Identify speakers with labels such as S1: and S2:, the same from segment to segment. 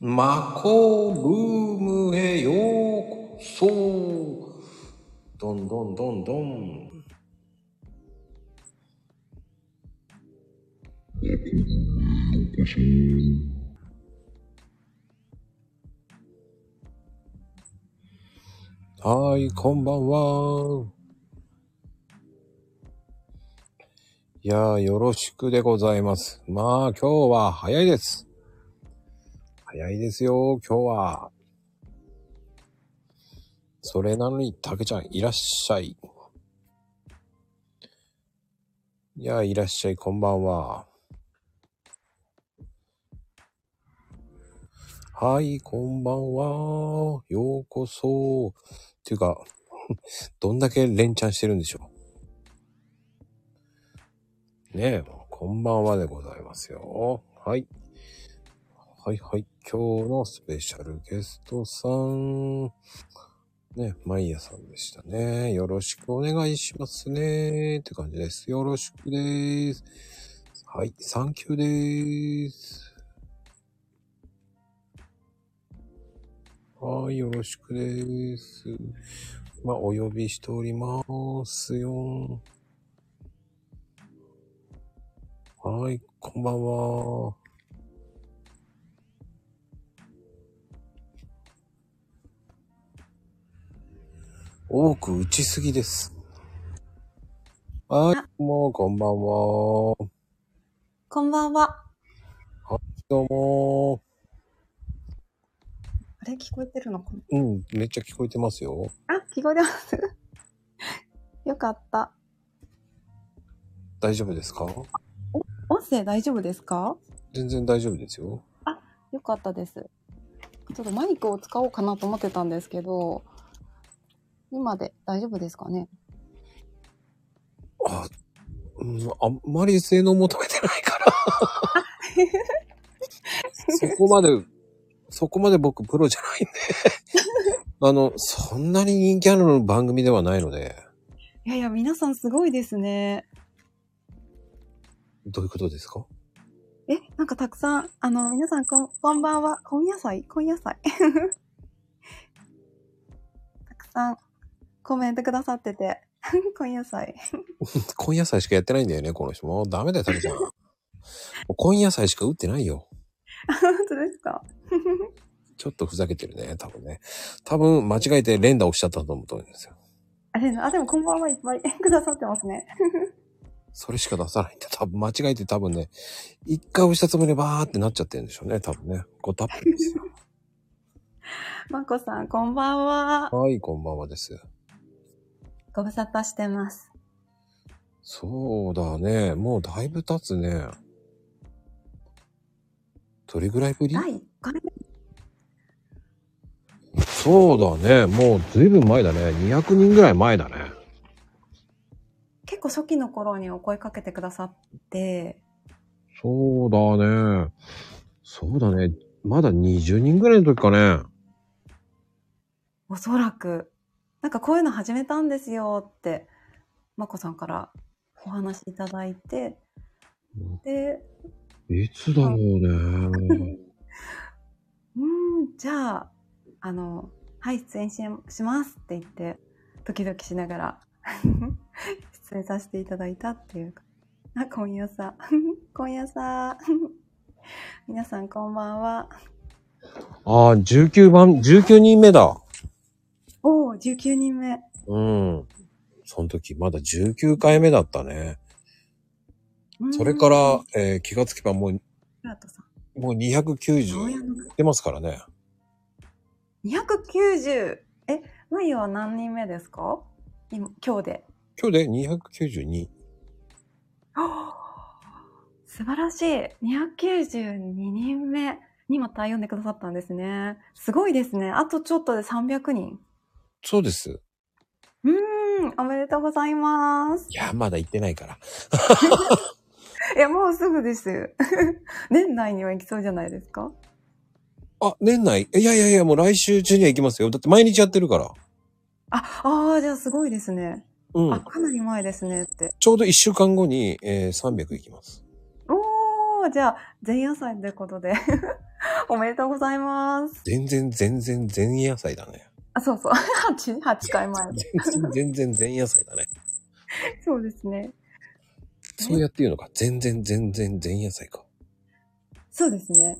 S1: マコルームへようこそどんどんどんどん。はーい、こんばんは。いやー、よろしくでございます。まあ、今日は早いです。早いですよ、今日は。それなのに、たけちゃん、いらっしゃい。いやー、いらっしゃい、こんばんは。はい、こんばんは。ようこそ。っていうか、 どんだけ連チャンしてるんでしょう。ねえ、こんばんはでございますよ。はい。はいはい。今日のスペシャルゲストさん。ね、マイヤさんでしたね。よろしくお願いしますね。って感じです。よろしくです。はい、サンキューです。はい、よろしくです。まあ、お呼びしておりますよ。はい、こんばんは。多く打ちすぎです。はい、もうこんばんは。
S2: こんばんは。
S1: どうも。
S2: あれ聞こえてるのかな
S1: うん、めっちゃ聞こえてますよ。
S2: あ、聞こえてます。 よかった。
S1: 大丈夫ですか
S2: 音声大丈夫ですか
S1: 全然大丈夫ですよ。
S2: よかったです。ちょっとマイクを使おうかなと思ってたんですけど、今で大丈夫ですかね
S1: あ、うん、あんまり性能求めてないから。そこまで、そこまで僕プロじゃないんで。あの、そんなに人気あるの番組ではないので、
S2: いやいや、皆さんすごいですね。
S1: どういうことですか
S2: え、なんかたくさん、あの、皆さんこん、こんばんは。今野菜今野 菜たくさんコメントくださってて。 今野菜
S1: 今野菜しかやってないんだよね、この人。もうダメだよ、タケちゃん。もう今野菜しか打ってないよ。
S2: あ、 本当ですか
S1: ちょっとふざけてるね、多分ね。多分間違えて連打押しちゃったと思うと思うんですよ。
S2: あれな、あ、でもこんばんはいっぱいくださってますね。
S1: それしか出さないんだ。多分間違えて多分ね、一回押したつもりでバーってなっちゃってるんでしょうね、多分ね。5タップですよ。
S2: まこさん、こんばんは。
S1: はい、こんばんはです。
S2: ご無沙汰してます。
S1: そうだね。もうだいぶ経つね。どれぐらいぶり
S2: 第1回目
S1: そうだね。もうずいぶん前だね。200人ぐらい前だね。
S2: 結構初期の頃にお声かけてくださって、
S1: そうだね。そうだね。まだ20人ぐらいの時かね。
S2: おそらく、なんかこういうの始めたんですよって、まこさんからお話いただいて、で、
S1: いつだろうね。
S2: うーん、じゃあ、あの、はい、出演ししますって言って、ドキドキしながら、 出演させていただいたっていうか。あ、今夜さ、 今夜さ、 皆さんこんばんは。
S1: ああ、19番、19人目だ。
S2: おお、19人目。
S1: うん。その時、まだ19回目だったね。
S2: うん
S1: それか、ら、えー気がつけばもう、
S2: ラートさん
S1: もう
S2: どうや
S1: 290い
S2: るの
S1: ってますからね。
S2: 290! え、マイは何人目ですか今今日で。
S1: 今日で292。
S2: はあ 素晴らしい。292人目にまた読んでくださったんですね。すごいですね。あとちょっとで300人。
S1: そうです。
S2: うーん、おめでとうございます。
S1: いや、まだ行ってないから。
S2: いや、もうすぐです。 年内には行きそうじゃないですか
S1: あ、年内いやいやいや、もう来週中には行きますよ。だって毎日やってるから。
S2: あ、ああ、じゃあすごいですね。
S1: う
S2: あ、
S1: ん。
S2: かなり前ですねって。
S1: ちょうど1週間後に、えー300行きます。
S2: おー、じゃあ、前夜祭ということで。 おめでとうございます。
S1: 全然、全然、前夜祭だね。
S2: あ、そうそう。8、八 回前。
S1: 全然、全然、前夜祭だね。
S2: そうですね。
S1: そうやって言うのか。全然、全然、前夜祭か。
S2: そうですね。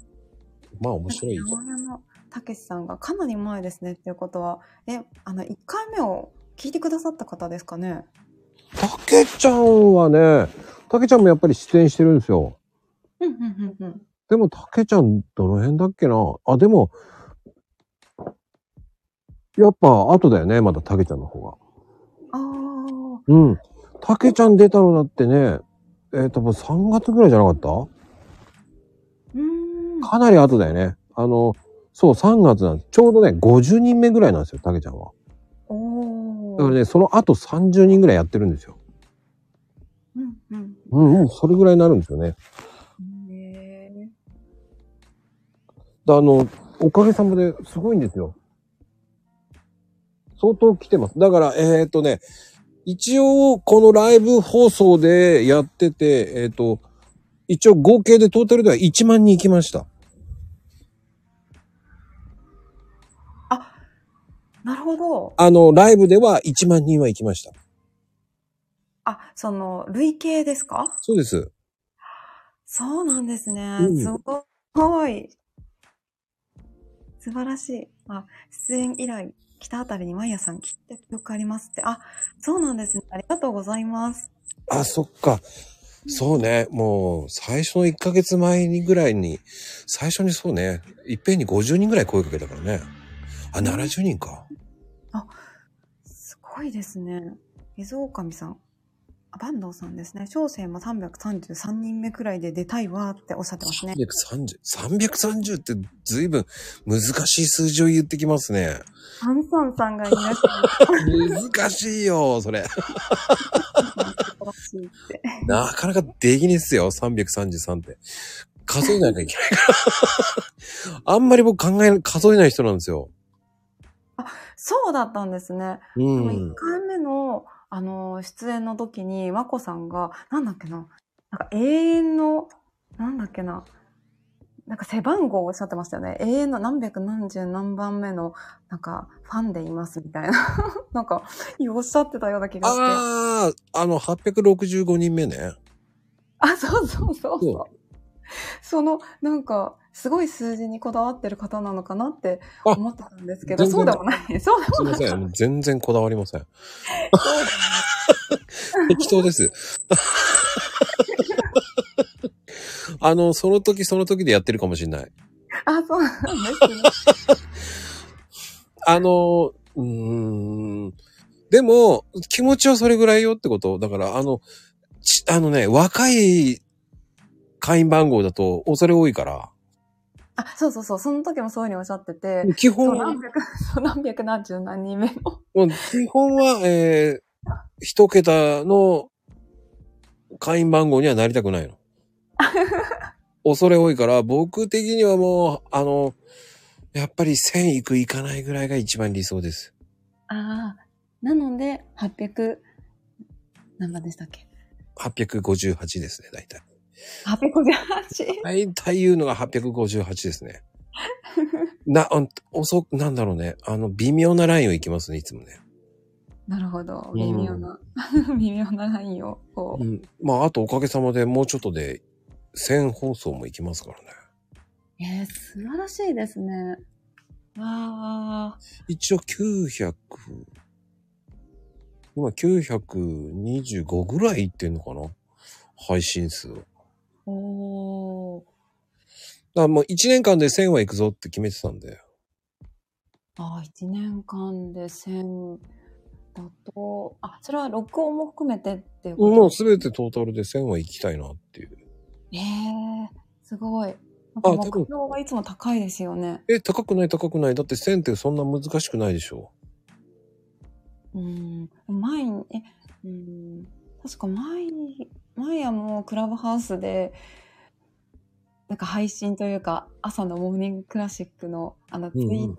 S1: まあ面白いぞ。
S2: 山のたけしさんがかなり前ですねっていうことは、え、あの、1回目を聞いてくださった方ですかね。
S1: たけちゃんはね、たけちゃんもやっぱり出演してるんですよ。
S2: うんうんうんうん。
S1: でも、たけちゃん、どの辺だっけなあ、でも、やっぱ、後だよね、まだたけちゃんの方が。
S2: あ
S1: うん。たけちゃん出たのだってね、えー、多分3月ぐらいじゃなかった
S2: あ、うーん。
S1: かなり後だよね。あの、そう、3月なんです。ちょうどね、50人目ぐらいなんですよ、たけちゃんは。
S2: お
S1: だから
S2: ー。
S1: ね、その後30人ぐらいやってるんですよ。
S2: うんうん。
S1: うん、もうそれぐらいになるんですよね。
S2: へー
S1: だあの、おかげさまですごいんですよ。相当来てます。だから、えっ、とね、一応、このライブ放送でやってて、えっ、と、一応合計でトータルでは1万人行きました。
S2: なるほど。
S1: あの、ライブでは1万人は行きました。
S2: あ、その、累計ですか
S1: そうです。
S2: そうなんですね
S1: う。ん
S2: すごい。素晴らしい。あ、出演以来、北あたりにマイヤさん来て記憶ありますって。あ、そうなんですね。ありがとうございます。
S1: あ、そっか。そうね。もう、最初の1ヶ月前にぐらいに、最初にそうね、いっぺんに50人ぐらい声かけたからね。あ、70人か。
S2: すごいですね。水狼さん。あ、坂東さんですね。小生も333人目くらいで出たいわーっておっしゃってますね。
S1: 330、330って随分難しい数字を言ってきますね。
S2: サンサンさんがいらっし
S1: 難しいよ、それ。
S2: ゃるしいって。
S1: なかなかできねえっすよ、333って。数えないといけないから。あんまり僕考え、数えない人なんですよ。
S2: そうだったんですね。
S1: う
S2: でも1
S1: ん。
S2: 回目の、あの、出演の時に、和子さんが、なんだっけな、なんか永遠の、なんだっけな、なんか背番号をおっしゃってましたよね。永遠の何百何十何番目の、なんか、ファンでいますみたいな。 なんか、おっしゃってたような気がして。あ
S1: ああ、あの、865人目ね。
S2: そうそうそう
S1: そ
S2: そう。その、なんか、すごい数字にこだわってる方なのかなって思ってたんですけど、
S1: あ
S2: そうでもない。 そうでも
S1: すいません。全然こだわりませ ん。適当です。あの、その時その時でやってるかもしれない。
S2: あ、そうなんですね。
S1: あの、うーん。でも、気持ちはそれぐらいよってこと。だから、あの、ちあのね、若い会員番号だと恐れ多いから、
S2: あ、そうそうそう。その時もそういうふうにおっしゃってて、
S1: 基
S2: そう
S1: 本は
S2: 何、百、 そう何百何十何人目の。
S1: もう基本は、えー一桁の会員番号にはなりたくないの。恐れ多いから、僕的にはもう、あの、やっぱり1000いくいかないぐらいが一番理想です。
S2: ああ。なので、800、何番でしたっけ
S1: 858ですね、大体。
S2: ?858。
S1: 大体言うのが858ですね。な、あん遅く、なんだろうね。あの、微妙なラインを行きますね、いつもね。
S2: なるほど。
S1: うん
S2: 微妙な、 微妙なラインを、こう。
S1: うん。まあ、あとおかげさまでもうちょっとで1000放送も行きますからね。
S2: えー、素晴らしいですね。わあ。
S1: 一応900、今925ぐらいいってんのかな配信数。だか
S2: おー。
S1: らもう1年間で1000は行くぞって決めてたんで。
S2: ああ、1年間で1000だと、あ、それは録音も含めてっていうこと
S1: もうすべてトータルで1000は行きたいなっていう。
S2: ええすごい。なんか
S1: あ
S2: 目
S1: 多分
S2: 標がいつも高いですよね。
S1: え、高くない高くない。だって1000ってそんな難しくないでしょ。
S2: うん。前に、え、うん。確か前に、前やもうクラブハウスで、なんか配信というか、朝のモーニングクラシックの、あのツイ、
S1: うんうん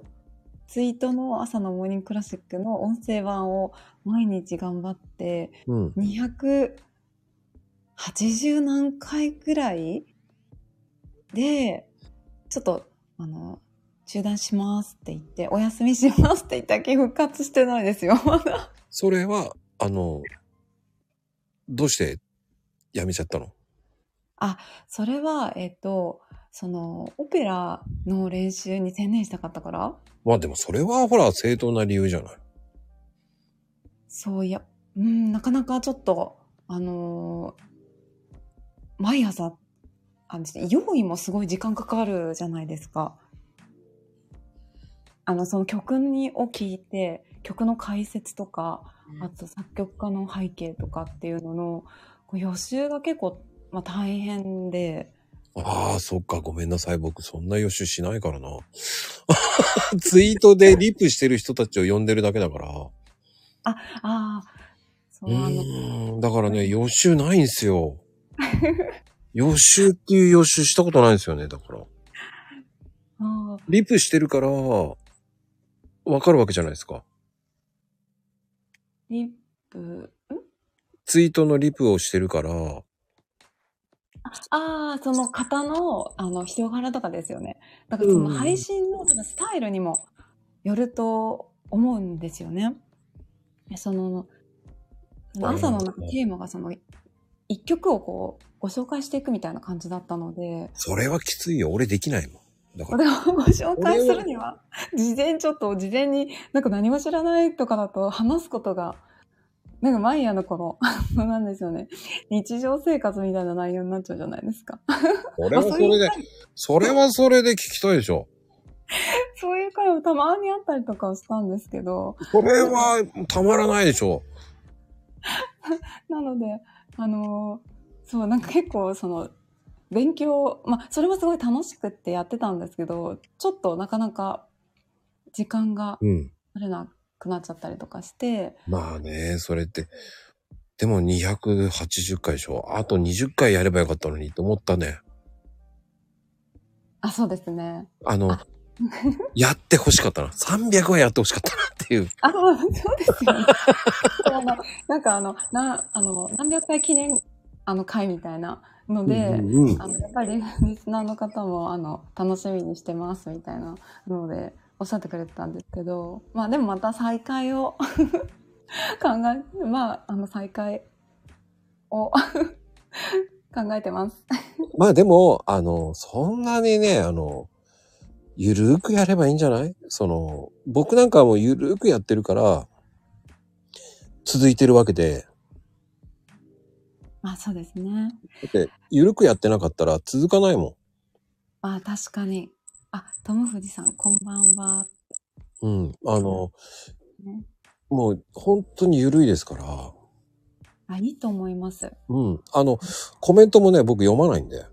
S2: ツイートの朝のモーニングクラシックの音声版を毎日頑張って、
S1: うん。
S2: 280何回ぐらいで、ちょっとあの、中断しますって言って、お休みしますって言ったけ復活してないですよ、 まだ。
S1: それは、あの、どうして辞めちゃったの
S2: それは、えっ、と、その、オペラの練習に専念したかったから
S1: まあでもそれはほら正当な理由じゃない。
S2: そういや、うん、なかなかちょっと、あのー毎朝、あの、用意もすごい時間かかるじゃないですか。あの、その曲にを聞いて、曲の解説とか、あと作曲家の背景とかっていうのの、こう予習が結構、まあ、大変で、
S1: ああ、そっか、ごめんなさい。僕、そんな予習しないからな。 ツイートでリプしてる人たちを呼んでるだけだから。
S2: ああ、そうう、あの、
S1: ーん、だからね、予習ないんすよ。予習っていう予習したことないんですよね、だから。
S2: ああ
S1: リプしてるから、わかるわけじゃないですか。
S2: リップ、ん
S1: ツイートのリプをしてるから、
S2: ああ、その方の、あの、人柄とかですよね。だからその
S1: うん
S2: 配信の多分スタイルにもよると思うんですよね。その、その朝のなんかテーマがその、一曲をこう、ご紹介していくみたいな感じだったので、
S1: それはきついよ。俺できないもん。だか
S2: こ
S1: ら、
S2: れをご紹介するには、事前ちょっと、事前になんか何も知らないとかだと話すことが、なんかマイヤーのこの、あの なんですよね。日常生活みたいな内容になっちゃうじゃないですか。
S1: それはそれで、それはそれで聞きたいでしょ。
S2: そういう会もたまにあったりとかはしたんですけど、
S1: これはたまらないでしょ。
S2: なので、あのーそう、なんか結構その、勉強、まあ、それもすごい楽しくってやってたんですけど、ちょっとなかなか時間が
S1: うん。
S2: 取れなくなっちゃったりとかして、
S1: まあね、それって。でも280回でしょ。あと20回やればよかったのにと思ったね。
S2: あ、そうですね。
S1: あの
S2: あ、
S1: やってほしかったな。300はやってほしかったなっていう。
S2: あ、そうそうですよね。 そうあのなんかあの、な、あの、何百回記念、あの、会みたいなので、
S1: うんうん
S2: あのやっぱりリスナーの方もあの楽しみにしてますみたいなのでおっしゃってくれてたんですけど まあでもまた再開を 考えまああの再開を 考えてます。
S1: まあでも、あの、そんなにね、あの、ゆるーくやればいいんじゃないその、僕なんかはもうゆるーくやってるから、続いてるわけで、
S2: まあそうですね。
S1: だって、ゆるくやってなかったら続かないも
S2: まあ確かに。あ、トム・フジさん、こんばんは。
S1: ん。うん。あの、
S2: ね
S1: もう本当にゆるいですから、
S2: あ、いいと思います。
S1: うん。あの、コメントもね、僕読まないんで。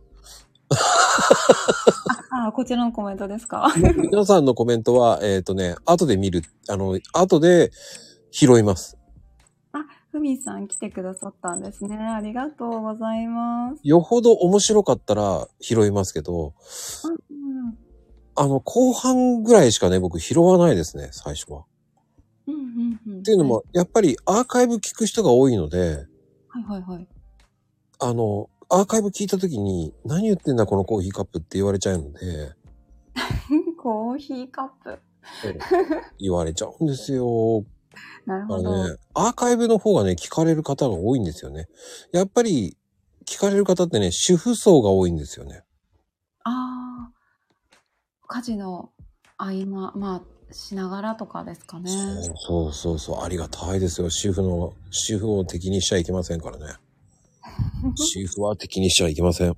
S2: あ、こちらのコメントですか
S1: 皆さんのコメントは、えっ、とね、後で見る、あの、後で拾います。
S2: ふみさん来てくださったんですね。ありがとうございます。
S1: よほど面白かったら拾いますけど、
S2: うん
S1: あの、後半ぐらいしかね、僕拾わないですね、最初は。
S2: うんうんうん。っ
S1: っていうのも、、やっぱりアーカイブ聞く人が多いので、
S2: はいはいはい。
S1: あの、アーカイブ聞いた時に、何言ってんだこのコーヒーカップって言われちゃうので、
S2: コーヒーカップ。
S1: 言われちゃうんですよ。
S2: なる
S1: あ
S2: ほど。
S1: のね、アーカイブの方がね、聞かれる方が多いんですよね。やっぱり、聞かれる方ってね、主婦層が多いんですよね。
S2: ああ、家事の合間、まあ、しながらとかですかね。
S1: そうそうそう、ありがたいですよ。主婦の、主婦を敵にしちゃいけませんから ね。主婦は敵にしちゃいけません。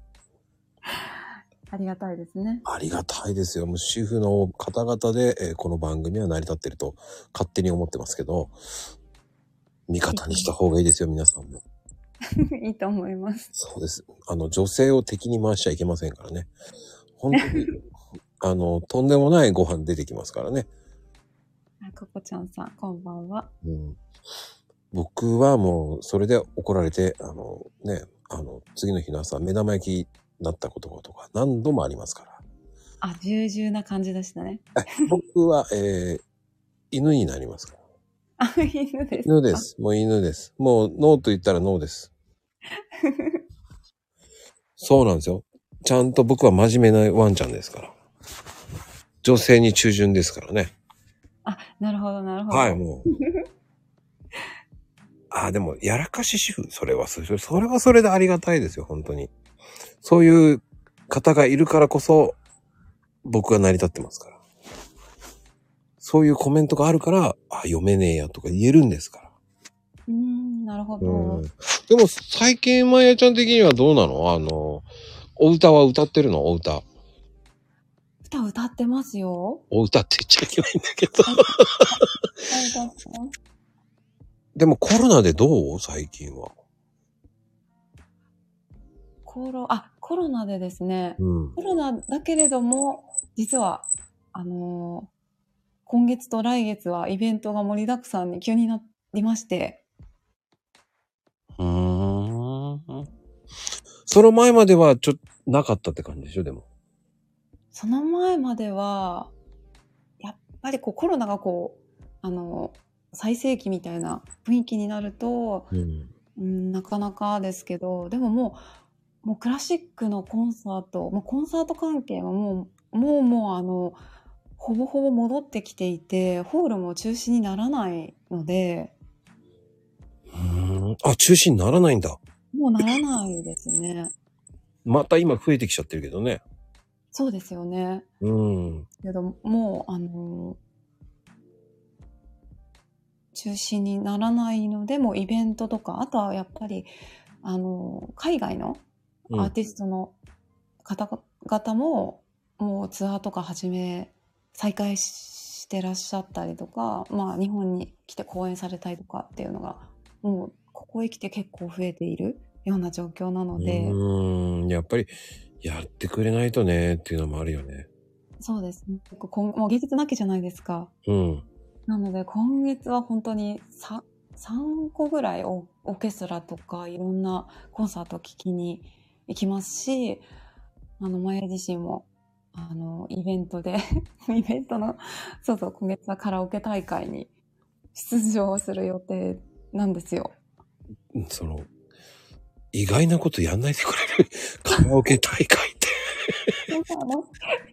S2: ありがたいですね。
S1: ありがたいですよ。もう主婦の方々で、えーこの番組は成り立ってると勝手に思ってますけど、味方にした方がいいですよ、皆さんも。
S2: いいと思います。
S1: そうです。あの、女性を敵に回しちゃいけませんからね。本当に、 あの、とんでもないご飯出てきますからね。
S2: あここちゃんさん、こんばんは。
S1: うん、僕はもう、それで怒られて、あの、ね、あの、次の日の朝、目玉焼きになったこととか何度もありますから。
S2: あ、重々な感じでしたね。
S1: 僕は、えー、犬になりますから。
S2: あ、犬です。
S1: 犬で。す。もう犬です。もうノーと言ったらノー です。そうなんですよ。ちゃんと僕は真面目なワンちゃんですから。女性に中旬ですからね。
S2: あ、なるほど、なるほど。
S1: はい、もう。 ああ、でも、やらかし主婦、それはそれ、それはそれでありがたいですよ、本当に。そういう方がいるからこそ、僕が成り立ってますから。そういうコメントがあるから、あ、読めねえやとか言えるんですから。
S2: うーん、なるほ
S1: う
S2: ど
S1: ん。。でも、最近、まやちゃん的にはどうなのあの、お歌は歌ってるのお歌。
S2: 歌歌ってます よ。
S1: お歌って言っちゃいけないんだけど。
S2: 歌ってます
S1: でも、コロナでどう最近は。
S2: コロ、あ、コロナでですね、
S1: うん。
S2: コロナだけれども、実は、あのー今月と来月はイベントが盛りだくさんに急になりまして、
S1: うーん。その前まではちょっとなかったって感じでしょ、でも。
S2: その前までは、やっぱりこうコロナがこう、あのー最盛期みたいな雰囲気になると、
S1: うん。
S2: うん、なかなかですけど、でももう、もうクラシックのコンサート、もうコンサート関係はもう、もうもうあの、ほぼほぼ戻ってきていて、ホールも中止にならないので、
S1: あ、中止にならないんだ。
S2: もうならないですね。
S1: また今増えてきちゃってるけどね。
S2: そうですよね。
S1: うん。
S2: けど、もう、あの中止にならないので、もうイベントとか、あとはやっぱり、あの海外の
S1: うん
S2: アーティストの方々も、もうツアーとか始め、再開してらっしゃったりとか、まあ日本に来て公演されたりとかっていうのが、もうここへ来て結構増えているような状況なので、
S1: うん。やっぱり、やってくれないとね、っていうのもあるよね。
S2: そうですね。結構今もう芸術なきじゃないですか。
S1: うん。
S2: なので今月は本当に 3, 3個ぐらいオオーケストラとかいろんなコンサートを聴きに行きますし、あの、前自身も、あの、イベントで、 イベントの、そうそう、今月はカラオケ大会に出場する予定なんですよ。
S1: その、意外なことやんないでくれる。 カラオケ大会って。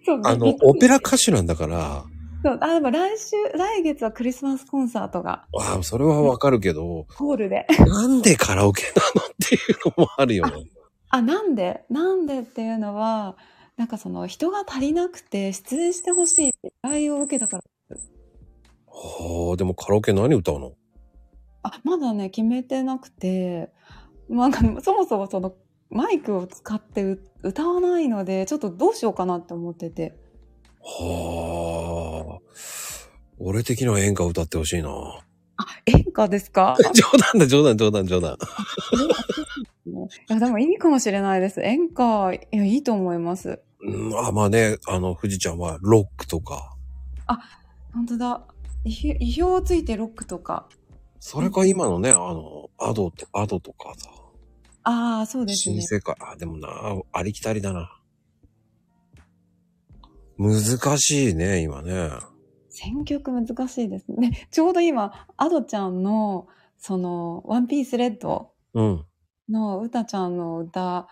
S2: そう
S1: あ
S2: び
S1: の
S2: っ、くり
S1: オペラ歌手なんだから、
S2: そうあ、でも来週、来月はクリスマスコンサートが
S1: ああ、それはわかるけど、
S2: ホールで
S1: なんでカラオケなのっていうのもあるよね。
S2: あなんでなんでっていうのはなんかその人が足りなくて出演してほしいって依頼を受けたから
S1: はあ、でもカラオケ何歌うの
S2: あまだね決めてなくて、まあ、 なんかそもそもそのマイクを使ってう歌わないのでちょっとどうしようかなって思ってて
S1: はあ。俺的には演歌歌ってほしいな。
S2: あ演歌ですか
S1: 冗談だ、冗談、冗談、冗談。
S2: いやでもいいかもしれないです演歌いやいいと思います
S1: うん、あ、まあね、あの、富士ちゃんはロックとか、
S2: 本当だ意表意表をついてロックとか
S1: それか今のね、あの、アドと、アドとかさ、
S2: ああそうです
S1: 新
S2: ね
S1: 世界、あ、でもな、ありきたりだな。難しいね、今ね。
S2: 選曲難しいですね。 ちょうど今、アドちゃんの、その、ワンピースレッド
S1: うん。
S2: の歌ちゃんの歌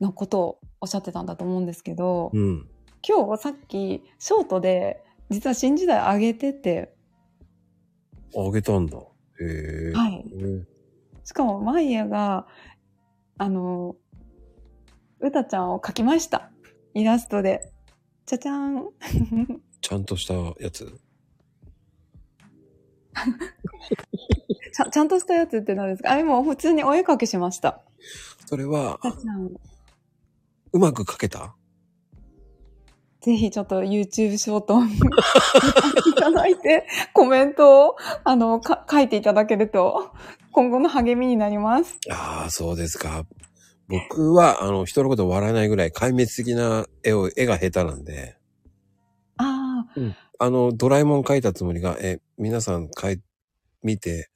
S2: のことをおっしゃってたんだと思うんですけど、
S1: うん。
S2: 今日さっき、ショートで、実は新時代上げてて、
S1: あげたんだ。へえ。
S2: はい
S1: へえ
S2: しかも、マイヤが、あの、歌ちゃんを描きました。イラストで。じゃじゃーん。
S1: ちゃんとしたやつ。
S2: ちゃんちゃんとしたやつって何ですかあ、今、普通にお絵描きしました。
S1: それは、
S2: 歌ちゃん
S1: うまく書けた
S2: ぜひちょっと YouTube ショートを見ていただいて、 コメントを、あの、か書いていただけると、今後の励みになります。
S1: ああ、そうですか。僕は、あの、人のこと笑えないぐらい壊滅的な絵を、絵が下手なんで。
S2: ああ、
S1: あの、ドラえもん描いたつもりが、え、皆さん描い、見て、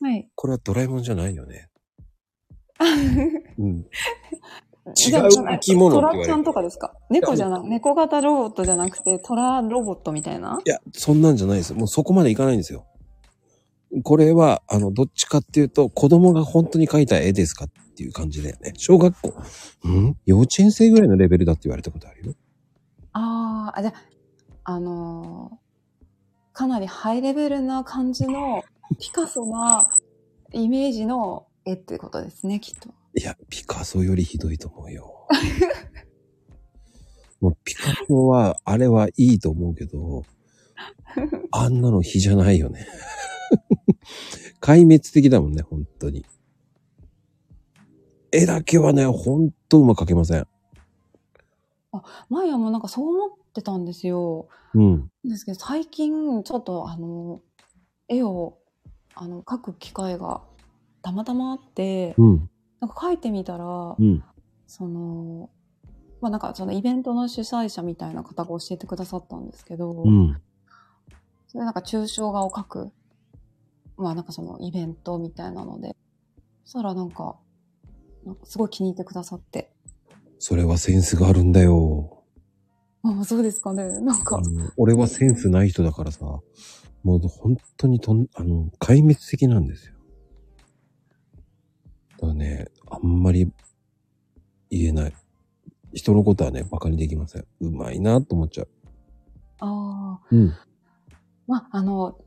S2: はい。
S1: これはドラえもんじゃないよね。うん。違
S2: で
S1: う
S2: も
S1: 生き物って言われ
S2: 虎
S1: る
S2: ちゃんとかですか猫じゃない、猫型ロボットじゃなくて、虎ロボットみたいない
S1: や、そんなんじゃないです。もうそこまでいかないんですよ。これは、あの、どっちかっていうと、子供が本当に描いた絵ですかっていう感じだよね。小学校。ん幼稚園生ぐらいのレベルだって言われたことあるよ。
S2: ああ、あじゃあのーかなりハイレベルな感じのピカソなイメージの絵っていうことですね、きっと。
S1: いや、ピカソよりひどいと思うよ。もうピカソは、あれはいいと思うけど、あんなの比じゃないよね。壊滅的だもんね、本当に。絵だけはね、本当うまく描けません。
S2: マヤもなんかそう思ってたんですよ。
S1: うん。
S2: ですけど、最近ちょっとあの、絵をあの描く機会がたまたまあって、
S1: うん。
S2: なんか描いてみたら、
S1: うん。
S2: その、まあなんかそのイベントの主催者みたいな方が教えてくださったんですけど、
S1: うん。
S2: それなんか抽象画を描く、まあなんかそのイベントみたいなので、そしたらなんか、なんかすごい気に入ってくださって、
S1: それはセンスがあるんだよ。
S2: あそうですかね、なんか
S1: あ、の俺はセンスない人だからさ、もう本当にとん、あの、壊滅的なんですよ。だからね、あんまり言えない。人のことはね、馬鹿にできません。うまいなと思っちゃう。
S2: ああ、
S1: うん。
S2: まあ、あの、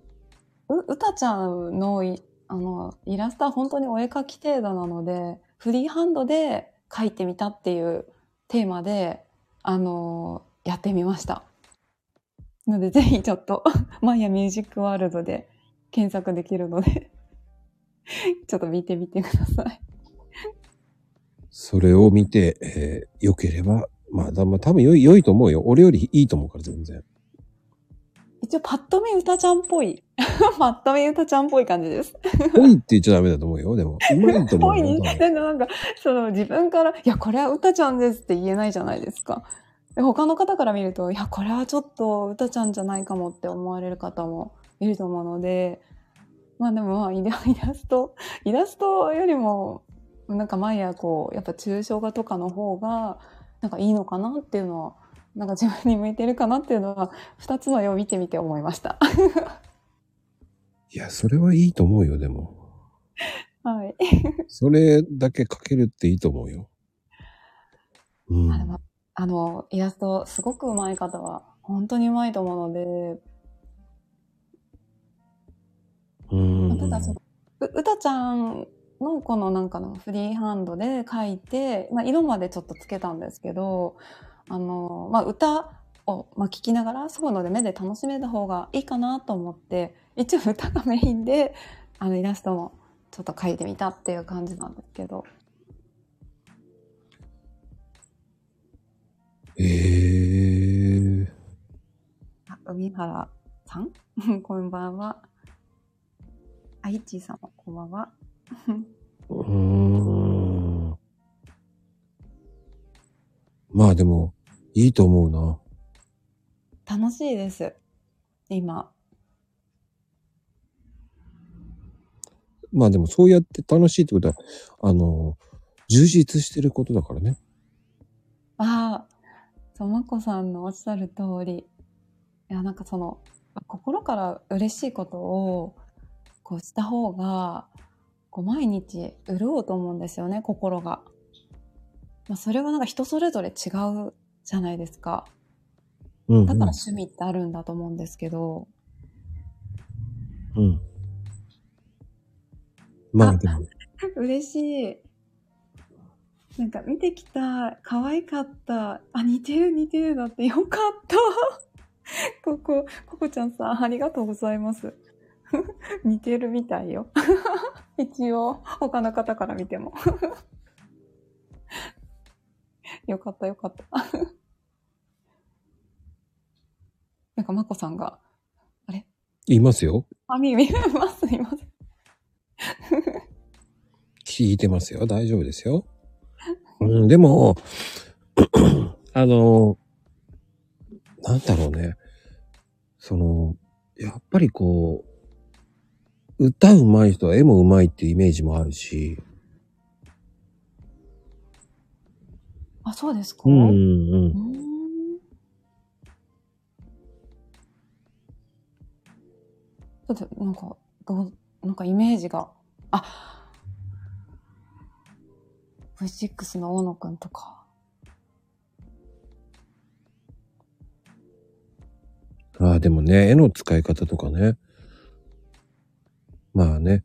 S2: う、うたちゃんのい、あの、イラストは本当にお絵描き程度なので、フリーハンドで描いてみたっていうテーマで、あの、やってみました。ので、ぜひちょっと、 マイヤミュージックワールドで検索できるので、 ちょっと見てみてください。
S1: それを見て、えー良ければ、まあ、だまあ、多分良い、良いと思うよ。俺よりいいと思うから、全 然。
S2: 一応、パッと見うたちゃんっぽい。 パッと見うたちゃんっぽい感じです。
S1: ぽいって言っちゃダメだと思うよ、でも。うまいと思
S2: ぽ
S1: う
S2: い
S1: よ。
S2: に、
S1: 多分
S2: でもなんか、その自分から、いや、これは歌ちゃんですって言えないじゃないですか。で他の方から見ると、いや、これはちょっと歌ちゃんじゃないかもって思われる方もいると思うので、まあでもまあ、イライラスト、 イラストよりも、なんか前やこう、やっぱ抽象画とかの方が、なんかいいのかなっていうのは、なんか自分に向いてるかなっていうのは、二つの絵を見てみて思いました。
S1: いや、それはいいと思うよ、でも。
S2: はい。
S1: それだけ書けるっていいと思うよ。うん。
S2: あでもあの、イラスト、すごく上手い方は、本当に上手いと思うので、
S1: うん
S2: ただその、ううたちゃんのこのなんかのフリーハンドで描いて、まあ、色までちょっとつけたんですけど、あの、まあ、歌を、まあ、聞きながら、そういうので目で楽しめた方がいいかなと思って、一応歌がメインで、あの、イラストもちょっと描いてみたっていう感じなんですけど、
S1: えー、
S2: あ海原さん こんばんは。あ、いっちーさんもこんばんは。
S1: うーん。まあでも、いいと思うな。
S2: 楽しいです今
S1: まあでもそうやって楽しいってことは、あの、充実してることだからね。
S2: ああそうまこさんのおっしゃる通りいやなんかその心から嬉しいことをこうした方がこう毎日潤うと思うんですよね心が、まあ、それはなんか人それぞれ違うじゃないですか
S1: うん、うん。
S2: だから趣味ってあるんだと思うんですけど、
S1: うん。まあでも、
S2: 嬉しい。なんか見てきた、可愛かった、あ、似てる似てるだってよかった。 ここ、ここちゃんさん、ありがとうございます。 似てるみたいよ。 一応、他の方から見ても。 よかったよかった。 なんか、まこさんが、
S1: 言いますよ。
S2: あ、み、み、ます、います。
S1: 聞いてますよ。大丈夫ですよ。うん、でも、 あの、なんだろうね。その、やっぱりこう、歌うまい人は絵もうまいっていうイメージもあるし、
S2: あ、そうですか
S1: うん、う
S2: うー
S1: ん。
S2: んちょっとなんか、どう、なんかイメージが、あ V6 の大野くんとか。
S1: でもね、絵の使い方とかね。まあね。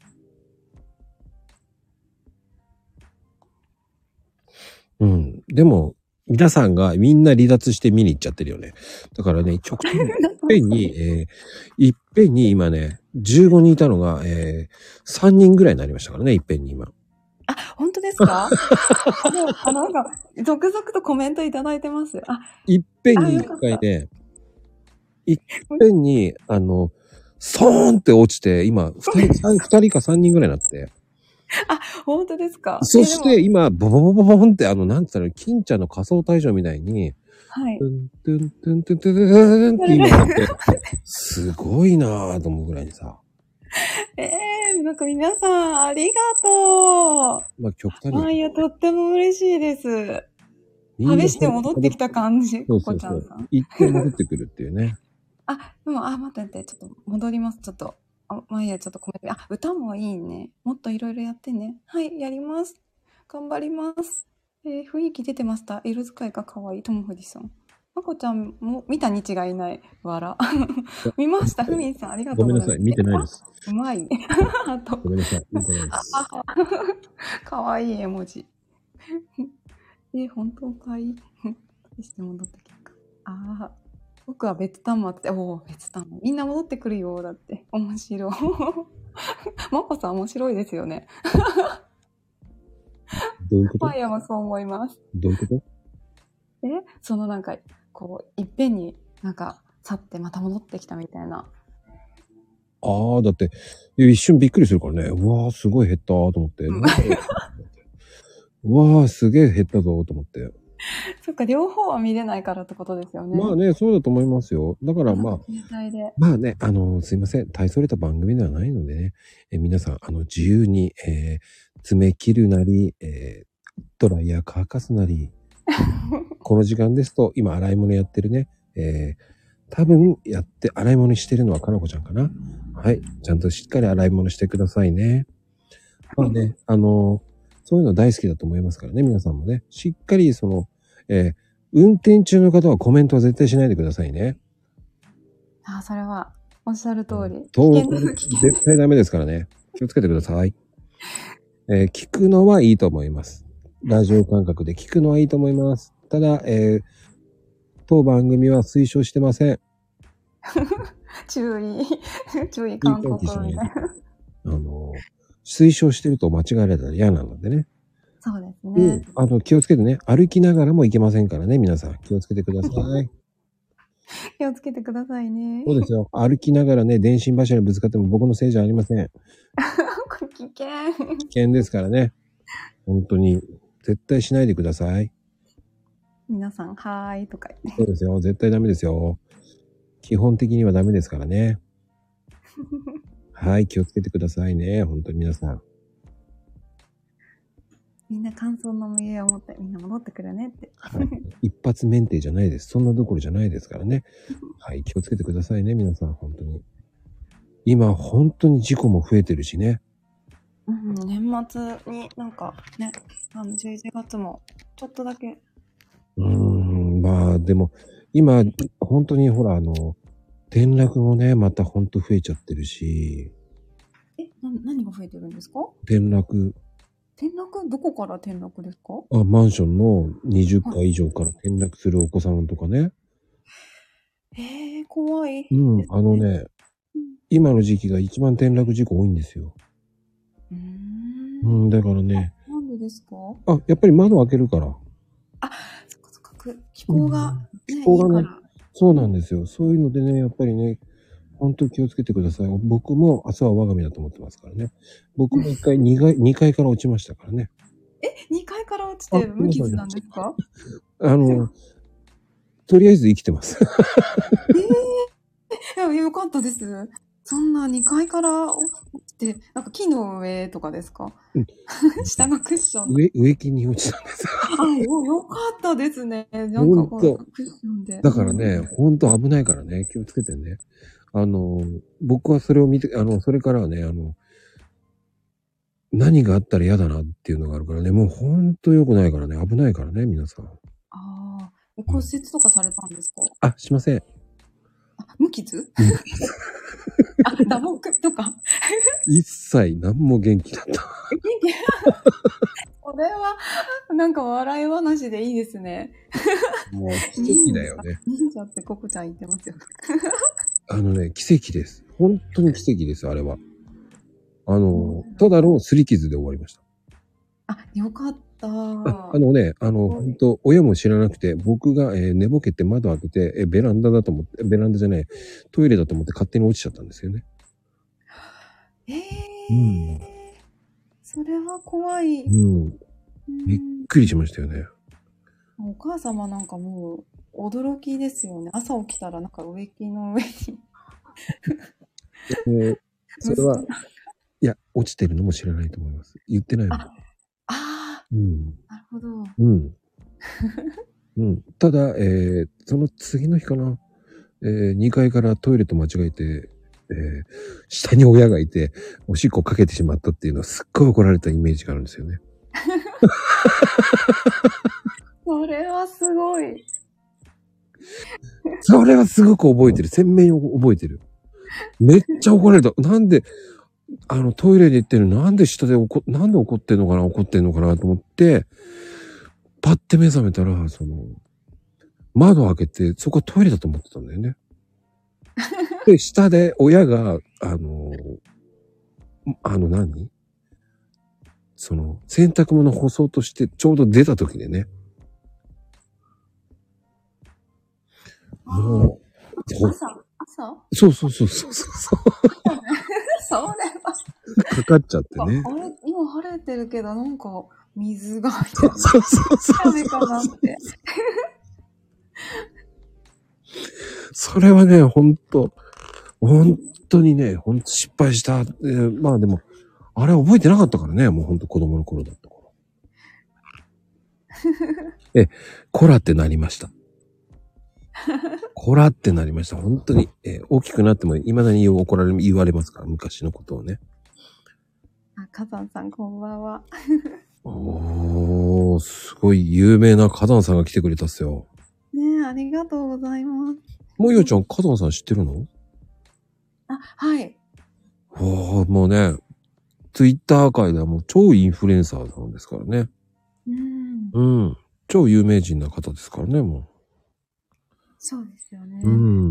S1: うん。でも、皆さんがみんな離脱して見に行っちゃってるよね。だから ね、直近、いっぺんに、えー、いっぺんに今ね、15人いたのが、えー、3人ぐらいになりましたからね、いっぺんに今。
S2: あ、 本当ですか でもあなんか、続々とコメントいただいてます。あ、
S1: いっぺん
S2: あ
S1: に
S2: よ
S1: 一
S2: かった
S1: 回ね、いっぺんに、あの、ソーンって落ちて、今、二人、三二人か三人ぐらいになって。
S2: 本当ですか
S1: そし、
S2: え
S1: て今、ボボボボボボンって、あの、なんつったの、金ちゃんの仮想大賞みたいに、
S2: でもはい
S1: ト。ゥントゥントゥントゥントゥントゥントゥンって今なって、すごいなぁと思うぐらいにさ、
S2: えー、なんか皆さん、ありがと
S1: まあ極端
S2: う。あ
S1: に。
S2: いや、とっても嬉しいです。試して戻ってきた感じ、
S1: そ
S2: こ
S1: うそ
S2: こ
S1: う
S2: ち
S1: そ
S2: ゃん
S1: う
S2: さん。。
S1: 行って戻ってくるっていう ね。
S2: あ、でも、あ、待って待って、ちょっと戻ります、ちょっと。あ、まあ、いいや、ちょっとコメント。あ、歌もいいね。もっといろいろやってね。はい、やります。頑張ります。えー雰囲気出てました。色使いが可愛い、トム・フジさん。まこちゃんも見たに違いない。笑。 見ました、ふみんさん。ありが
S1: ご
S2: とう
S1: めん
S2: ござい
S1: な
S2: ます。
S1: さい、見てない です。
S2: あ。うまい。あと、
S1: ごめんなさい、見てないです。
S2: かわいい絵文字。 え、本当かい そして戻ってきたか。ああ、僕は別端末で、おお、別端末。みんな戻ってくるよ、だって。面白い。 マコさん面白いですよね。
S1: どういうこと
S2: パイヤもそう思います。
S1: どういうこと
S2: え、そのなんか、こう、いっぺんになんか、去ってまた戻ってきたみたいな。
S1: ああ、だって、いや一瞬びっくりするからね。うわあ、すごい減ったと思って。
S2: うん
S1: なんだろう うわあ、すげえ減ったぞと思って。
S2: そっか、両方は見れないからってことですよね。
S1: まあね、そうだと思いますよ。だからまあ、
S2: 携帯で。
S1: まあね、あの、すいません。大それた番組ではないのでね、え皆さん、あの、自由に、えー爪切るなり、えードライヤー乾かすなり、この時間ですと、今、洗い物やってるね、えー多分、やって、洗い物してるのはかなこちゃんかな。はい。ちゃんとしっかり洗い物してくださいね。まあね、あの、そういうの大好きだと思いますからね、皆さんもね。しっかり、その、えー運転中の方はコメントは絶対しないでくださいね。
S2: ああ、それは、おっしゃる通り。
S1: と
S2: 危険です危険
S1: 絶対ダメですからね。気をつけてください。えー聞くのはいいと思います。ラジオ感覚で聞くのはいいと思います。ただ、えー当番組は推奨してません。
S2: 注意、注意
S1: いい
S2: 勧
S1: 天
S2: 告
S1: 気じゃない
S2: み
S1: と
S2: たいな。
S1: あのー、推奨してると間違えられたら嫌なのでね。
S2: そうですね。
S1: うん。あの、気をつけてね。歩きながらもいけませんからね、皆さん。気をつけてください。
S2: 気をつけてくださいね。
S1: そうですよ。歩きながらね、電信柱にぶつかっても僕のせいじゃありません。
S2: これ危険。
S1: 危険ですからね。本当に。絶対しないでください。
S2: 皆さん、はーいとか言って。
S1: そうですよ。絶対ダメですよ。基本的にはダメですからね。はい。気をつけてくださいね。本当に皆さん。
S2: みんな感想のメールを持って、みんな戻ってくるねって。
S1: 一発免停じゃないです。そんなどころじゃないですからね。はい。気をつけてくださいね。皆さん。本当に。今、本当に事故も増えてるしね。
S2: うん、年末になんかね、あの11月もちょっとだけ。
S1: うーん。まあ、でも、今、本当にほら、あの、転落もね、また本当増えちゃってるし、
S2: え、な何が増えてるんですか
S1: 転落、
S2: 転落どこから転落ですか
S1: あ、マンションの20階以上から転落するお子さんとかね。
S2: えー、怖い。
S1: うん、あの。ね、
S2: うん
S1: 今の時期が一番転落事故多いんですよ。
S2: うー。
S1: うんん、だからね。
S2: なんでですか
S1: あ、やっぱり窓開けるから。
S2: そっかそっか、く気候が、ね
S1: 気候がね
S2: いいから。
S1: そうなんですよ。そういうのでね、やっぱりね、本当気をつけてください。僕も明日は我が身だと思ってますからね。僕も一回、二階、二階から落ちましたからね。
S2: 2階から落ちて無傷なんですか
S1: あの、とりあえず生きてます。
S2: いや、よかったです。そんな2階から落ちて、なんか木の上とかですか
S1: うん
S2: 下がクッション。
S1: 植、植木に落ちたんです。
S2: あ、よよかったですね。なんかこ
S1: ほんと
S2: う、クッションで。
S1: だからね、本当危ないからね、気をつけてね。あの、僕はそれを見て、あの、それからはね、あの、何があったら嫌だなっていうのがあるからね、もう本当良くないからね、危ないからね、皆さん。
S2: ああ。え骨折とかされたんですか
S1: あ、しません。
S2: あ無傷 あ、打撲とか。
S1: 一切何も元気だった。
S2: これは、なんか笑い話でいいですね。
S1: もう奇跡だよね。
S2: 忍者ってココちゃん言ってますよ。
S1: あのね、奇跡です。本当に奇跡です、あれは。あの、ただの擦り傷で終わりました。
S2: あ、よかった。
S1: あのね、あの、
S2: はい
S1: 本当親も知らなくて、僕が、えー寝ぼけて窓開けて、えーベランダだと思って、ベランダじゃない、トイレだと思って勝手に落ちちゃったんですよね。
S2: ええー
S1: うん
S2: それは怖い。
S1: う。
S2: うん
S1: びっ
S2: ん
S1: くりしましたよね。
S2: お母様なんかもう驚きですよね。朝起きたらなんか植木の上に。
S1: でそれは
S2: 息子、が
S1: いや、落ちてるのも知らないと思います。言ってないの。
S2: あ
S1: うん。
S2: あ、なるほど。
S1: うん。うん、ただ、えーその次の日かな、え2階からトイレと間違えて、えー下に親がいて、おしっこかけてしまったっていうのはすっごい怒られたイメージがあるんですよね。
S2: それはすごい。
S1: それはすごく覚えてる。鮮明に覚えてる。めっちゃ怒られた。なんで、あの、トイレに行ってるの、なんで下で怒、なんで怒ってんのかな、怒ってんのかなと思って、パッて目覚めたら、その、窓開けて、そこはトイレだと思ってたんだよね。で、下で親が、あの、あの何その、洗濯物干そうとして、ちょうど出た時でね、もう、ほ
S2: 朝朝
S1: そうそうそうそうそうそう。
S2: それは、
S1: かかっちゃって
S2: あ
S1: ね。
S2: れ今晴れてるけどなんか水が入って
S1: そうそうそうそう
S2: 雨かなって。
S1: それはね、ほんと、ほんとにね、ほんと失敗した。えーまあでも、あれ覚えてなかったからね、もうほんと子供の頃だったから。え、コラってなりました。コラってなりました。本当に、えー大きくなっても未だに怒られ、言われますから、昔のことをね。
S2: あ、火山さんこんばんは。
S1: おー、すごい有名な火山さんが来てくれたっすよ。
S2: ねえ、ありがとうございます。
S1: もよちゃん、火山さん知ってるの
S2: あ、はい。
S1: おーもうね、ツイッター界ではもう超インフルエンサーなんですからね。
S2: うん。
S1: うん。超有名人な方ですからね、も
S2: そうですよね。
S1: う。う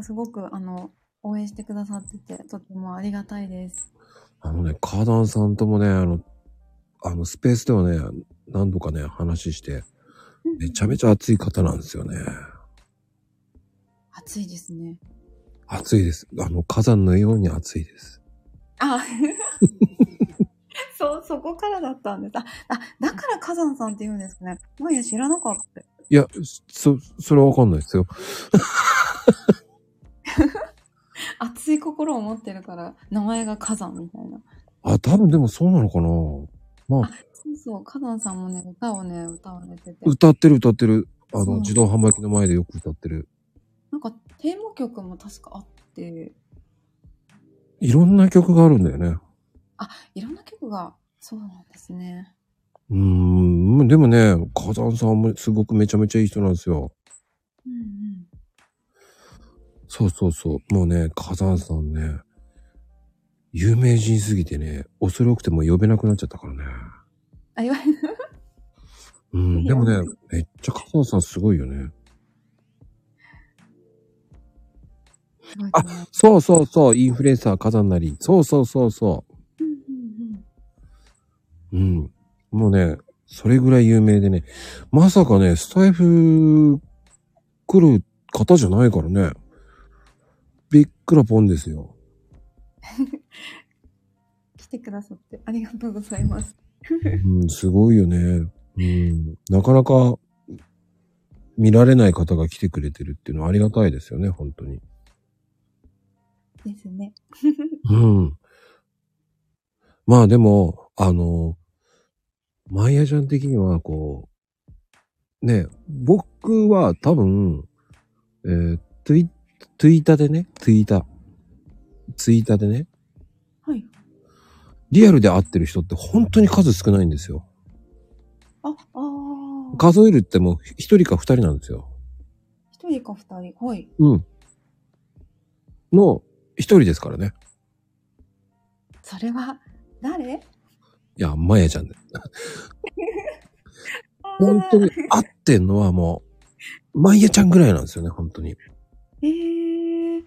S1: ん。
S2: すごく、あの、応援してくださってて、とてもありがたいです。
S1: あのね、カーダンさんともね、あの、あの、スペースではね、何度かね、話して、めちゃめちゃ熱い方なんですよね。
S2: 暑いですね。
S1: 熱いです。あの、火山のように熱いです。
S2: あ そう、そこからだったんです。あ、あだから火山さんって言うんですね。まや知らなかった。
S1: いや、そ、それはわかんないですよ。
S2: 熱い心を持ってるから、名前が火山みたいな。
S1: あ、多分でもそうなのかな
S2: そうそう、火山さんもね、歌をね、歌われてて。
S1: 歌ってる歌ってる。あ
S2: そう
S1: の、自動販売機の前でよく歌ってる。
S2: なんか、テーマ曲も確かあって、
S1: いろんな曲があるんだよね。
S2: いろんな曲が、そうなんですね。
S1: うーん、でもね、火山さんもすごくめちゃめちゃいい人なんですよ。
S2: うんうん。
S1: そうそうそう。もうね、火山さんね、有名人すぎてね、恐れ多くてもう呼べなくなっちゃったからね。
S2: あ、いわゆる、
S1: うん、でもね、めっちゃ火山さんすごいよね。
S2: すごい
S1: あ
S2: と思う
S1: そうそうそう、インフルエンサー火山なり。そうそうそうそ
S2: うんうんう
S1: う。
S2: ん。
S1: うん。もうね、それぐらい有名でね、まさかね、スタイフ来る方じゃないからね、びっくらぽんですよ。
S2: 来てくださって、ありがとうございます。
S1: うん、すごいよね。うん、なかなか見られない方が来てくれてるっていうのはありがたいですよね、本当に。
S2: ですね。
S1: うん。まあでも、あの、マイヤちゃん的には、こう、ね、僕は多分、えー、ツイ、ツイータでね、ツイータ、ツイータでね、
S2: はい。
S1: リアルで会ってる人って本当に数少ないんですよ。
S2: あ、ああ。
S1: 数えるってもう一人か二人なんですよ。
S2: 一人か二人。はい。
S1: うん。の一人ですからね。
S2: それは誰
S1: いや、まやちゃんです。本当 に合ってんのはもう、まやちゃんぐらいなんですよね、本当に。
S2: えー、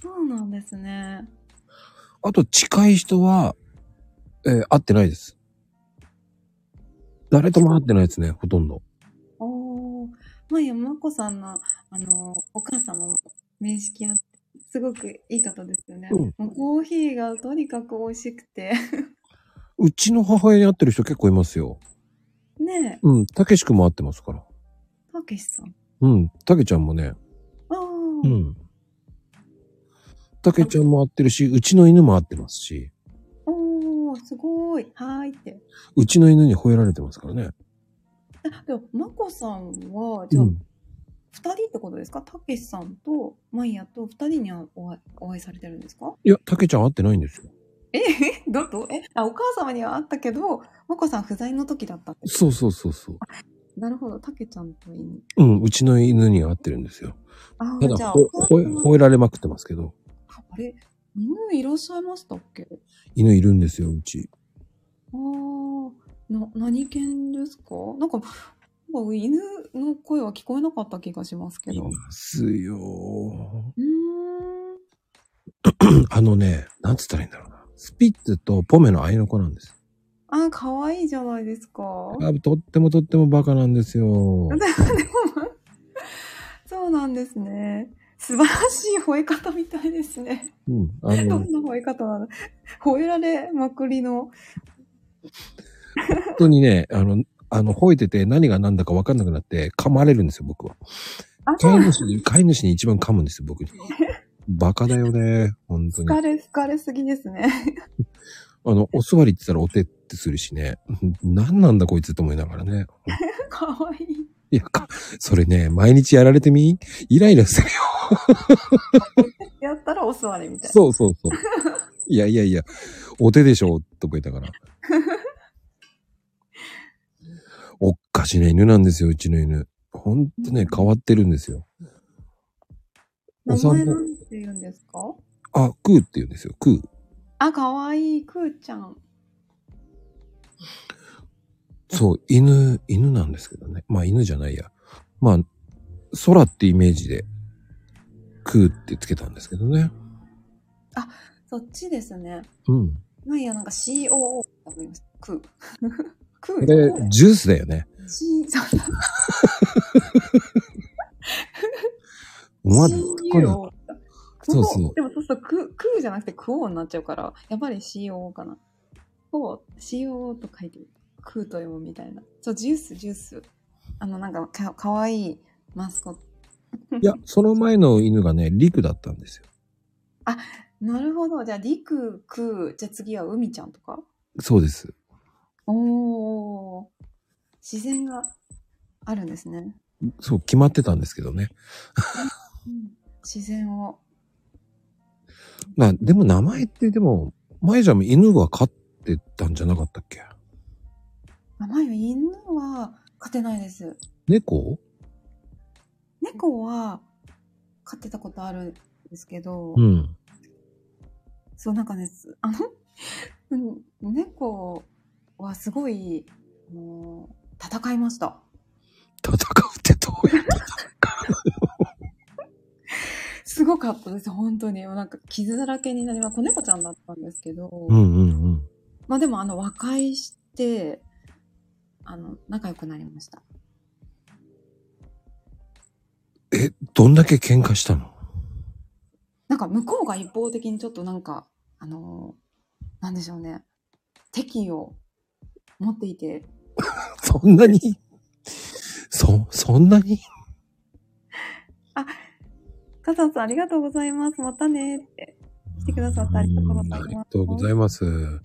S2: そうなんですね。
S1: あと近い人は、えー会ってないです。誰とも会ってないですね、ほとんど。
S2: おお、まあ、山子さんの、あの、お母様も面識あって、すごくいい方ですよね。
S1: うん
S2: もうコーヒーがとにかく美味しくて。
S1: うちの母親に会ってる人結構いますよ。
S2: ね
S1: うん、たけしくんも会ってますから。
S2: え、たけしさん。
S1: うん、たけちゃんもね。
S2: ああ、
S1: う
S2: うん、
S1: ん。たけちゃんも会ってるし、うちの犬も会ってますし、
S2: おお、すごい。はーいって。
S1: うちの犬に吠えられてますからね。
S2: あでも、まこさんは、じ
S1: う
S2: ゃあ、
S1: ん。
S2: 二人ってことですかたけしさんとまいやと二人にはお会いお会いされてるんですか
S1: いや、たけちゃん会ってないんですよ。
S2: えどどえあお母様には会ったけどまこさん不在の時だったって
S1: そうそうそうそう。
S2: なるほどたけちゃんといい
S1: うん、うちの犬には会ってるんですよ。
S2: あ
S1: た
S2: ー
S1: だ、
S2: じゃあ
S1: ほ
S2: お母
S1: 吠え
S2: 様
S1: 吠えられまくってますけど、
S2: あれ犬いらっしゃいましたっけ
S1: 犬いるんですよ、うち。
S2: あーな何犬ですかなんかなんか犬の声は聞こえなかった気がしますけ
S1: い
S2: どう
S1: ますよ。
S2: ーん
S1: あのね、なんつったらいいんだろうな。スピッツとポメの愛の子なんです。
S2: あ可愛いじゃないですか
S1: あとってもとってもバカなんですよ。
S2: そうなんですね。素晴らしい吠え方みたいですね。
S1: うん。あ
S2: ど
S1: の、
S2: んな吠え方なの吠えられまくりの。
S1: 本当にね、あの、あの、吠えてて何が何だか分かんなくなって噛まれるんですよ、僕は。
S2: あ、
S1: 飼
S2: そう
S1: い主に、飼い主に一番噛むんですよ、僕に。バカだよね、本当に。
S2: 疲れ、疲れすぎですね。
S1: あの、お座りって言ったらお手ってするしね。 何なんだこいつと思いながらね。
S2: かわいい。
S1: いや、か、それね、毎日やられてみイライラするよ。
S2: やったらお座りみたいな。
S1: そうそうそう。いやいやいや、お手でしょ、とか言った から。おっかしな犬なんですよ、うちの犬。ほんとね、変わってるんですよ。お
S2: 名前
S1: 散
S2: な
S1: 歩、
S2: んて言うんですか
S1: あ、クーって言うんですよ、クー。
S2: あ、かわいい、くーちゃん。
S1: そう、犬、犬なんですけどね。まあ犬じゃないや。まあ、空ってイメージで、クーってつけたんですけどね。
S2: そっちですね。
S1: うん。
S2: まあいいや、なんか COO って思いました。 くー。く
S1: これ
S2: ー、。
S1: ジュースだよね。
S2: C、そう
S1: 思わない。
S2: CO。
S1: そうそう
S2: でもそうすると、く、くうじゃなくてくおうになっちゃうから、やっぱり CO かな。こう、CO と書いてる。くうと読むみたいな。そう、ジュース、ジュース。あの、なんかか、かわいいマスコット。
S1: いや、その前の犬がね、リクだったんですよ。
S2: なるほど。じゃあ、りく、くう。じゃあ次は海ちゃんとか。
S1: そうです。
S2: おー。自然があるんですね。
S1: そう、決まってたんですけどね。
S2: うん、自然を。
S1: まあ、でも名前って、でも、前じゃんも犬が飼ってたんじゃなかったっけ
S2: あ、まゆ、犬は飼ってないです。
S1: 猫
S2: 猫は飼ってたことあるんですけど、
S1: うん。
S2: そうなんかねすあの、うん、猫はすごいあの戦いました
S1: 戦うってどうやって
S2: すごかったです本当にもうなんか傷だらけになります子猫ちゃんだったんですけど、
S1: うんうんうん。
S2: まあでもあの和解してあの仲良くなりました
S1: え、どんだけ喧嘩したの
S2: なんか向こうが一方的にちょっとなんかあのなんでしょうね敵意を持っていて
S1: そんなにそ、そんなに
S2: カサさんありがとうございますまたねって来てくださってありがとうございます
S1: うん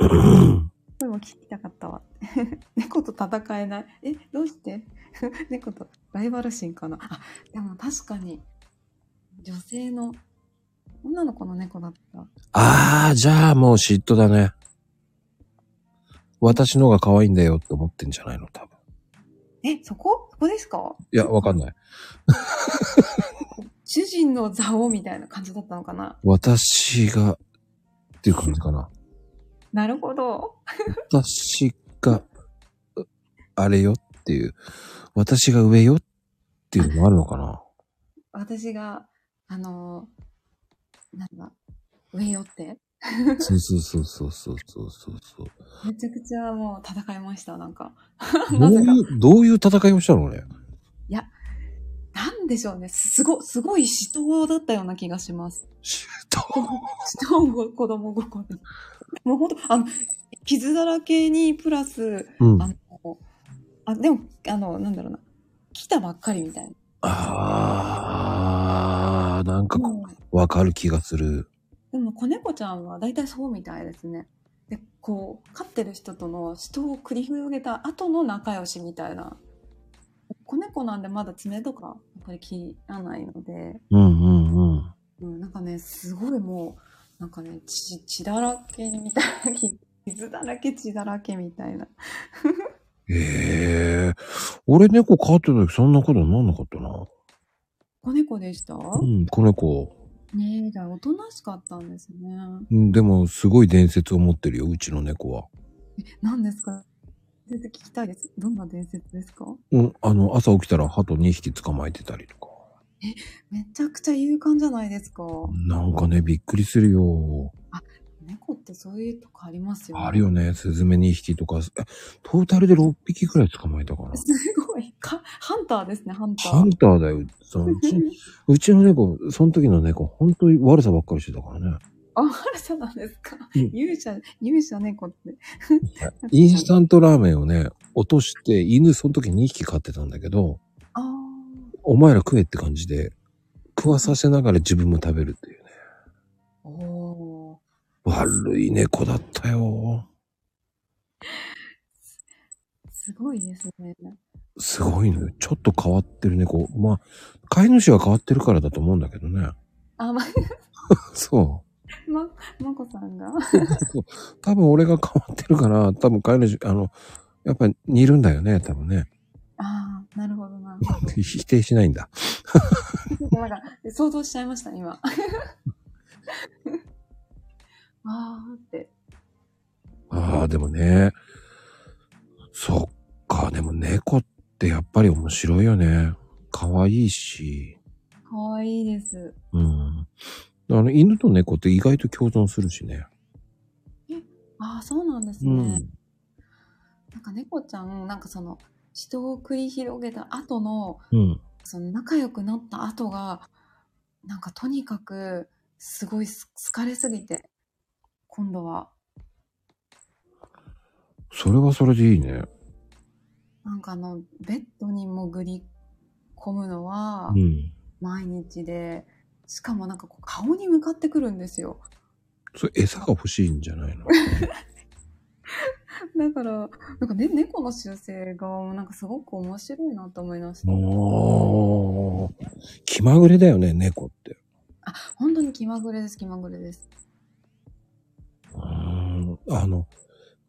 S1: ありがとうございます。
S2: うん声も聞きたかったわ。 猫と戦えない。え、どうして 猫とライバル心かな。あ、でも確かに、女性の、女の子の猫だった。
S1: ああ、じゃあもう嫉妬だね。私のが可愛いんだよって思ってんじゃないの多分。
S2: え、そこそこですか
S1: いや、わかんない。
S2: 主人の座をみたいな感じだったのかな。
S1: 私が、っていう感じかな。
S2: なるほど。
S1: 私が、うあれよっていう、私が上よっていうのもあるのか な。
S2: 私が、あのーなんだ、上よって。
S1: そうそうそうそうそうそうそうそう。
S2: めちゃくちゃもう戦いました、なんか。
S1: ど
S2: な
S1: う
S2: ぜか。
S1: いう、どういう戦いをしたのね。
S2: なんでしょうね。すご、すごい死闘だったような気がします。
S1: シュート。
S2: 死闘を子供心に。もうほんと、あの、傷だらけにプラス、
S1: うん。
S2: あ
S1: あ
S2: の、あ、でも、あの、なんだろうな。来たばっかりみたいな。
S1: あー、なんかこう
S2: もう
S1: わかる気がする。
S2: でも子猫ちゃんは大体そうみたいですね。で、こう、飼ってる人との死闘を繰り広げた後の仲良しみたいな。子猫なんでまだ爪とか、やっぱり切らないので、
S1: うんうんうん。
S2: うん、なんかね、すごいもう、なんかね、血、血だらけみたいな、傷だらけ血だらけみたいな。
S1: ええ俺猫飼ってた時そんなことなんなかったな。
S2: 子猫でした、
S1: うん、子猫。
S2: ねえ、じゃあおとなしかったんですね。
S1: うん、でもすごい伝説を持ってるよ、うちの猫は。
S2: 何ですか全然聞きたいです。どんな伝説ですか
S1: うん、あの、朝起きたら鳩2匹捕まえてたりとか。
S2: めちゃくちゃ勇敢じゃないですか。
S1: なんかね、びっくりするよ。
S2: 猫ってそういうとこありますよ、ね。
S1: あるよね、スズメ2匹とか、えトータルで6匹くらい捕まえたかな。
S2: すごい。か、ハンターですね、ハンター。
S1: ハンターだよ。そのうちうちの猫、その時の猫、本当に悪さばっかりしてたからね。
S2: あ、ハルさんなんですか、
S1: うん
S2: 勇者、勇者猫って。
S1: インスタントラーメンをね、落として、犬その時2匹飼ってたんだけど、
S2: ああ。
S1: お前ら食えって感じで、食わさせながら自分も食べるっていうね。
S2: おおー。
S1: 悪い猫だったよ。
S2: すごいですね。
S1: すごいのよ。ちょっと変わってる猫。まあ、飼い主は変わってるからだと思うんだけどね。
S2: あ、ま、
S1: そ
S2: ま、まこさんが。
S1: う。多分俺が変わってるから、多分飼い主、あの、やっぱり似るんだよね、多分ね。
S2: ああ、なるほどな。ち
S1: 否定しないんだ。
S2: ょっとなんか、想像しちゃいました、今。 ああーって。
S1: ああ、でもね。そっか、でも猫ってやっぱり面白いよね。可愛いし。
S2: かわいいです。
S1: うん。あの、犬と猫って意外と共存するしね。
S2: ああ、そうなんです
S1: う
S2: ね。
S1: ん。
S2: なんか猫ちゃん、なんかその、人を繰り広げた後の、
S1: うん。
S2: その仲良くなった後が、なんかとにかく、すごいす疲れすぎて、今度は、
S1: それはそれでいいね。
S2: なんかあの、ベッドに潜り込むのは、
S1: うん。
S2: 毎日で、しかもなんかこう顔に向かってくるんですよ。
S1: それ餌が欲しいんじゃ ないの
S2: だから、なんかね、猫の習性がなんかすごく面白いなと思いました。
S1: おー。気まぐれだよね、猫って。
S2: 本当に気まぐれです、気まぐれです。
S1: うーん。あの、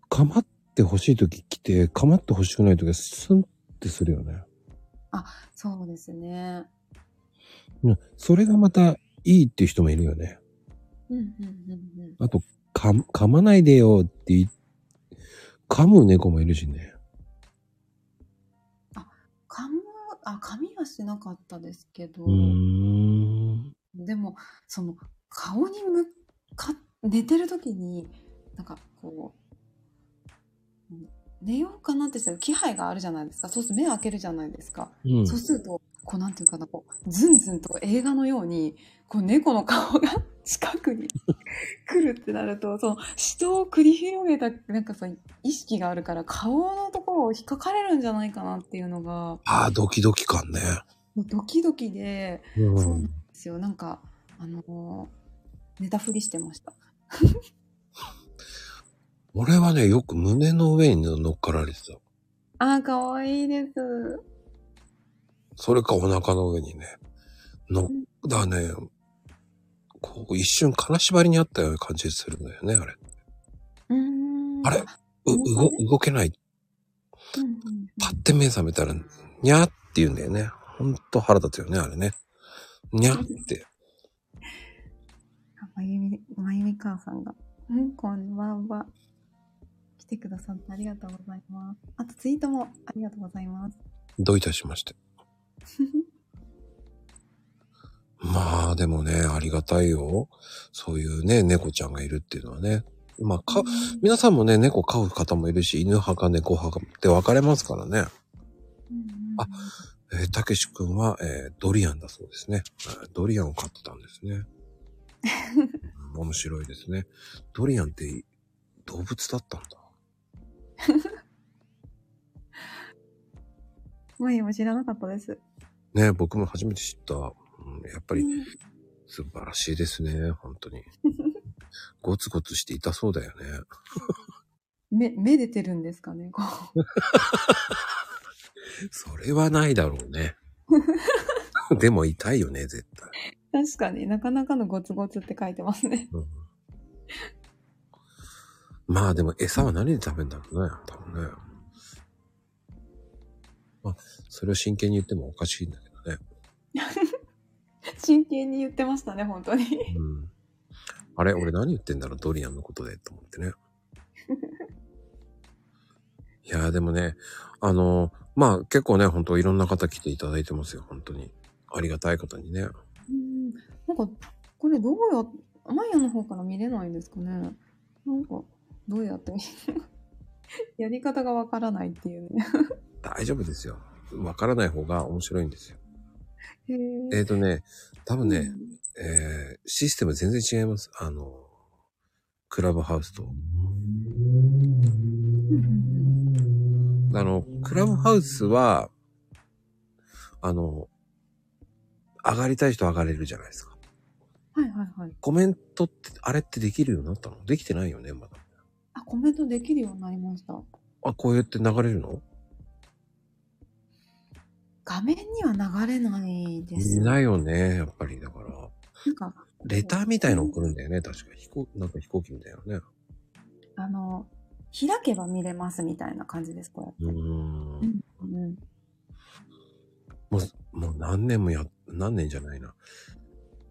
S1: かまって欲しい時来て、かまって欲しくない時はスンってするよね。
S2: そうですね。
S1: うんそれがまたいいっていう人もいるよね。
S2: うんうんうんうん。
S1: あと、か、噛まないでよって言い、噛む猫もいるしね。
S2: 噛む、あ、噛みはしなかったですけど、
S1: うーん。
S2: でも、その、顔に向か、寝てる時に、なんかこう、うん寝ようかなってしたら気配があるじゃないですか。そうすると目開けるじゃないですか。
S1: うん
S2: そうすると、こうなんていうかな、こう、ズンズンと映画のように、こう猫の顔が近くに来るってなると、その、人を繰り広げた、なんかその意識があるから、顔のところを引っかかれるんじゃないかなっていうのが、
S1: ああ、ドキドキ感ね。
S2: もうドキドキで、
S1: う
S2: そうなんで。すよ。なんか、あのー寝たふりしてました。
S1: 俺はね、よく胸の上に乗っかられてた。
S2: あー、かわいいです。
S1: それかお腹の上にね。の、だね、こう、一瞬金縛りにあったような感じするんだよね、あれ。
S2: うーん。
S1: あれう、う
S2: 重さ
S1: ご
S2: ね、
S1: 動けない。
S2: うんうんうん
S1: パッて目覚めたら、にゃーって言うんだよね。ほんと腹立つよね、あれね。にゃって。
S2: あまゆみ、まゆみ母さんが。うん、こんばんは。来てくださってありがとうございます。あとツイートもありがとうございます。
S1: どういたしまして。まあでもね、ありがたいよ。そういうね、猫ちゃんがいるっていうのはね。まあ、か、皆さんもね、猫飼う方もいるし、犬派か猫派かって分かれますからね。あえー、たけし君は、えードリアンだそうですね。えードリアンを飼ってたんです ね。うん面白いですね。ドリアンって動物だったんだ。
S2: まゆも知らなかったです。
S1: ね、僕も初めて知った。うんやっぱり
S2: うん
S1: 素晴らしいですね、本当に。ゴツゴツしていたそうだよね。
S2: 目、めでてるんですかね、こう。
S1: それはないだろう ね。でも痛いよね、絶対。
S2: 確かになかなかのゴツゴツって書いてますね。
S1: うんまあでも餌は何で食べるんだろうね、多分ね。まあ、それを真剣に言ってもおかしいんだけどね。
S2: 真剣に言ってましたね、本当に。
S1: うん。あれ、俺何言ってんだろう、ドリアンのことで、と思ってね。 いやーでもね、あのまあ結構ね、本当いろんな方来ていただいてますよ、本当に。ありがたいことにね。
S2: うんなんか、これどうやっ、マヤの方から見れないんですかね。なんか、どうやって見 やり方がわからないっていうね。
S1: 大丈夫ですよ。わからない方が面白いんですよ。
S2: へ
S1: え
S2: ー
S1: ーとね、多分ね、えーシステム全然違います。あの、クラブハウスと。
S2: うんうん
S1: あの、クラブハウスは、あの、上がりたい人上がれるじゃないですか。
S2: うんはいはいはい。
S1: コメントって、あれってできるようになったのできてないよね、まだ。
S2: あ、コメントできるようになりました。
S1: あ、こうやって流れるの
S2: 画面には流れないです。
S1: い
S2: な
S1: ないよね、やっぱり。だから、
S2: んか、
S1: レターみたいの送るんだよね、確か。飛行、なんか飛行機みたいなね。
S2: あの、開けば見れますみたいな感じです、これ。
S1: うーん。
S2: うん、
S1: もう、もう何年もや、何年じゃないな。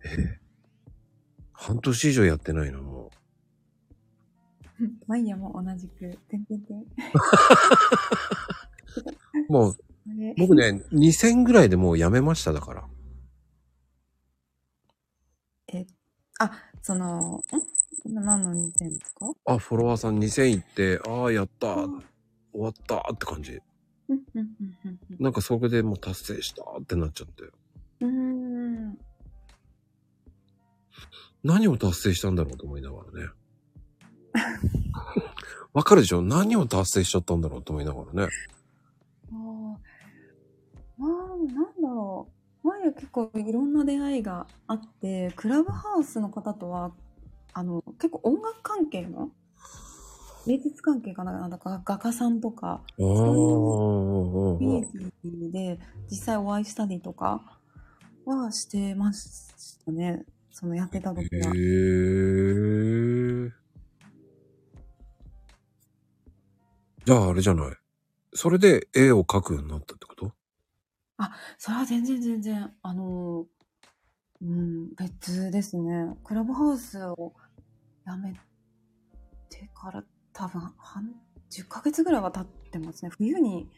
S1: えー半年以上やってないな、もう。
S2: マイヤも同じく、てんてんてん。
S1: もう、
S2: あれ
S1: 僕ね、2000ぐらいでもうやめました、だから。
S2: あ、その、ん何の似てんですか
S1: あ、フォロワーさん2000いって、ああ、やったー、終わったーって感じ。
S2: うんうんうん
S1: なんかそこでもう達成したーってなっちゃって。
S2: うんうーん。
S1: 何を達成したんだろうと思いながらね。 わかるでしょ何を達成しちゃったんだろうと思いながらね。
S2: ああ、なんだろう。前は結構いろんな出会いがあって、クラブハウスの方とは、あの、結構音楽関係の芸術関係かななんだか画家さんとか、
S1: あー
S2: コミュニティで実際お会いしたりとかはしてましたね。そのやってた時
S1: へ
S2: は。
S1: ー。じゃああれじゃない。それで絵を描くようになったってこと
S2: それは全然全然、あの、うん、別ですね。クラブハウスを辞めてから多分半、10ヶ月ぐらいは経ってますね。冬に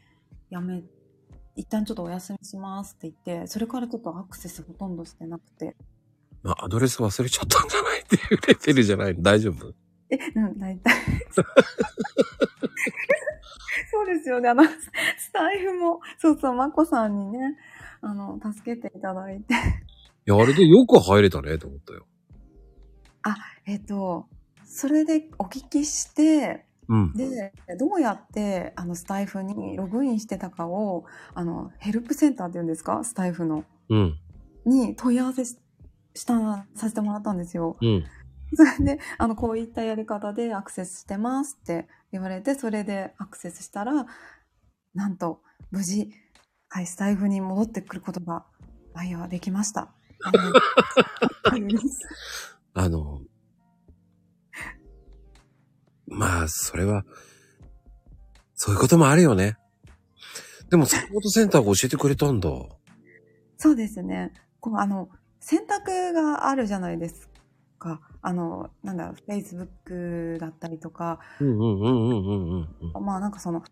S2: 辞め、一旦ちょっとお休みしますって言って、それからちょっとアクセスほとんどしてなくて。
S1: まあ、アドレス忘れちゃったんじゃないっていうレベルじゃないの大丈夫
S2: え、うん、大体。そうですよね。あの、スタイフも、そうそう、まこさんにね、あの、助けていただいて。
S1: いや、あれでよく入れたね、と思ったよ。
S2: えっと、それでお聞きして、
S1: うん。
S2: で、どうやって、あの、スタイフにログインしてたかを、あの、ヘルプセンターっていうんですかスタイフの。
S1: うん。
S2: に問い合わせしした、させてもらったんですよ。
S1: うん。
S2: それで、あの、こういったやり方でアクセスしてますって言われて、それでアクセスしたら、なんと、無事、はい、スタイフに戻ってくることが、前はできました。あのありがとうございます
S1: あの、まあ、それは、そういうこともあるよね。でも、サポートセンターが教えてくれたんだ。
S2: そうですね。こう、あの、選択があるじゃないですか。あの、なんだ、Facebook だったりとか、
S1: うんうんうんうんうんうん
S2: まあなんかその、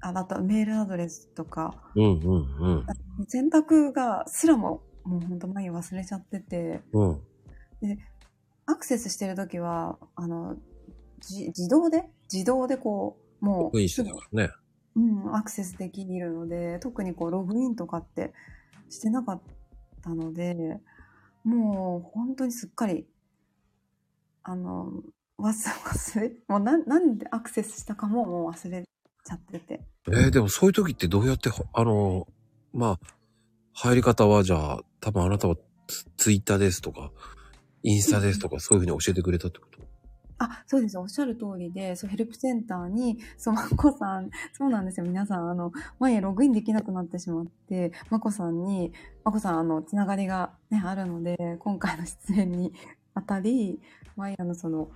S2: あなたメールアドレスとか、
S1: うんうん
S2: 選択がすらも、もうほんと前に忘れちゃってて、
S1: うんうん
S2: アクセスしてる時は、あの、じ自動で自動でこう、も
S1: いいう人
S2: す
S1: だ
S2: ぐ、
S1: からね。
S2: うん、アクセスできるので、特にこう、ログインとかってしてなかったので、もう本当にすっかり、あの、忘忘れ、もうなんなんでアクセスしたかももう忘れちゃってて。
S1: えー、でもそういう時ってどうやってほ、あの、まあ、入り方はじゃあ、多分あなたはツツイッターですとか、インスタですとか、そういうふうに教えてくれたってこと
S2: あ、そうです。おっしゃる通りで、そう、ヘルプセンターに、そう、まこさん、そうなんですよ。皆さん、あの、前ログインできなくなってしまって、まこさんに、まこさん、あの、つながりがね、あるので、今回の出演にあたり、マイヤのその、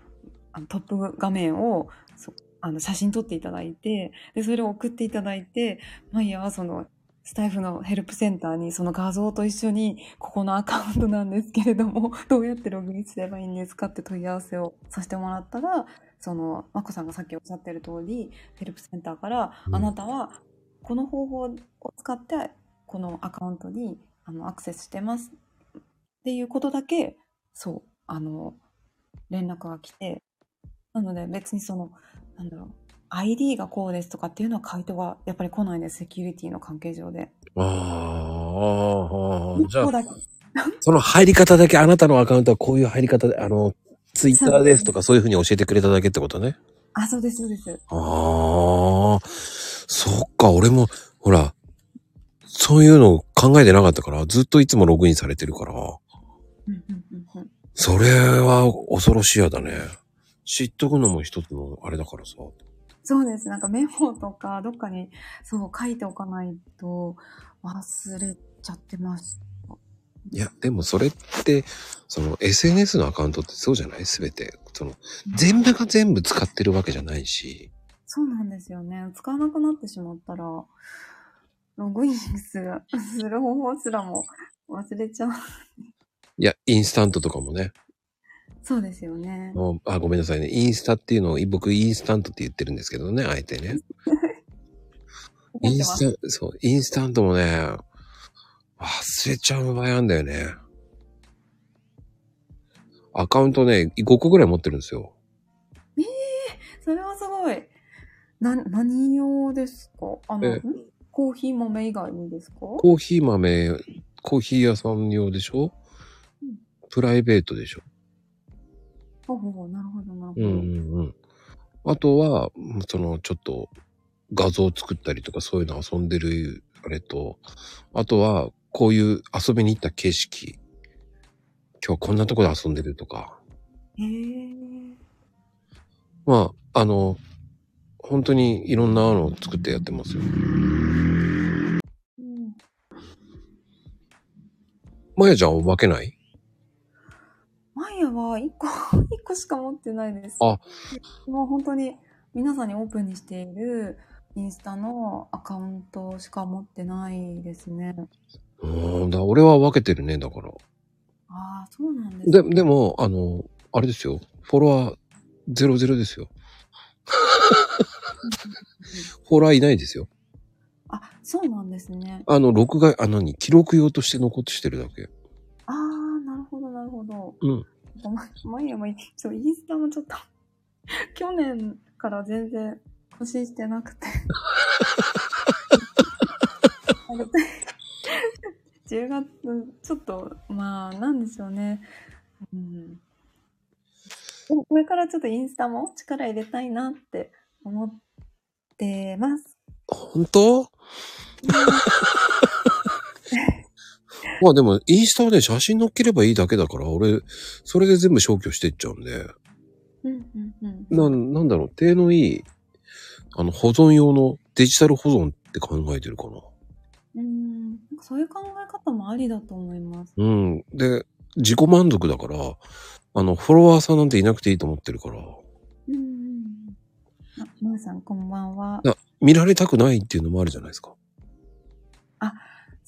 S2: あのトップ画面を、そあの、写真撮っていただいて、で、それを送っていただいて、マイヤはその、スタイフのヘルプセンターにその画像と一緒に、ここのアカウントなんですけれども、 どうやってログインすればいいんですかって問い合わせをさせてもらったら、その、まこさんがさっきおっしゃってる通り、ヘルプセンターから、
S1: うん
S2: あなたはこの方法を使って、このアカウントにあのアクセスしてますっていうことだけ、そう、あの、連絡が来て、なので別にその、なんだろう、ID がこうですとかっていうのは回答がやっぱり来ないんです、セキュリティの関係上で。
S1: あーあー、じゃ
S2: こ
S1: あ
S2: う、だけ
S1: その入り方だけ、あなたのアカウントはこういう入り方で、あの、ツイッターですとか、そういうふうに教えてくれただけってことね。
S2: あ、そうです、そうです。
S1: ああ、そっか、俺も、ほら、そういうのを考えてなかったから、ずっといつもログインされてるから、
S2: うんうんうんうん
S1: それは恐ろしいやだね。知っとくのも一つのあれだからさ。
S2: そうです。なんかメモとか、どっかに、そう、書いておかないと、忘れちゃってます。
S1: いや、でもそれって、その SNS のアカウントってそうじゃないすべて。その、全部が全部使ってるわけじゃないし。
S2: そうなんですよね。使わなくなってしまったら、ログインする、 する方法すらも忘れちゃう。
S1: いや、インスタントとかもね。
S2: そうですよね。
S1: もうあ、ごめんなさいね。インスタっていうのを、僕インスタントって言ってるんですけどね、あえてね。インスタ、そう、インスタントもね、忘れちゃう場合あんだよね。アカウントね、5個ぐらい持ってるんですよ。
S2: それはすごい。な、何用ですかあの、
S1: え
S2: んコーヒー豆以外にですか
S1: コーヒー豆、コーヒー屋さん用でしょ
S2: うん
S1: プライベートでしょ
S2: ほうほうほうなるほど、なるほ
S1: う
S2: ど。
S1: んうんうん。あとは、その、ちょっと、画像作ったりとかそういうの遊んでる、あれと、あとは、こういう遊びに行った景色。今日こんなとこで遊んでるとか。
S2: へえ。
S1: まあ、あの、本当にいろんなのを作ってやってますよ。
S2: うん
S1: まやちゃんは分けない
S2: マイヤは1個、 一個しか持ってないです。
S1: あ
S2: もう本当に皆さんにオープンにしているインスタのアカウントしか持ってないですね。
S1: うーん、だ俺は分けてるね、だから。
S2: ああ、そうなんです
S1: で、でも、あの、あれですよ。フォロワー00です よ。フォロワーいないですよ。
S2: あ、そうなんですね。
S1: あの、録画、あ、何記録用として残してるだけ。
S2: ああ、なるほど、なるほど。
S1: うん。
S2: ママイヤも、そう、インスタもちょっと、 去年から全然更新してなくて。 あの10月、ちょっと、まあ、なんでしょうね。うん。でもこれからちょっとインスタも力入れたいなって思っ てます。
S1: 本当まあでも、インスタはね、写真載っければいいだけだから、俺、それで全部消去してっちゃうんで。
S2: うん、うん、うん。
S1: な、なんだろう、手のいい、あの、保存用のデジタル保存って考えてるかな。
S2: うん。なんかそういう考え方もありだと思います。
S1: うん。で、自己満足だから、あの、フォロワーさんなんていなくていいと思ってるから、
S2: うん、うんうん。あ、まーさん、こんばんは。
S1: 見られたくないっていうのもあるじゃないですか。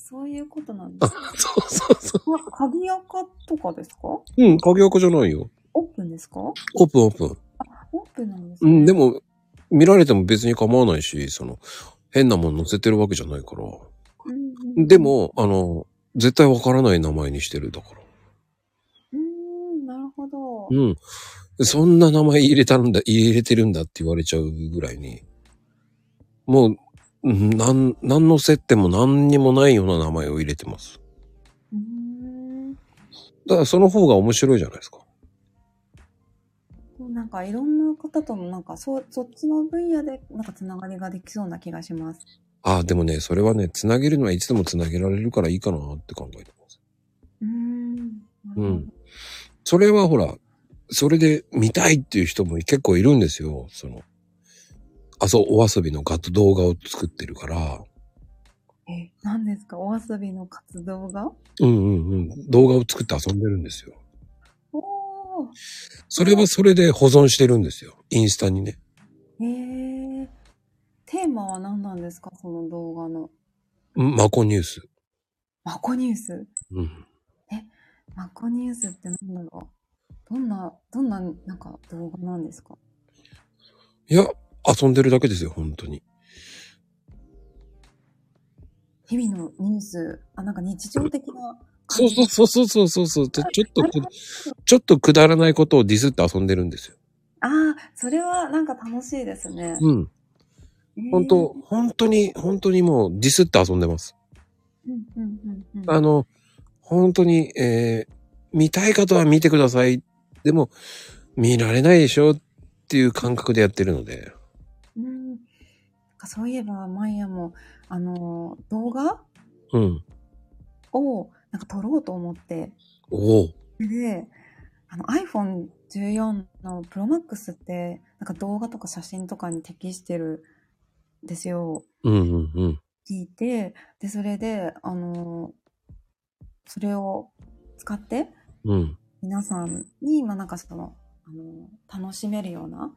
S2: そういうことなん ですか。
S1: そうそうそ
S2: ま鍵垢とかですか
S1: う。うん、鍵垢じゃないよ。
S2: オープンですかオ
S1: オープンオープン。
S2: ープンなんです
S1: う
S2: ね
S1: ん、で。も、見られても別に構わないし、その、変なもん載せてるわけじゃないから。
S2: うんうん
S1: で、も、あの、絶対わからない名前にしてるだから。
S2: うーん、なるほど。
S1: うん。そんな名前入れたんだ、入れてるんだって言われちゃうぐらいに。もう、うんなん、何の接点も何にもないような名前を入れてます。
S2: うーん。
S1: だからその方が面白いじゃないですか。
S2: もうなんかいろんな方ともなんかそそっちの分野でなんかつながりができそうな気がします。
S1: ああ、でもね、それはね、つなげるのはいつでもつなげられるからいいかなって考えてます。
S2: うーん。
S1: うん。それはほら、それで見たいっていう人も結構いるんですよ。その、あ、そう、お遊びのガット動画を作ってるから。
S2: え、何ですかお遊びの活動が
S1: うんうんうん。動画を作って遊んでるんですよ。
S2: おお。
S1: それはそれで保存してるんですよ。インスタにね。
S2: えー。テーマは何なんですかその動画の。
S1: うんマコニュース。
S2: マコニュース。
S1: うん。
S2: マコニュースって何だろうどんな、どんな、なんか動画なんですか
S1: いや、遊んでるだけですよ、本当に。
S2: 日々のニュース、あ、なんか日常的な。
S1: そうそうそうそうそうそうそう。ちょちょっとく、ちょっとくだらないことをディスって遊んでるんですよ。
S2: ああ、それはなんか楽しいですね。
S1: うん。本当、本当に、本当にもうディスって遊んでます。
S2: えー。うんうんうんうん。
S1: あの、本当に、えー、見たい方は見てください。でも、見られないでしょっていう感覚でやってるので。
S2: うん、なんかそういえば、マイヤも、あのー、動画
S1: うん。
S2: を、なんか撮ろうと思って、
S1: おお。
S2: で、あの iPhone14 の Pro Max って、なんか動画とか写真とかに適してるんですよ。
S1: うんうんうん。
S2: 聞いて、で、それで、あのー、それを使って、
S1: うん。
S2: 皆さんに、まあ、なんかその、あのー、楽しめるような、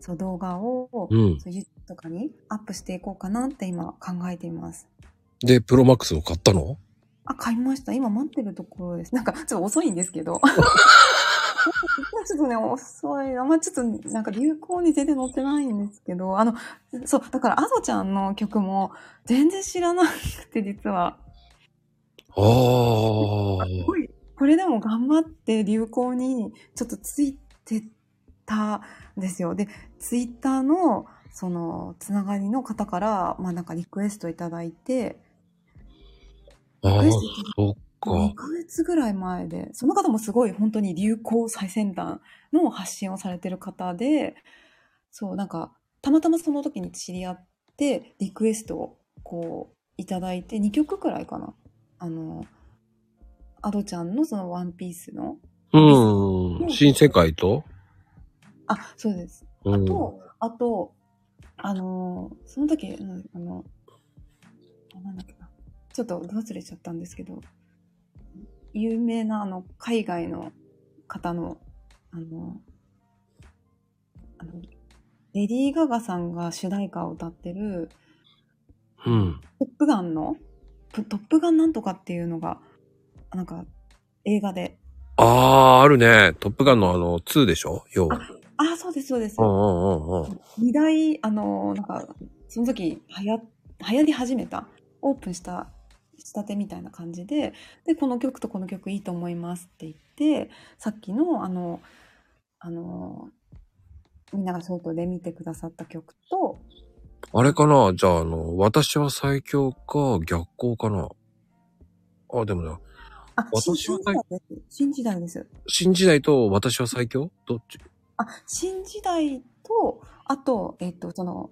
S2: そう、動画を、
S1: うん。
S2: そう、YouTube とかにアップしていこうかなって今考えています。
S1: で、プロマックスを買ったの
S2: あ、買いました。今待ってるところです。なんか、ちょっと遅いんですけど。 ちょっとね、遅い。あんまちょっと、なんか流行に全然載ってないんですけど、あの、そう、だから、アドちゃんの曲も全然知らなくて、実は。
S1: ああ。
S2: すごい。これでも頑張って流行にちょっとついてたんですよ。で、ツイッターの、その、つながりの方から、まあなんかリクエストいただいて、
S1: ああ、そっ
S2: 2
S1: か。
S2: ヶ月ぐらい前で、その方もすごい本当に流行最先端の発信をされてる方で、そう、なんか、たまたまその時に知り合って、リクエストをこう、いただいて、2曲くらいかな。あの、アドちゃんのそのワンピースの、
S1: うん。新世界と
S2: あ、そうです。
S1: う
S2: あ
S1: ん。
S2: と、あと、あのーその時、うんあの、あなんだっけな。ちょっと忘れちゃったんですけど、有名なあの、海外の方の、あの、あの、レディー・ガガさんが主題歌を歌ってる、
S1: うん。
S2: トップガンの、トトップガンなんとかっていうのが、なんか、映画で。
S1: ああ、あるね。トップガンのあの、2でしょ要は。
S2: あ、そうです、そうです。
S1: うんうんうんうん。
S2: 二大、あの、なんか、その時、はや、流行り始めた。オープンした、仕立てみたいな感じで、で、この曲とこの曲いいと思いますって言って、さっきの、あの、あの、みんながショートで見てくださった曲と、
S1: あれかなじゃあ、あの、私は最強か、逆行かなあ、でもな、
S2: あ、新
S1: 私
S2: 時
S1: は
S2: 代です。新時代です。
S1: 新時代と私は最強どっち
S2: あ、新時代と、あと、えっと、その、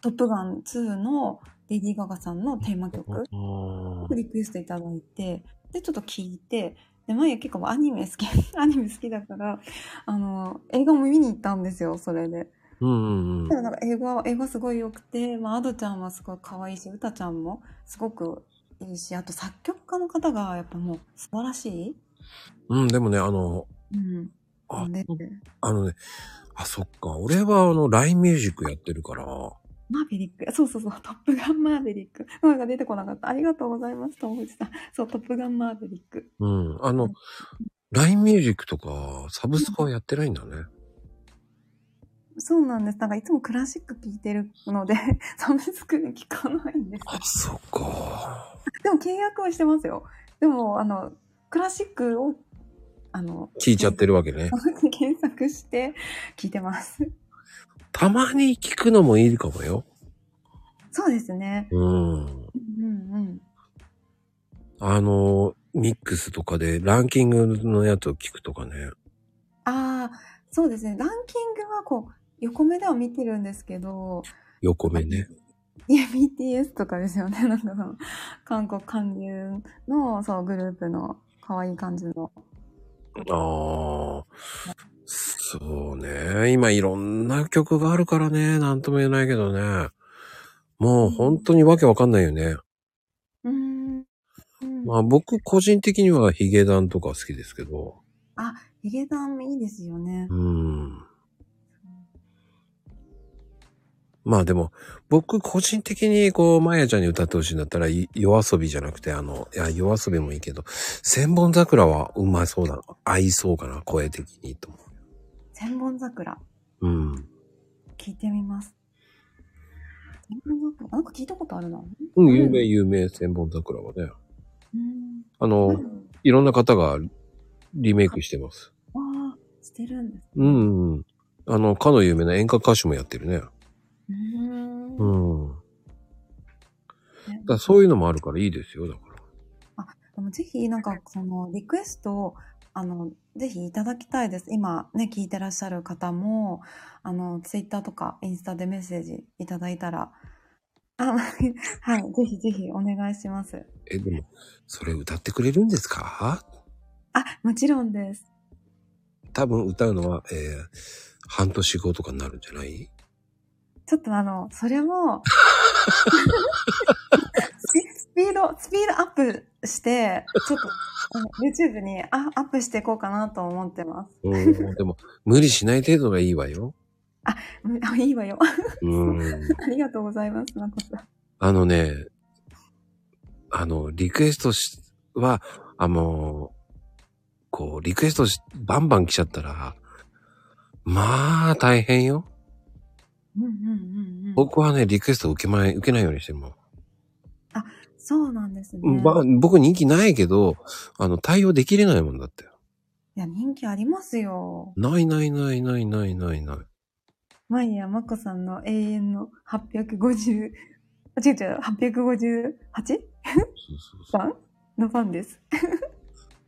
S2: トップガン2のレディー・ガガさんのテーマ曲。
S1: あー
S2: リクエストいただいて、で、ちょっと聞いて、で、前結構アニメ好き、 アニメ好きだから、あの、映画も見に行ったんですよ、それで。
S1: うんうん
S2: で
S1: うん。
S2: もなんか映画は、映画すごい良くて、まあ、アドちゃんはすごい可愛いし、歌ちゃんもすごくいいし、あと作曲家の方がやっぱもう素晴らしい。
S1: うん、でもね、あの、
S2: うん。
S1: あ
S2: で
S1: あのね、あ、そっか。俺はあの、LINE ミュージックやってるから、
S2: マーベリック。そうそうそう。トップガンマーベリック。 なんか出てこなかった。ありがとうございます、友藤さん。そう、トップガンマーベリック。
S1: うん。あ
S2: う
S1: の
S2: ん、
S1: LINE ミュージックとか、サブスクはやってないんだね。
S2: そうなんです。なんかいつもクラシック聴いてるので、 サブスクで聴かないんです。
S1: あ、そっか。
S2: でも契約はしてますよ。でも、あの、クラシックを、あの、
S1: 聞いちゃってるわけね。
S2: 検索して聞いてます。
S1: たまに聞くのもいいかもよ。
S2: そうですね。
S1: うん。
S2: うんうん。
S1: あの、ミックスとかでランキングのやつを聞くとかね。
S2: ああ、そうですね。ランキングはこう、横目では見てるんですけど、
S1: 横目ね。
S2: いや、BTS とかですよね。 なんかその、韓国韓流の、そう、グループの、可愛い感じの。
S1: ああ。そうね。今いろんな曲があるからね。なんとも言えないけどね。もう本当にわけわかんないよね。
S2: うーん。うん
S1: まあ僕個人的にはヒゲダンとか好きですけど。
S2: ヒゲダンいいですよね
S1: う。ん。まあでも、僕個人的にこう、まやちゃんに歌ってほしいんだったら、い夜遊びじゃなくて、あの、いや、夜遊びもいいけど、千本桜はうまそうだ。合いそうかな、声的にと思
S2: 千本桜、
S1: う。うん。
S2: 聞いてみます。千本桜、なんか聞いたことあるな。う
S1: うん、有名、有名、千本桜はね。
S2: ーん。
S1: あの、いろんな方がリメイクしてます。
S2: ああ、してるんです。
S1: うん、うん。あの、かの有名な演歌歌手もやってるね。
S2: うーん
S1: う。ん。だからそういうのもあるからいいですよ、だから。
S2: でもぜひ、なんか、その、リクエストを、あの、ぜひいただきたいです。今、ね、聞いてらっしゃる方も、あの、ツイッターとかインスタでメッセージいただいたら、あ、はい、ぜひぜひお願いします。
S1: え、でも、それ歌ってくれるんですか
S2: あ、もちろんです。
S1: 多分歌うのは、えー、半年後とかになるんじゃない
S2: ちょっとあの、それ も、スピード、スピードアップして、ちょっと、あの YouTube にあアップしていこうかなと思ってます。
S1: うん。でも、無理しない程度がいいわよ。
S2: うんあいいわよ。
S1: うん。
S2: ありがとうございます、まこさん。
S1: あのね、あの、リクエストし、は、あの、こう、リクエストし、バンバン来ちゃったら、まあ、大変よ。
S2: うんうんうんうん。
S1: 僕はね、リクエスト受けまい、受けないようにしても。
S2: そうなんですね。
S1: ば僕人気ないけど、あの、対応できれないもんだって。
S2: いや、人気ありますよ。
S1: ないないないないないないない。
S2: 毎夜、まこさんの永遠の850、あ、違う違う、858?
S1: そうそうそう。
S2: 番の番です。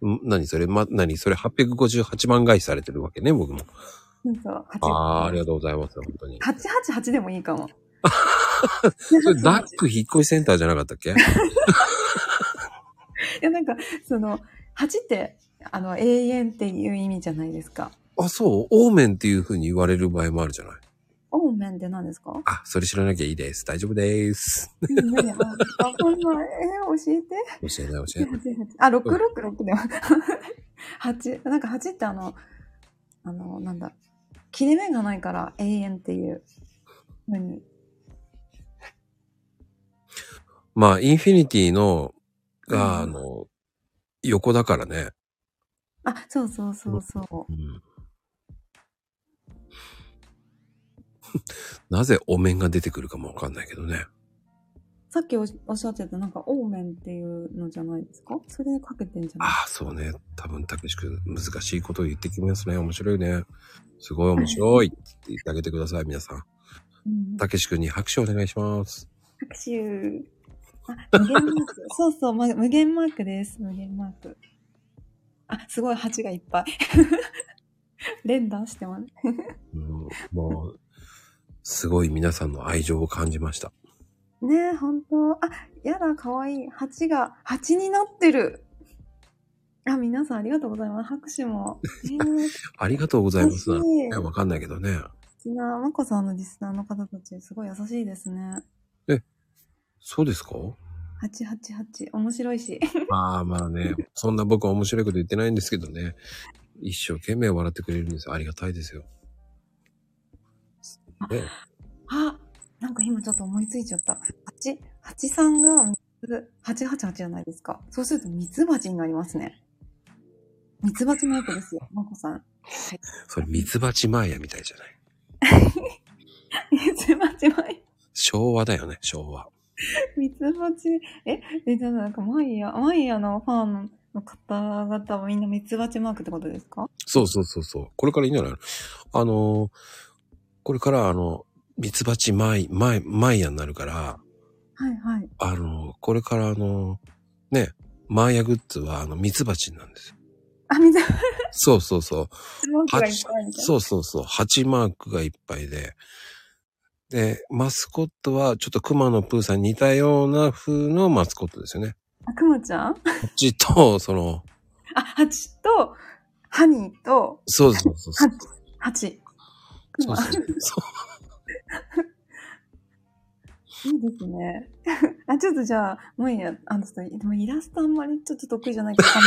S1: ん何それま、何それ858万回されてるわけね、僕も。
S2: そうそう、8。
S1: ああ、ありがとうございます、本当に。
S2: 888でもいいかも。
S1: それダック引っ越しセンターじゃなかったっけ
S2: いや、なんか、その、8って、あの、永遠っていう意味じゃないですか。
S1: あ、そう、オーメンっていう風に言われる場合もあるじゃない。
S2: オーメンって何ですか
S1: あ、それ知らなきゃいいです。大丈夫です。
S2: 何あ、わかんない。えー教えて。
S1: 教えない、教えない。
S2: 888あ、666でも。8、なんか8ってあの、あの、なんだ、切れ目がないから永遠っていうふうに。
S1: まあ、インフィニティの、が、あ
S2: うん
S1: の、横だからね。
S2: あ、そうそうそうそ
S1: うん。 なぜお面が出てくるかもわかんないけどね。
S2: う。さっきおおっしゃってたなんか、オーメンっていうのじゃないですかそれにかけてんじゃない
S1: ああ、そうね。多分、たけし君、難しいことを言ってきますね。面白いね。すごい面白いって言ってあげてください、皆さん。
S2: うん
S1: たけし君に拍手お願いします。
S2: 拍手。あ、無限マーク。そうそう、ま、無限マークです。無限マーク。あ、すごい、8がいっぱい。 連打してます。
S1: うん、もう、すごい皆さんの愛情を感じました。
S2: ねえ、ほんと。あ、やだ、かわいい。8が、8になってる。あ、皆さんありがとうございます。拍手も。えー、素
S1: ありがとうございます。
S2: 嬉し
S1: い
S2: い
S1: や、わかんないけどね。
S2: 敵な、まこさんのリスナーの方たち、すごい優しいですね。
S1: そうですか
S2: 888、面白いし。
S1: まあまあね、そんな僕は面白いこと言ってないんですけどね。一生懸命笑ってくれるんですよ。ありがたいですよ。ね、
S2: あ、ななんか今ちょっと思いついちゃった。蜂、蜂さんが三つ、八八八じゃないですか。そうするとミツバチになりますね。ミツバチの役ですよ、まこさん。
S1: それ、ミツバチマーヤみたいじゃない。
S2: ミツバチ前
S1: 昭和だよね、昭和。
S2: ミツバチ、え、え、じゃあなんかマイヤ、マイヤのファンの方々はみんなミツバチマークってことですか
S1: そうそうそうそう。これからいいんじゃないのあのーこれから、あの、ミツバチマイ、マイ、マイヤになるから、
S2: はいはい。
S1: あのーこれから、あのーね、マーヤグッズは、あの、ミツバチなんですよ。
S2: あ、ミツバ
S1: そうそうそう。
S2: チマークがいっぱいみたいな。
S1: そうそうそう。8マークがいっぱいで。で、マスコットは、ちょっと熊野プーさんに似たような風のマスコットですよね。
S2: あ、くまちゃん
S1: こっちと、その、
S2: あ、ハチと、ハニーと、
S1: そうそうそうそう。
S2: ハチ。く
S1: そう
S2: ま。
S1: そうそう。
S2: いいですね。 あ、ちょっとじゃあ、マイヤ、あの、ちょっと、でもイラストあんまりちょっと得意じゃないから頑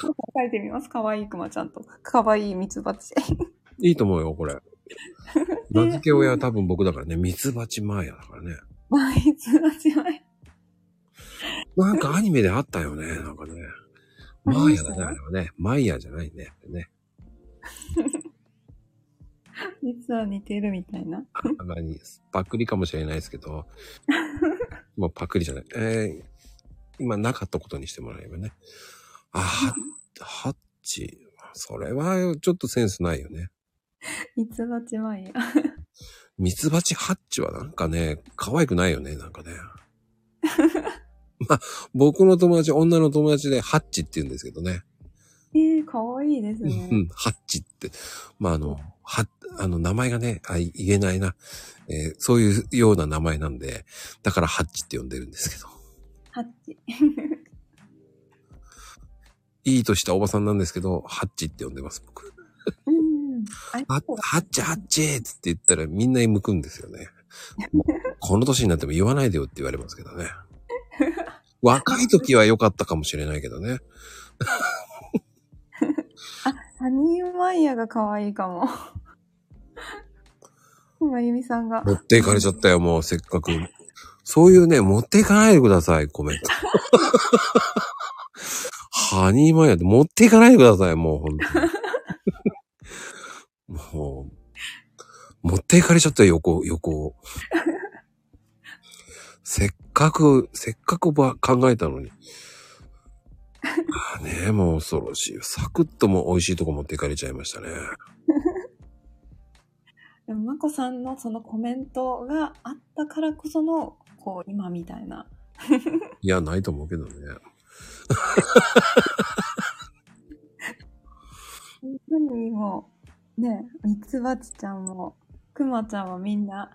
S2: 張ってみます、書いてみます。かわいいくまちゃんと。かわいいミツバチ。
S1: いいと思うよ、これ。名付け親は多分僕だからね、ミツバチマーヤだからね。
S2: マイツバチ マイ。
S1: なんかアニメであったよね、なんかね。マーヤだね、あれはね。マイヤじゃないね。ね。
S2: 実は似てるみたいな。
S1: 何パクリかもしれないですけど。まあ、パクリじゃない。えー、今なかったことにしてもらえばね。あ、は、ハッチ。それはちょっとセンスないよね。
S2: ミツバチマイヤ。
S1: ミツバチハッチはなんかね、可愛くないよね、なんかね。まあ、僕の友達、女の友達でハッチって言うんですけどね。
S2: ええかわいいです
S1: う
S2: ね。
S1: ん、ハッチって。まあ、あの、は、あの、名前がね、あ言えないな、えーそういうような名前なんで、だからハッチって呼んでるんですけど。
S2: ハッチ。
S1: いいとしたおばさんなんですけど、ハッチって呼んでます、僕。
S2: うん。あれ
S1: ハッハッチハッチーっつって言ったらみんな向くんですよね。 もうこの年になっても言わないでよって言われますけどね。若い時は良かったかもしれないけどね。
S2: サニーマイヤがかわいいかも。今、ゆみさんが。
S1: 持っていかれちゃったよ、もう、せっかく。そういうね、持っていかないでください、コメント。ハニーマイヤーって持っていかないでください、もう、本当に。もう、持っていかれちゃったよ、横、横を。せっかく、せっかくば考えたのに。ああねもう恐ろしい。サクッともう美味しいとこ持っていかれちゃいましたね。
S2: でも、まこさんのそのコメントがあったからこその、こう、今みたいな。
S1: いや、ないと思うけどね。
S2: 本当にもう、ね、ミツバチちゃんも、くまちゃんはみんな、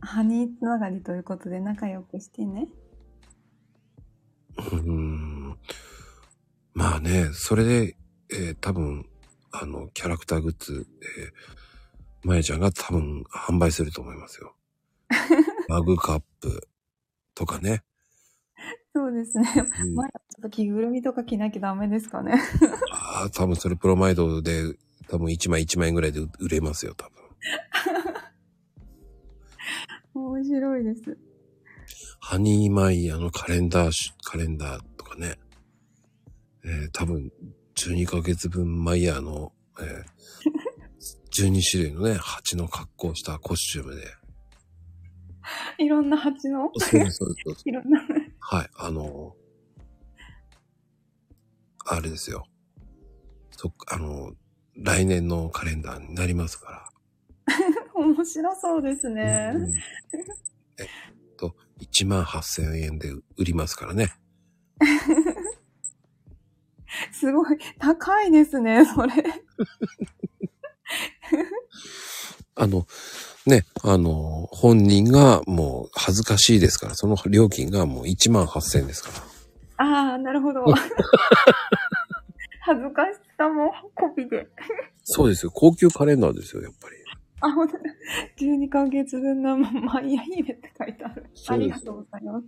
S2: ハニーつながりということで仲良くしてね。
S1: うーんまあね、それで、えー多分、あの、キャラクターグッズ、えー、まやちゃんが多分販売すると思いますよ。マグカップとかね。
S2: そうですね。
S1: うん
S2: まだちょっと着ぐるみとか着なきゃダメですかね。
S1: ああ、多分それプロマイドで、多分1枚1万円ぐらいで売売れますよ、多分。
S2: 面白いです。
S1: ハニーマイヤーのカレンダーし、カレンダーとかね。えー多分、12ヶ月分マイヤーの、えー 12種類のね、蜂の格好をしたコスチュームで。
S2: いろんな蜂の、
S1: そうですそうですそうです。
S2: いろんな、
S1: はい、あの、あれですよ。そっか、あの、来年のカレンダーになりますか
S2: 面白そうです
S1: ら。
S2: ね。
S1: うんえっと、1万8000円で売りますからね。
S2: すごい、高いですね、それ。
S1: あの、ね、あの、本人がもう恥ずかしいですから、その料金がもう1万8000円ですから。
S2: ああ、なるほ ど。恥ずかしさもコピで。
S1: そうですよ。高級カレンダーですよ、やっぱり。
S2: あ、ほんとだ。12ヶ月分のマイヤーイベって書いてある。
S1: そ
S2: あ
S1: う
S2: り
S1: で
S2: が
S1: す
S2: とうございま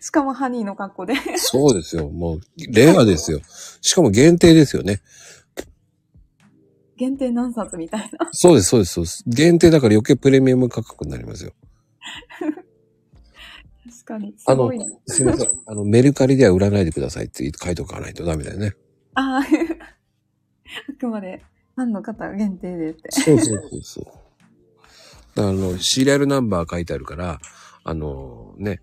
S2: す。しかもハニーの格好で。
S1: そうですよ。もう、レアですよ。しかも限定ですよね。
S2: 限定何冊みたいな。
S1: そうです、そうです、そうです。限定だから余計プレミアム価格になりますよ。
S2: 確かに。す
S1: あの
S2: ごいな。、
S1: すいません。あの、メルカリでは売らないでくださいって書いておかないとダメだよね。
S2: ああー、 あくまでファンの方限定でって。
S1: そうそうそうそう。だからあの、シリアルナンバー書いてあるから、あの、ね、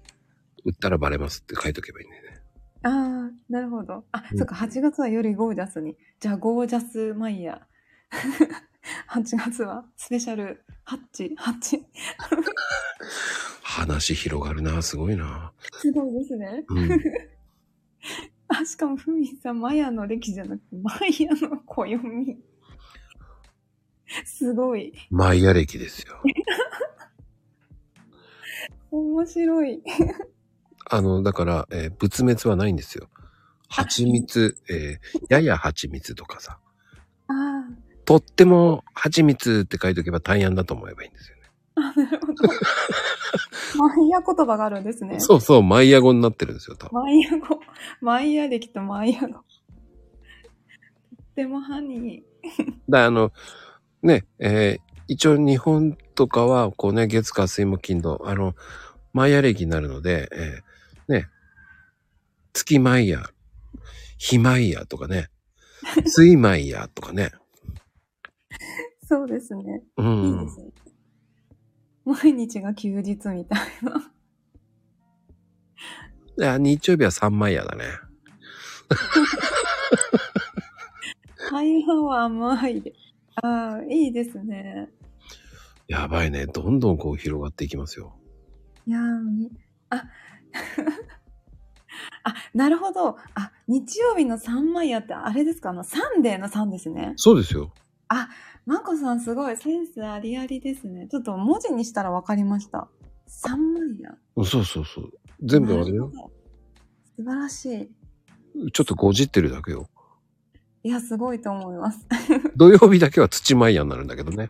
S1: 売ったらバレますって書いとけばいいんだよね。
S2: ああ、なるほど。あ、
S1: うん
S2: そっか、8月はよりゴージャスに。じゃあ、ゴージャスマイヤー。8月はスペシャルハッチ、ハッチ。
S1: 話広がるな、すごいな。
S2: すごいですね。
S1: うん。
S2: あ、しかも、ふみさん、マヤの歴じゃなくて、マヤの暦。すごい。
S1: マイヤ歴ですよ。
S2: 面白い。
S1: あの、だから、えー仏滅はないんですよ。蜂蜜、えーやや蜂蜜とかさ、
S2: あ
S1: とっても蜂蜜って書いとけば大安だと思えばいいんですよね。
S2: あ、なるほ ど。マイヤ言葉があるんですね。
S1: そうそう、マイヤ語になってるんですよ、多分。
S2: マイヤ語。マイヤ歴とマイヤ語。とってもハニ
S1: だからあの、ね、えー一応日本とかは、こうね、月火水木金土、あの、マイヤ歴になるので、えーね、月マイヤ、日マイヤとか ね、水マイヤとかね、
S2: ー。そうですね。
S1: う
S2: いいで
S1: ん
S2: す、ね。毎日が休日みたいな。
S1: であ日曜日は三マイヤだね。
S2: 大半は甘いで。ああ、いいですね。
S1: やばいね。どんどんこう広がっていきますよ。
S2: いやーみあ、 あ、なるほど。あ、日曜日の三枚やって、あれですかあの、サンデーの3ですね。
S1: そうですよ。
S2: まこさんすごい、センスありありですね。ちょっと文字にしたらわかりました。三枚や。
S1: そうそうそう。全部あれ
S2: なる
S1: よ。
S2: ほど素晴らしい。
S1: ちょっとごじってるだけよ。
S2: いや、すごいと思います。
S1: 土曜日だけは土マイヤになるんだけどね。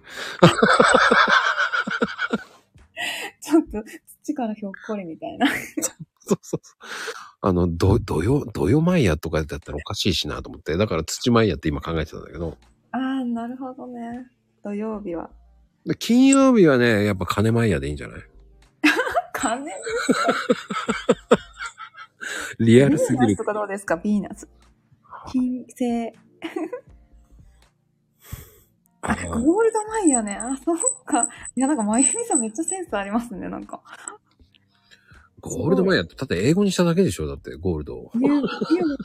S2: ちょっと、土からひょっこりみたいな。
S1: そうそうそう。あの、ど、土曜、土曜マイヤとかだったらおかしいしなと思って。だから土マイヤって今考えてたんだけど。
S2: ああ、なるほどね。土曜日は。
S1: で金曜日はね、やっぱ金マイヤでいいんじゃない
S2: 金
S1: リア
S2: ビ
S1: ルす
S2: ー
S1: ぎ
S2: ナ
S1: る
S2: ス。とかどうですかビーナス。金星。
S1: あ
S2: あ、
S1: ー
S2: ゴールドマイヤーね。あ、そうか。いや、なんか、まゆみさんめっちゃセンスありますね、 なんか。
S1: ゴールドマイヤって、だって英語にしただけでしょだって、ゴールドを。
S2: ゆう、ゆうみ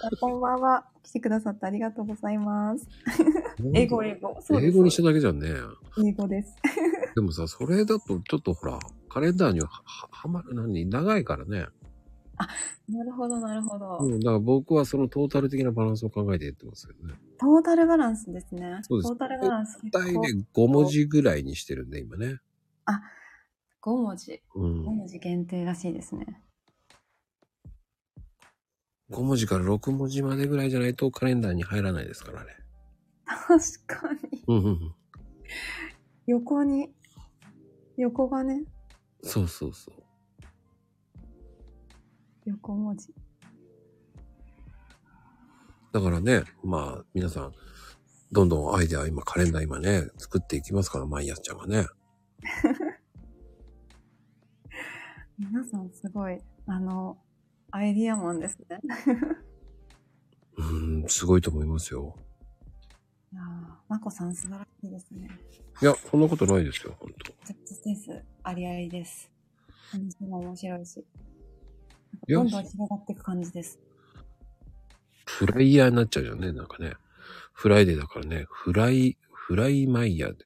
S2: さん、こんばんは。来てくださってありがとうございます。英語、英語。そうで
S1: 英
S2: す。
S1: 語にしただけじゃんね。
S2: 英語です。
S1: でもさ、それだとちょっとほら、カレンダーにはははまる、何、長いからね。
S2: なるほど、なるほど。
S1: うん、だから僕はそのトータル的なバランスを考えてやってますけどね。
S2: トータルバランスですね。
S1: そうです
S2: トータルバランス。
S1: 大体ね、5文字ぐらいにしてるんで、今ね。
S2: 5文字。
S1: うん
S2: 5。文字限定らしいですね。
S1: 5文字から6文字までぐらいじゃないとカレンダーに入らないですからね。
S2: 確かに。
S1: うんうんうん。
S2: 横に、横がね、
S1: そうそうそう。
S2: 横文字。
S1: だからね、まあ、皆さん、どんどんアイデア、今、カレンダー今ね、作っていきますから、マイヤスちゃんがね。
S2: 皆さんすごい、あの、アイディアマンですね。
S1: うん、すごいと思いますよ。
S2: いやーまこさん素晴らしいですね。
S1: いや、そんなことないですよ、本当
S2: ジャッジセンスありありです。話も面白いし。
S1: いや
S2: どんどん広がっていく感じです。
S1: フライヤーになっちゃうじゃんね、なんかね。フライデーだからね、フライ、フライマイヤーで。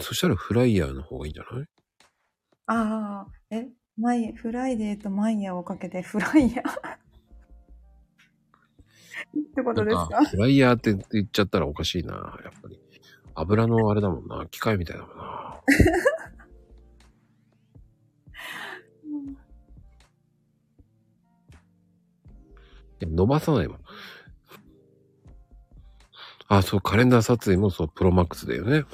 S1: そしたらフライヤーの方がいいんじゃない
S2: ああ、え、マイ、フライデーとマイヤーをかけてフライヤー。ってことです
S1: なん
S2: か
S1: フライヤーって言っちゃったらおかしいな、やっぱり。油のあれだもんな、機械みたいだもんな。
S2: うん
S1: いや伸ばさないもん。あ、そう、カレンダー撮影もそう、プロマックスだよね。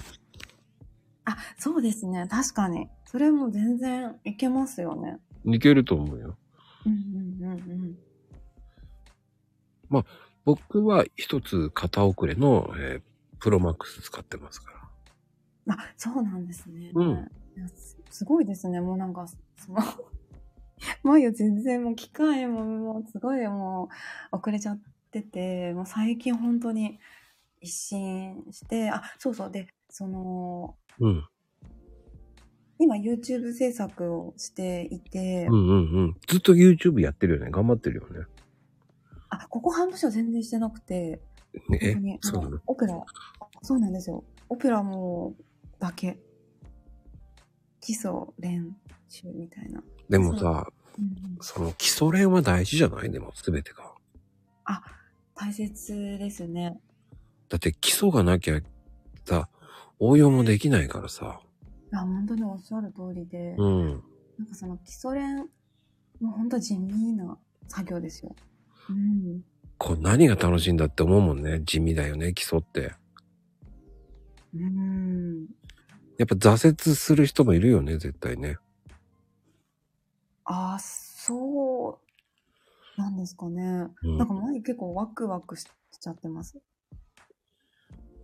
S2: あ、そうですね。確かに。それも全然いけますよね。
S1: いけると思うよ。
S2: うんうんうんうん。
S1: 僕は一つ型遅れの、えープロマックス使ってますから。
S2: あ、そうなんですね。
S1: うん
S2: いやすすごいですね。もうなんか、その、 前よ全然もう機会ももうすごいもう遅れちゃってて、もう最近本当に一新して、あ、そうそう。で、その、
S1: うん。
S2: 今 YouTube 制作をしていて、
S1: うんうんうん。ずっと YouTube やってるよね。頑張ってるよね。
S2: あ、ここ半年は全然してなくて、
S1: ね
S2: 本当に
S1: え、そう
S2: あ
S1: な
S2: の
S1: の
S2: オペラ、そうなんですよ。オペラも、だけ。基礎練習みたいな。
S1: でもさ、
S2: うんうん
S1: その基礎練は大事じゃないでも全てが。
S2: あ、大切ですね。
S1: だって基礎がなきゃさ、応用もできないからさ。
S2: あ、本当におっしゃる通りで、
S1: うん。
S2: なんかその基礎練、もう本当地味な作業ですよ。うん。
S1: こう何が楽しいんだって思うもんね。地味だよね、基礎って。
S2: うん。
S1: やっぱ挫折する人もいるよね、絶対ね。
S2: あ、そう、なんですかね。
S1: うん
S2: なんか前結構ワクワクしちゃってます。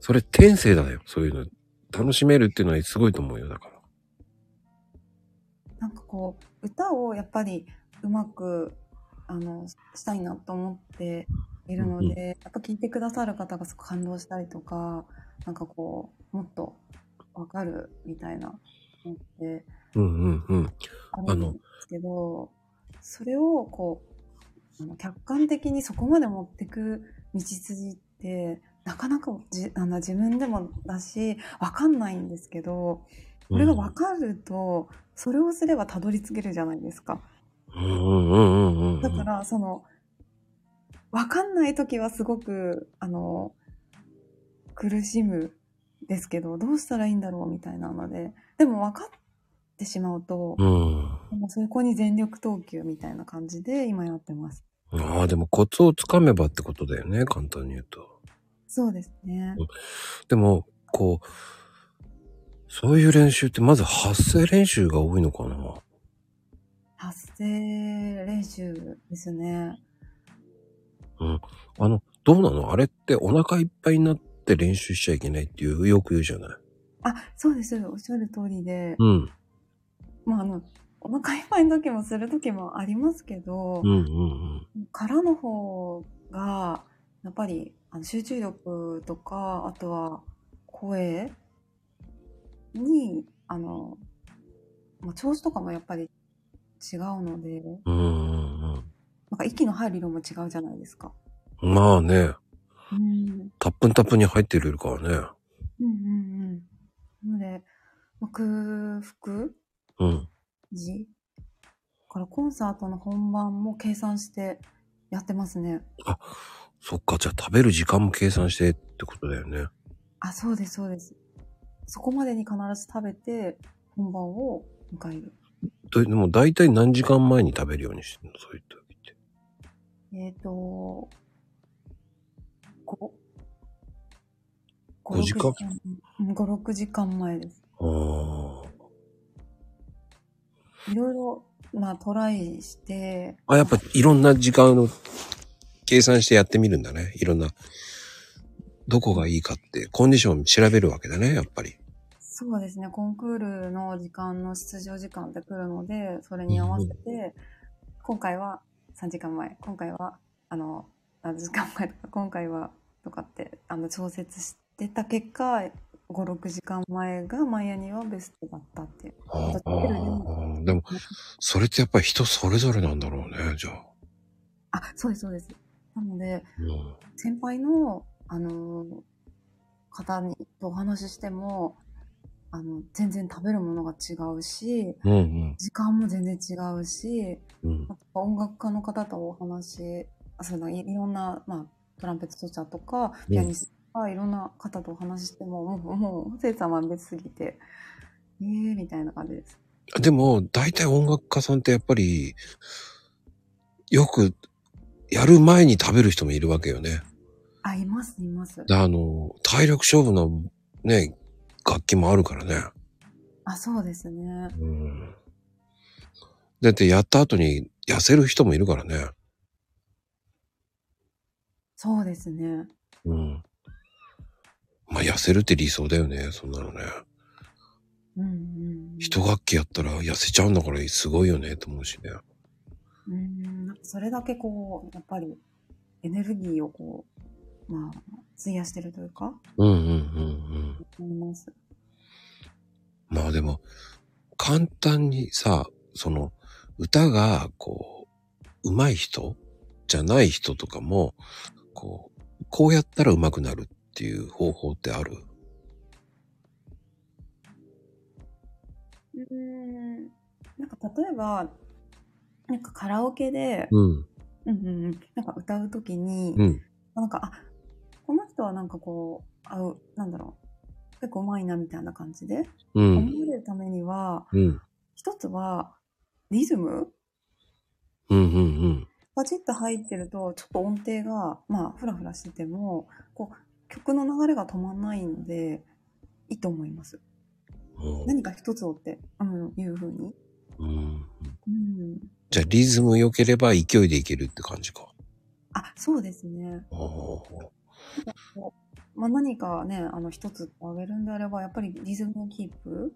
S1: それ天性だよ、そういうの。楽しめるっていうのはすごいと思うよ、だから。
S2: なんかこう、歌をやっぱりうまく、あの、したいなと思っているので、
S1: うんう
S2: やっぱ聞いてくださる方がすごく感動したりとか、なんかこう、もっとわかるみたいなのって
S1: うんうんうん。
S2: あるんですけど、それをこう、あの客観的にそこまで持ってく道筋って、なかなかじあの自分でもだし、わかんないんですけど、これが分かると、それをすればたどり着けるじゃないですか。
S1: うんうんうんうんうんうん。
S2: だから、その、分かんない時はすごく、あの、苦しむですけど、どうしたらいいんだろうみたいなので、でも分かってしまうと、
S1: うん。
S2: もうそこに全力投球みたいな感じで今やってます。
S1: ああ、でもコツをつかめばってことだよね、簡単に言うと。
S2: そうですね。
S1: でも、こう、そういう練習ってまず発声練習が多いのかな
S2: 発声練習ですね。
S1: あの、どうなのあれってお腹いっぱいになって練習しちゃいけないっていう、よく言うじゃない
S2: あ、そうです。おっしゃる通りで、
S1: うん。
S2: まあ、あの、お腹いっぱいの時もする時もありますけど
S1: うんう、んうん。
S2: からの方がやっぱりあの集中力とかあとは声にあの、まあ、調子とかもやっぱり違うので
S1: うんうん
S2: なんか息の入る色も違うじゃないですか。
S1: うん。まあね、
S2: うん、
S1: たっぷんたっぷんに入ってるからね。
S2: うんうんうんなので、まあ、空腹
S1: うん。
S2: 時からコンサートの本番も計算してやってますね。
S1: そっか、じゃあ食べる時間も計算してってことだよね。
S2: あ、そうです、そうです。そこまでに必ず食べて、本番を迎える。
S1: とでも大体何時間前に食べるようにしてるのそういう時って。
S2: えっ、ー、と、5、
S1: 5時間
S2: ?5、6時間前です。
S1: あ
S2: いろいろ、まあ、トライして、
S1: あ。あ、やっぱいろんな時間を計算してやってみるんだね。いろんな、どこがいいかって、コンディション調べるわけだね、やっぱり。
S2: そうですね、コンクールの時間の出場時間って来るので、それに合わせて、今回は3時間前、今回は、あの、何時間前とか、 今回は、とかって、あの、調節してた結果、5、6時間前がマイアニはベストだったっていう。
S1: あ
S2: あ
S1: あ。でも、それってやっぱり人それぞれなんだろうね、じゃあ。
S2: あ、そうです、そうです。なので、
S1: うん
S2: 先輩の、あの方にとお話ししても、あの、全然食べるものが違うし、
S1: うん
S2: 時間も全然違うし、
S1: うん。うん
S2: あと音楽家の方とお話あそのいいろんな、まあ、トランペット奏者とか
S1: うん
S2: ピアニストとか、いろんな方とお話ししてももうもう生さんは別すぎてええー、みたいな感じです。
S1: でも、大体音楽家さんってやっぱり、よく、やる前に食べる人もいるわけよね。
S2: あいますいます
S1: で、。あの、体力勝負のね、楽器もあるからね。
S2: あそうですね。
S1: うん。だってやった後に痩せる人もいるからね。
S2: そうですね。
S1: うん。まあ、痩せるって理想だよね、そんなのね。
S2: うんうん。
S1: 一学期やったら痩せちゃうんだからすごいよね、と思うしね。
S2: うん。なんかそれだけこう、やっぱりエネルギーをこう、まあ、費やしてるというか、
S1: うんうんうんうん。
S2: 思います。
S1: まあでも、簡単にさ、その、歌が、こう、上手い人じゃない人とかも、こう、こうやったら上手くなるっていう方法ってある
S2: うん。なんか例えば、なんかカラオケで、
S1: うん。
S2: うんうんうん、なんか歌うときに、
S1: うん。
S2: なんか、あ、この人はなんかこう、合う、なんだろう、結構うまいなみたいな感じで、
S1: うん。
S2: 思われるためには、
S1: うん。
S2: 一つは、リズム
S1: うん。うん。
S2: パチッと入ってると、ちょっと音程が、まあ、ふらふらしてても、こう、曲の流れが止まんないんで、いいと思います。
S1: うん。
S2: 何か一つをって、うん、いうふうに。
S1: うん。
S2: うん。
S1: じゃあ、リズム良ければ勢いでいけるって感じか。
S2: あ、そうですね。
S1: ああ。
S2: まあ、何かね、あの、一つあげるんであれば、やっぱりリズムをキープ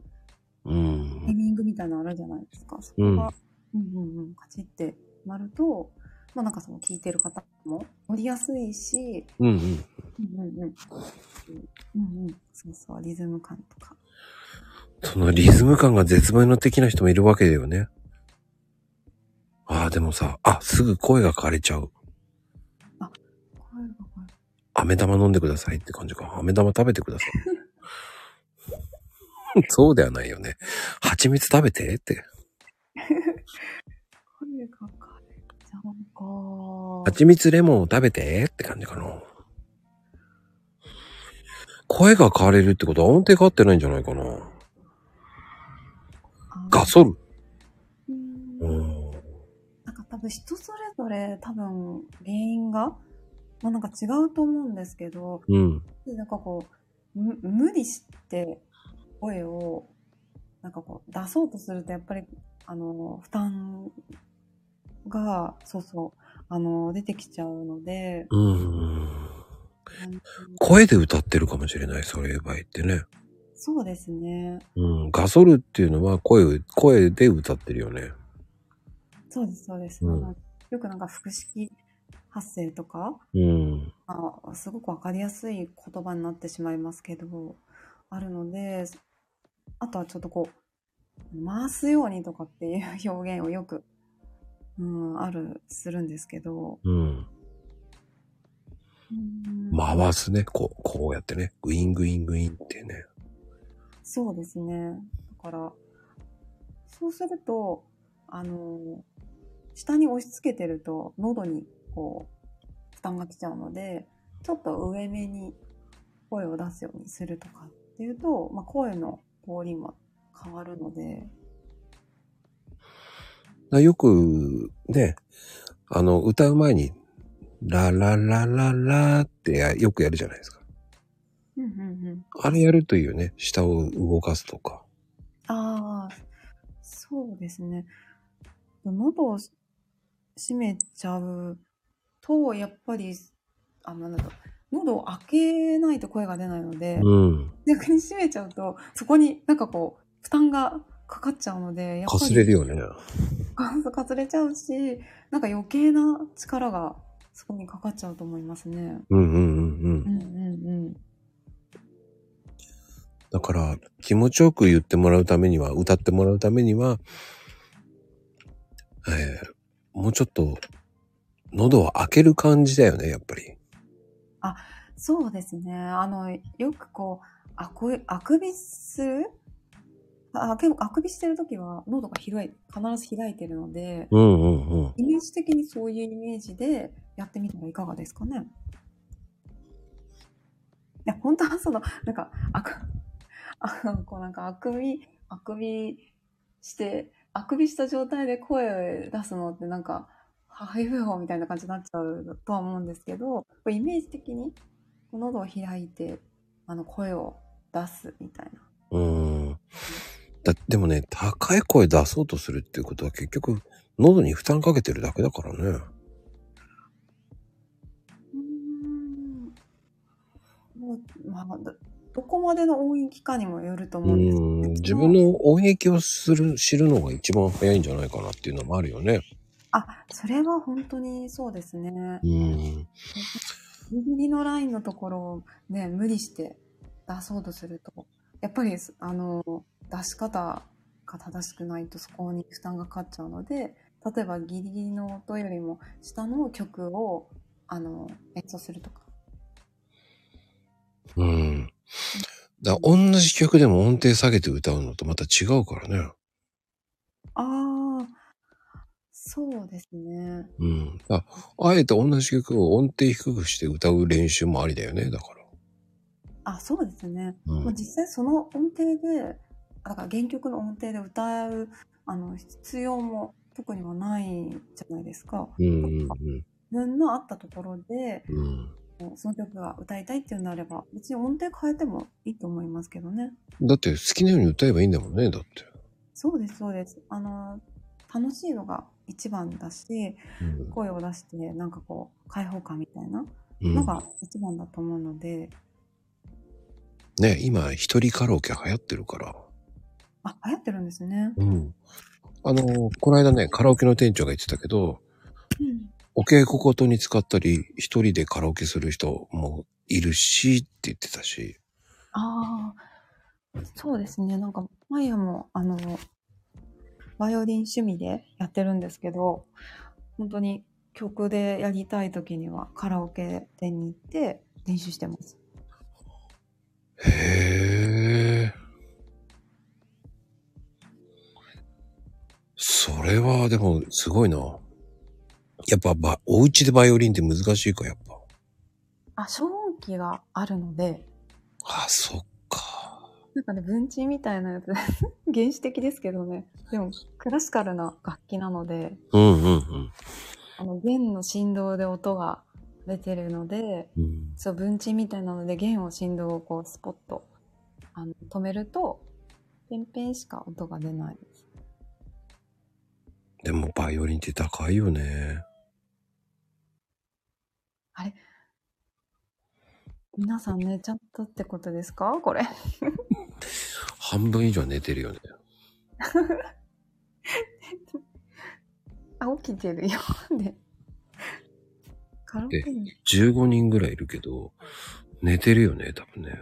S1: う
S2: タイ
S1: ん。
S2: ミングみたいなのあるじゃないですか。そこ
S1: うん
S2: が、うん、うんうん、カチってなると、まあなんかその聞いてる方も乗りやすいし、
S1: うん。うん。
S2: うんうんうん。うんうん、そうそう、リズム感とか。
S1: そのリズム感が絶妙の的な人もいるわけだよね。ああ、でもさ、あ、すぐ声が枯れちゃう。
S2: 声がこれ
S1: 飴玉飲んでくださいって感じか。飴玉食べてください。 そうではないよね。蜂蜜食べてって。
S2: 声がかれちゃうか。
S1: 蜂蜜レモンを食べてって感じかな。声が変われるってことは音程が合ってないんじゃないかな。
S2: あ
S1: ガソル。
S2: うん
S1: うん。
S2: なんか多分人それぞれ多分原因が、まあなんか違うと思うんですけど、
S1: うん。
S2: なんかこう、む無理して声を、なんかこう、出そうとすると、やっぱり、あの、負担が、そうそう、あの、出てきちゃうので、
S1: うん。
S2: あの
S1: 声で歌ってるかもしれない。そういう場合ってね。
S2: そうですね。
S1: うん。ガソルっていうのは声を、声で歌ってるよね。
S2: そうです、そうです。
S1: うん
S2: あのよくなんか、腹式発声とか、
S1: うん。
S2: あすごくわかりやすい言葉になってしまいますけど、あるので、あとはちょっとこう、回すようにとかっていう表現をよく、うん、ある、するんですけど、
S1: うん。
S2: うん
S1: 回すね。こう、こうやってね。グイングイングインってね。
S2: そうですね。だから、そうすると、あの、下に押し付けてると、喉にこう、負担が来ちゃうので、ちょっと上目に声を出すようにするとかっていうと、まあ、声の通りも変わるので、
S1: だよく、ね、あの、歌う前に、ラララララってやよくやるじゃないですか。
S2: うんうんうん。
S1: あれやるといいよね。舌を動かすとか。
S2: ああ、そうですね。喉を閉めちゃうと、やっぱり、あ、なんだろう、喉を開けないと声が出ないので、
S1: うん。
S2: 逆に閉めちゃうと、そこになんかこう、負担がかかっちゃうので、やっ
S1: か
S2: ぱ
S1: す
S2: り
S1: れるよね。
S2: かすれちゃうし、なんか余計な力がそこにかかっちゃうと思いますね。
S1: うんうんうんう。
S2: うんんうんうん。
S1: だから、気持ちよく言ってもらうためには、歌ってもらうためには、えーもうちょっと、喉を開ける感じだよね、やっぱり。
S2: そうですね。あの、よくこう、あく、あくびするあ、あけあくびしてるときは喉が開い、必ず開いてるので、
S1: うんうんうん。
S2: イメージ的にそういうイメージでやってみたらいかがですかね。いや、本当はその、なんか、あく、あの、こうなんか、あくび、あくびして、あくびした状態で声出すのってなんか、はいふほみたいな感じになっちゃうとは思うんですけど、こうイメージ的に喉を開いて、あの、声を出すみたいな。
S1: うん。だでもね、高い声出そうとするっていうことは結局、喉に負担かけてるだけだからね。
S2: うーんもうまあーどどこまでの応援期間にもよると
S1: う
S2: 思うんですけど
S1: ん、自分の音域をする、知るのが一番早いんじゃないかなっていうのもあるよね。
S2: あそれは本当にそうですね。
S1: うん。
S2: ギリギリのラインのところをね無理して出そうとするとやっぱりあの出し方が正しくないとそこに負担がかかっちゃうので例えばギリギリの音よりも下の曲をあの演奏するとか
S1: うん。だ同じ曲でも音程下げて歌うのとまた違うからね。
S2: ああそうですね
S1: うん。ああえて同じ曲を音程低くして歌う練習もありだよね、だから。
S2: あそうですね、
S1: う。
S2: もうん実際その音程でだから原曲の音程で歌うあの必要も特にはないじゃないですか。
S1: うんうんうん
S2: 自分のあったところで
S1: うん。
S2: その曲が歌いたいっていうのであれば別に音程変えてもいいと思いますけどね
S1: だって好きなように歌えばいいんだもんね、だって。
S2: そうですそうですあの楽しいのが一番だし
S1: うん
S2: 声を出してなんかこう開放感みたいな
S1: うん
S2: のが一番だと思うので、
S1: ね、今、一人カラオケ流行ってるから。
S2: あ流行ってるんですね、
S1: うん。あの、この間ね、カラオケの店長が言ってたけど、
S2: うん、
S1: お稽古事に使ったり、一人でカラオケする人もいるし、って言ってたし。
S2: ああそうですねなんかマイヤもあのバイオリン趣味でやってるんですけど本当に曲でやりたい時にはカラオケ店に行って練習してます
S1: へえ。それは、でも、すごいな。やっぱ、ば、お家でバイオリンって難しいか、やっぱ。
S2: あ、消音器があるので、
S1: あ、そっか。
S2: なんかね、文鎮みたいなやつ、 原始的ですけどね。でも、クラシカルな楽器なので、
S1: うんうんうん
S2: あの、弦の振動で音が出てるので、
S1: うん。
S2: そう、文鎮みたいなので、弦を振動をこう、スポッと、あの、止めると、ペンペンしか音が出ないです。
S1: でも、バイオリンって高いよね。
S2: 皆さん寝ちゃったってことですかこれ。
S1: 半分以上寝てるよね。
S2: あ、起きてるよ。で、カラオケに
S1: 15人ぐらいいるけど、寝てるよね、多分ね。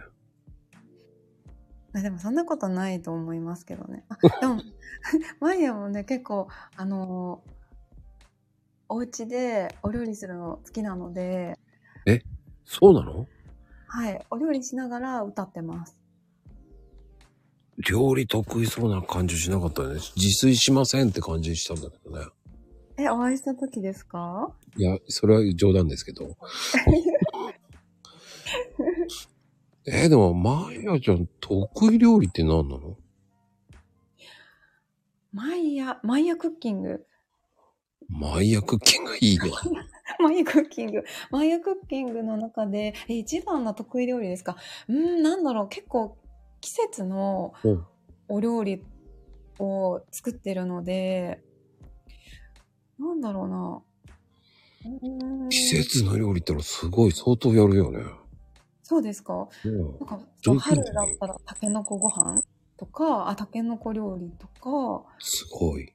S2: ねでもそんなことないと思いますけどね。あでも、マリアもね、結構、あのーお家でお料理するの好きなので、
S1: そうなの
S2: はい、お料理しながら歌ってます。
S1: 料理得意そうな感じしなかったね。自炊しませんって感じしたんだけどね。
S2: え、お会いした時ですか
S1: いや、それは冗談ですけ ど。えーでも、まやちゃん、得意料理って何なの
S2: マイヤ、マイヤクッキング。
S1: マイヤクッキングいいね。
S2: マイヤクッキング。マイヤクッキングの中で、え、一番の得意料理ですかうーん、なんだろう、結構季節の
S1: うん
S2: お料理を作ってるので、なんだろうな。うーん
S1: 季節の料理ってのはすごい相当やるよね。
S2: そうですか
S1: うん
S2: なんか
S1: 上手
S2: 春
S1: ですね
S2: だったらたけのこご飯とかあたけのこ料理とか
S1: すごい。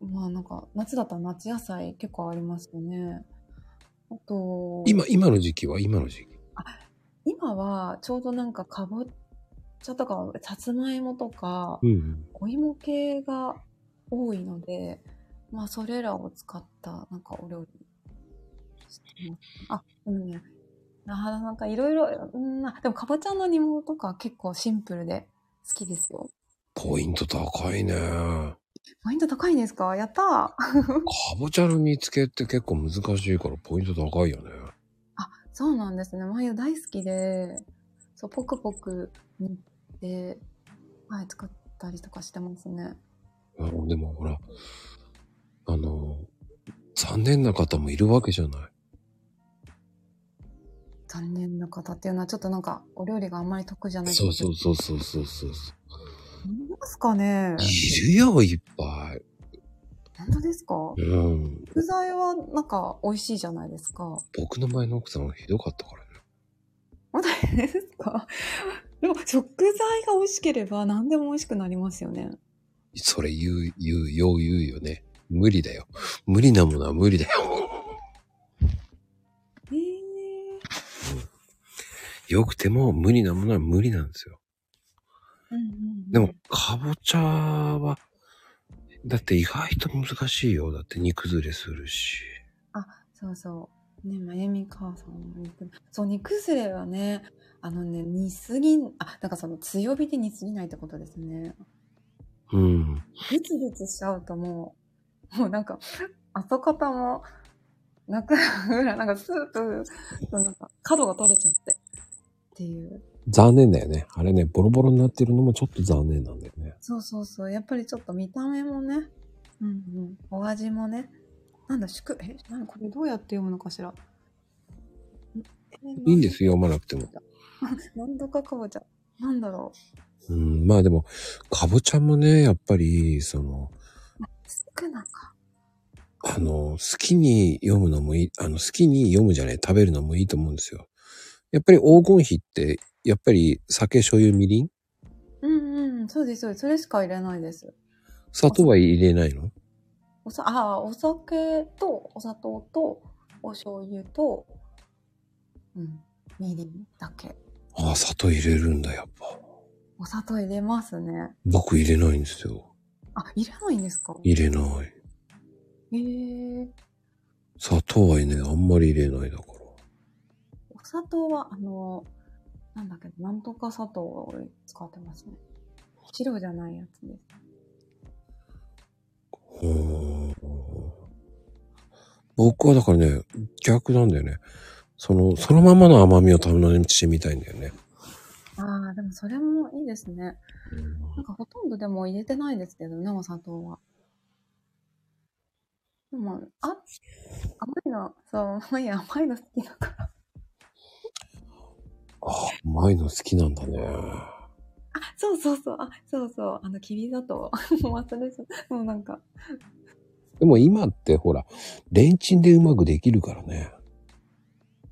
S2: まあなんか夏だったら夏野菜結構ありますよねあと
S1: 今、今の時期は今の時期。
S2: 今はちょうどなんかかぼちゃとかさつまいもとか
S1: うん。
S2: お芋系が多いので、まあそれらを使ったなんかお料理してます。あ、うんね。ななんかいろいろ、うんな、でもかぼちゃの煮物とか結構シンプルで好きですよ。
S1: ポイント高いね。か
S2: ポイント高いんですかやったー
S1: ぼちゃの煮付けって結構難しいからポイント高いよね。
S2: あ、そうなんですね。マヨ大好きで、そう、ポクポク煮て、はい、作ったりとかしてますね。
S1: あのでもほら、あの、残念な方もいるわけじゃない。
S2: 残念な方っていうのはちょっとなんかお料理があんまり得意じゃない。
S1: そうそううそうそうそうそうそ
S2: いますかね
S1: う。いるよ、いっぱ
S2: 本当ですか
S1: い。うん。
S2: 具材はなんか美味しいじゃないですか。
S1: 僕の前の奥さんはひどかったからね。
S3: まだですかでも食材が美味しければ何でも美味しくなりますよね。
S1: それ言う、言う、よう言うよね。無理だよ。無理なものは無理だよ。
S3: えー、
S1: よくても無理なものは無理なんですよ。
S3: うんうん
S1: でも、かぼちゃは、だって意外と難しいよ。だって煮崩れするし。
S2: そうそう。ね、まゆみ母さんも言ってそう、煮崩れはね、あのね、煮すぎん、あ、なんかその強火で煮すぎないってことですね。
S1: うん。
S2: グツグツしちゃうともう、もうなんか、跡形も、なくなるぐらい、なんかスープ、そうなんか角が取れちゃって。っていう。
S1: 残念だよね。あれね、ボロボロになってるのもちょっと残念なんだよね。
S2: そうそうそう。やっぱりちょっと見た目もね、うんうん。お味もね。なんだ、宿、え、なんこ
S3: これどうやって読むのかしら。
S1: いいんですよ、読まなくて も。
S2: れ、なんとかかぼちゃ。なんだろ
S1: うん、まあでも、かぼちゃもね、やっぱり、その、
S2: う。少なか。
S1: あの、好きに読むのもいい、あの、好きに読むじゃない、食べるのもいいと思うんですよ。やっぱり黄金比って、やっぱり酒、醤油、みりん
S2: うんうん。そうです、そうです。それしか入れないです。
S1: 砂糖は入れないの
S2: おさ、ああ、お酒と、お砂糖と、お醤油と、うん、みりんだけ。
S1: ああ、砂糖入れるんだ、やっぱ。
S2: お砂糖入れますね。
S1: 僕入れないんですよ。
S2: あ、入れないんですか
S1: 入れない。
S2: えー、
S1: 砂糖はね、あんまり入れないだから。
S2: お砂糖は、あの、なんだっけ、なんとか砂糖を使ってますね。白じゃないやつです。
S1: うーん僕はだからね、逆なんだよね。その、そのままの甘みを楽しみたいんだよね。
S2: ああ、でもそれもいいですね。なんかほとんどでも入れてないですけどね、お砂糖は。でも、あ、甘いの、そう、甘い、甘いの好きだから。
S1: あ、甘いの好きなんだね。
S2: あ、そうそうそう、あ、そうそう、あの、きび砂糖。もう 忘れちゃう。もうなんか、
S1: でも今ってほら、レンチンでうまくできるからね。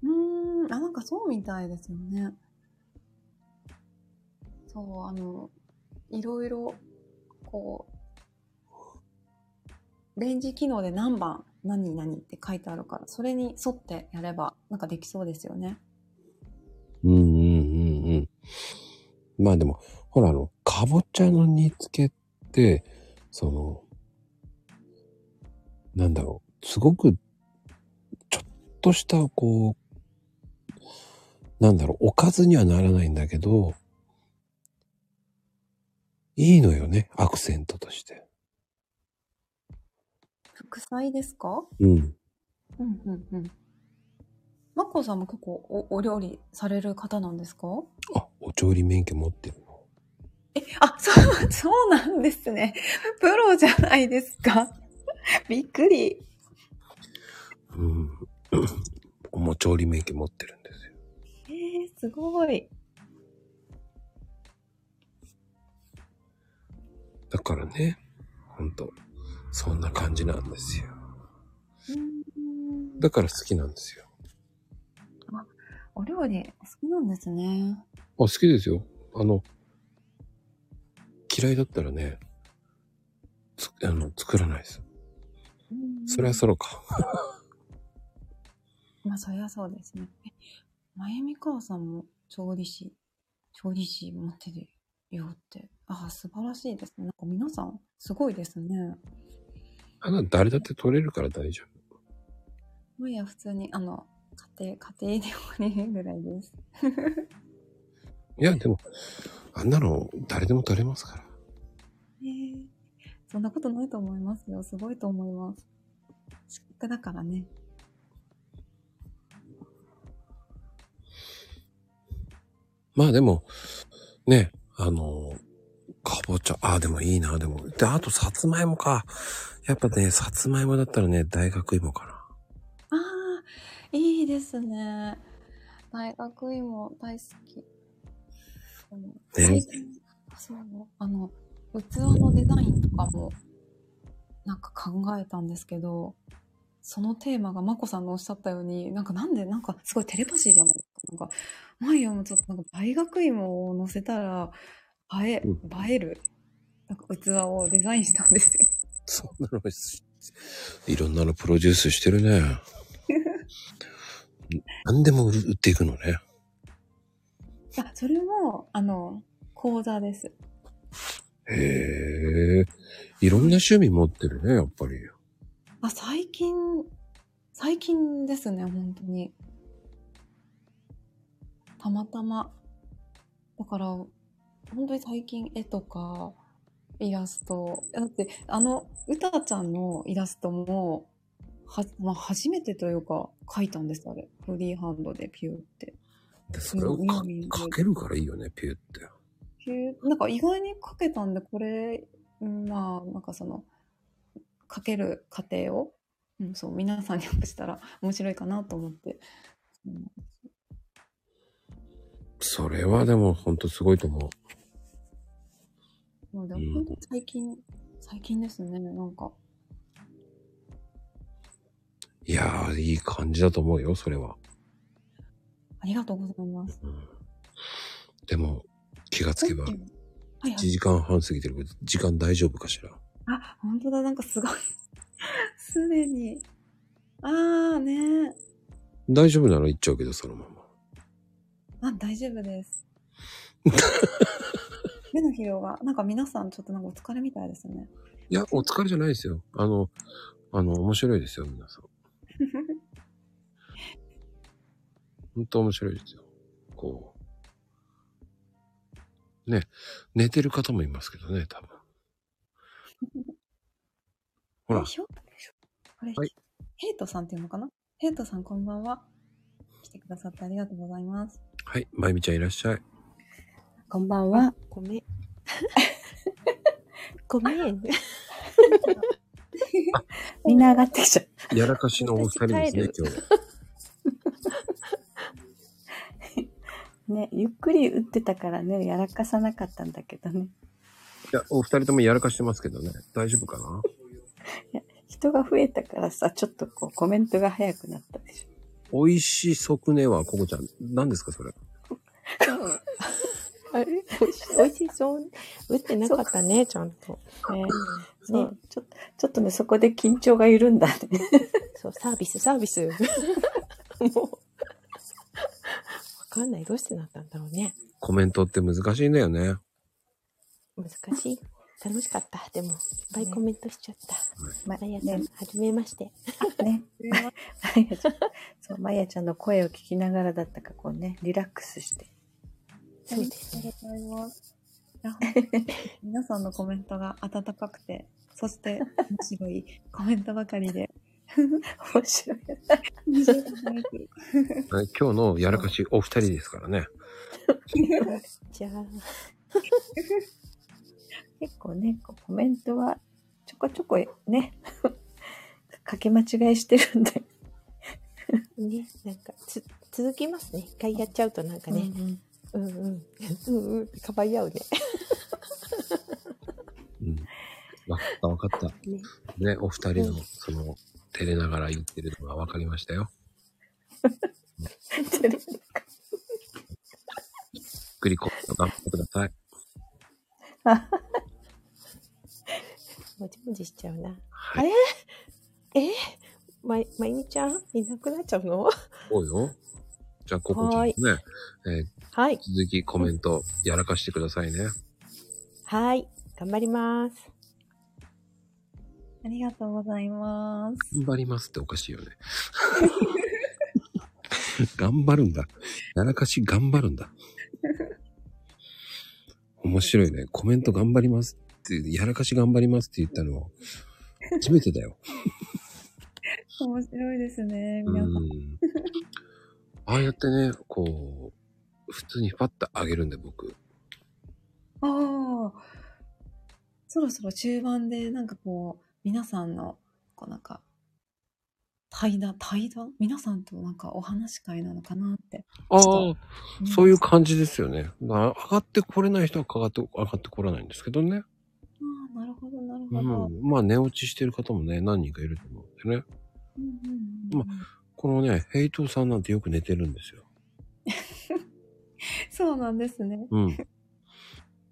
S2: うーん、あ、なんかそうみたいですよね。そう、あの、いろいろ、こう、レンジ機能で何番、何々って書いてあるから、それに沿ってやれば、なんかできそうですよね。
S1: うんうんうんうん。まあでも、ほらあの、かぼちゃの煮付けって、その、なんだろう、すごく、ちょっとした、こう、なんだろう、おかずにはならないんだけど、いいのよね、アクセントとして。
S2: 副菜ですか
S1: うん。
S2: うんうんうん。マッコーさんも結構おお料理される方なんですか
S1: あ、お調理免許持ってるの。
S2: え、あ、そう、 そうなんですね。プロじゃないですか。 びっくり。
S1: うん。 お調理免許持ってるんですよ。
S2: えー、すごい。
S1: だからね、ほんと、そんな感じなんですよ。だから好きなんですよ。
S2: お料理好きなんですね。
S1: あ、好きですよ。あの、嫌いだったらね、つ、あの、作らないです。それはソロか。
S2: まあ、そりゃそうですね。えまゆみ母さんも調理師、調理師持ってるよって。ああ、素晴らしいですね。なんか皆さん、すごいですね。
S1: あの、誰だって取れるから大丈夫。
S2: まあいや、普通に、あの、家庭、家庭料理ぐらいです。
S1: いや、でも、あんなの誰でも取れますから。
S2: えーそんなことないと思いますよ。すごいと思います。失格だからね。
S1: まあでも、ね、あの、かぼちゃ、あ、でもいいな、でも。で、あと、さつまいもか。やっぱね、さつまいもだったらね、大学芋かな。
S2: ああ、いいですね。大学院も大好き。あの最近、そう、あの、器のデザインとかも、なんか考えたんですけど、そのテーマがまこさんのおっしゃったように、なんかなんで、なんかすごいテレパシーじゃないですなんか、マイヤもちょっとなんか大学芋を乗せたら、映え、
S1: う
S2: 映える、なんか器をデザインしたんですよ。
S1: そんなのし、いろんなのプロデュースしてるね。 何でも売る売っていくのね。
S2: あ、それも、あの、講座です。
S1: へえ。いろんな趣味持ってるね、やっぱり。
S2: あ、最近、最近ですね、本当に。たまたま。だから、本当に最近絵とか、イラスト。だって、あの、うたちゃんのイラストも、は、まあ、初めてというか、描いたんです、あれ。フリーハンドでピューって。
S1: で、それをか
S2: うんうん
S1: かけるからいいよね、ピューって。
S2: ピューなんか意外に描けたんで、これ、うんまあ、なんかその、描ける過程を、うん、そう、皆さんにアップしたら 面白いかなと思って。うん
S1: それはでもほんとすごいと思う。
S2: なので、
S1: うん
S2: 本当に最近、最近ですね、なんか。
S1: いやー、いい感じだと思うよ、それは。
S2: ありがとうございます。
S1: うん、でも、気がつけば、
S2: は
S1: 1
S2: いはい。
S1: 時間半過ぎてるけど、時間大丈夫かしら。
S2: あ、本当だ、なんかすごい。 すでに。あーね
S1: 大丈夫なら行っちゃうけど、そのまま。
S2: あ、大丈 夫です。目の疲労が、なんか皆さんちょっとなんかお疲れみたいですね。
S1: いや、お疲れじゃないですよ。あの、あの、面白いですよ、皆さん。本当面白いですよ。こう。ね、寝てる方もいますけどね、多分。ほら
S2: あれ、ひょあれ、
S1: はい
S2: ヘイトさんっていうのかなヘイトさんこんばんは。来てくださってありがとうございます。
S1: はい、まゆみちゃんいらっしゃい。
S3: こんばん は。
S4: ごめん。ごめ ん。
S3: みんな上がってきちゃう。
S1: やらかしのお二人ですね
S4: 私、帰
S1: 今日は。
S3: ね、ゆっくり打ってたからね、やらかさなかったんだけどね。
S1: いや、お二人ともやらかしてますけどね。大丈夫かな
S3: 人が増えたからさ、ちょっとこうコメントが早くなったでし
S1: 美味しそくねは、ここちゃん。何ですか、それ。
S4: あれおいしおいしそう。打ってなかったね、ちゃんと。
S3: ょ。ね、
S4: そ
S3: ね
S4: う、
S3: ちょちょっとね、そこで緊張が緩んだね。
S4: そうサービス、サービ ス。もう。わかんない。どうしてなったんだろうね。
S1: コメントって難しいんだよね。
S4: 難しい。楽しかった。でも、いっぱいコメントしちゃった。
S3: ま
S4: あやさん、
S3: ね
S4: はじめまして。
S3: ね、まやちゃん、そう、まやちゃんの声を聞きながらだったか、こうね、リラックスして。
S4: そうです
S2: あ
S4: ね
S2: りがとうございます。いや本当に皆さんのコメントが温かくて、そして面白いコメントばかりで。
S3: 面白い。
S2: 面 白いコメント
S1: はい今日のやらかし、お二人ですからね。
S4: じゃあ、
S3: 結構ね、こうコメントはちょこちょこね、 書き間違いしてるんで。
S4: ね、なんか、つ、続きますね。一回やっちゃうとなんかね。
S3: うん
S4: うんうん。うんうん。かばい合うね。
S1: うん。わかった、わかった。
S4: ね
S1: ね、お二人
S4: う
S1: の、その、照れながら言ってるのがわかりましたよ。
S3: 照れな
S1: ゆっくりこう、頑張ってください。
S4: もちもちしちゃうな。
S1: は
S4: あ
S1: い。
S4: れえま、まゆみちゃんいなくなっちゃうの
S1: そうよ。じゃあ、ここちゃんですね。えー
S4: はい。
S1: 続きコメント、やらかしてくださいね。
S4: はい。頑張ります。
S2: ありがとうございます。
S1: 頑張りますっておかしいよね。 頑張るんだ。やらかし頑張るんだ。面白いね。コメント頑張りますって、やらかし頑張りますって言ったの、初めてだよ。
S2: 面白いですね、
S1: う
S2: 皆さん。
S1: ん。ああやってね、こう、普通にパッと上げるんで、僕。
S2: ああ、そろそろ中盤で、なんかこう、皆さんの、こうなんか、対談、対談皆さんとなんかお話し会なのかなって。
S1: ああ、
S2: うん
S1: そういう感じですよね。な上がってこれない人は上がって、上がってこれないんですけどね。
S2: ああ、なるほど、なる
S1: う
S2: ほど。
S1: ん。まあ、寝落ちしてる方もね、何人かいると思うんでね。
S2: うんうんう
S1: ま
S2: ん
S1: このね、ヘイトさんなんてよく寝てるんですよ。
S3: そうなんですね。
S1: うん。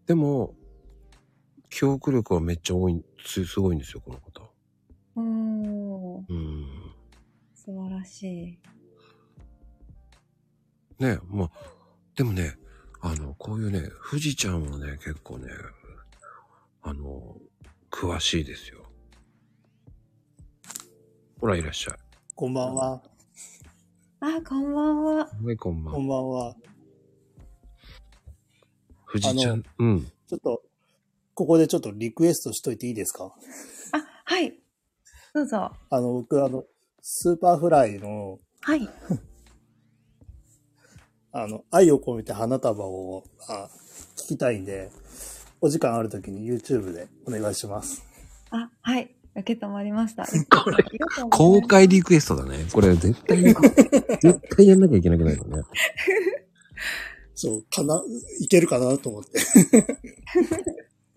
S1: でも、記憶力はめっちゃ多い、すすごいんですよ、この方。
S3: おー、
S1: うん。
S3: 素晴らしい。
S1: ねまあ、でもね、あの、こういうね、富士ちゃんはね、結構ね、あの、詳しいですよ。ほら、いらっしゃい。
S5: こんばんは。
S3: あ、こんばんは。
S1: はい、こんばん
S5: こ
S1: は。
S5: んばんは。
S1: 富士ちゃん、うん。
S5: ちょっと、ここでちょっとリクエストしといていいですか
S3: あ、はい。どうぞ。
S5: あの、僕、あの、スーパーフライの、
S3: はい。
S5: あの、愛を込めて花束を、あ聞きたいんで、お時間あるときに YouTube でお願いします。
S3: あ、はい。受け止まりました。
S1: これ、公
S3: 公
S1: 開リクエストだね。これ、絶対 に、絶対やんなきゃいけなくないよね。
S5: そう、かな、いけるかなと思って。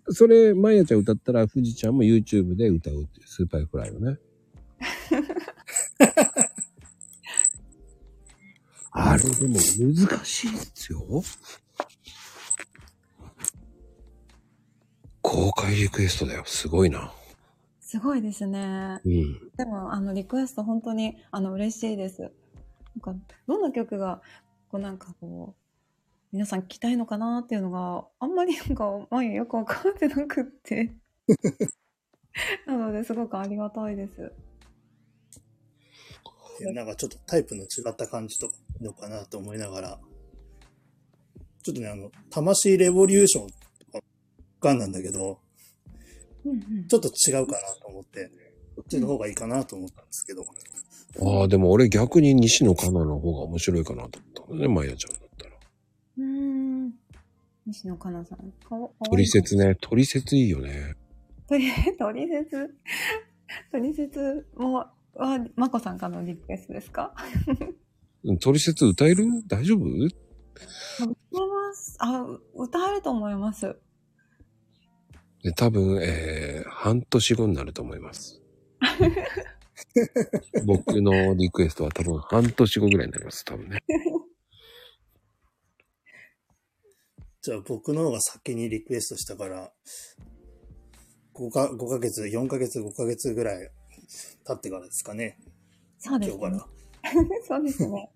S1: それ、まやちゃん歌ったら、富士ちゃんも YouTube で歌うっていう、スーパーフライを ね。あれでも難しいですよ。公開リクエストだよ。すごいな。
S2: すごいですね。
S1: うん。
S2: でも、あの、リクエスト本当に、あの、嬉しいです。なんか、どんな曲が、こう、なんかこう、皆さん聞きたいのかなっていうのが、あんまりなんか、前よくわかってなくって。なので、すごくありがたいです。
S5: なんかちょっとタイプの違った感じとかいいのかなと思いながら、ちょっとね、あの、魂レボリューションとか、ガンなんだけど、
S2: うんうん
S5: ちょっと違うかなと思って、こっちの方がいいかなと思ったんですけど。
S1: ああ、でも俺逆に西野カナの方が面白いかなと思ったのね、まやちゃんだったら。。
S2: うーん。西野カナさん。かわかわいい
S1: トリセツね。トリセツいいよね。
S2: 鳥鳥説鳥説もはまこさんからのリクエストですか
S1: うんトリセツ歌える大丈夫
S2: 歌えますあ歌えると思います
S1: で多分、えー、半年後になると思います。僕のリクエストは多分半年後ぐらいになります、多分ね。
S5: じゃあ僕の方が先にリクエストしたから、5か、5ヶ月、4ヶ月、5ヶ月ぐらい経ってからですかね。
S2: そうで
S5: 今
S2: す
S5: 日か
S2: ね
S5: ら。
S2: そうですね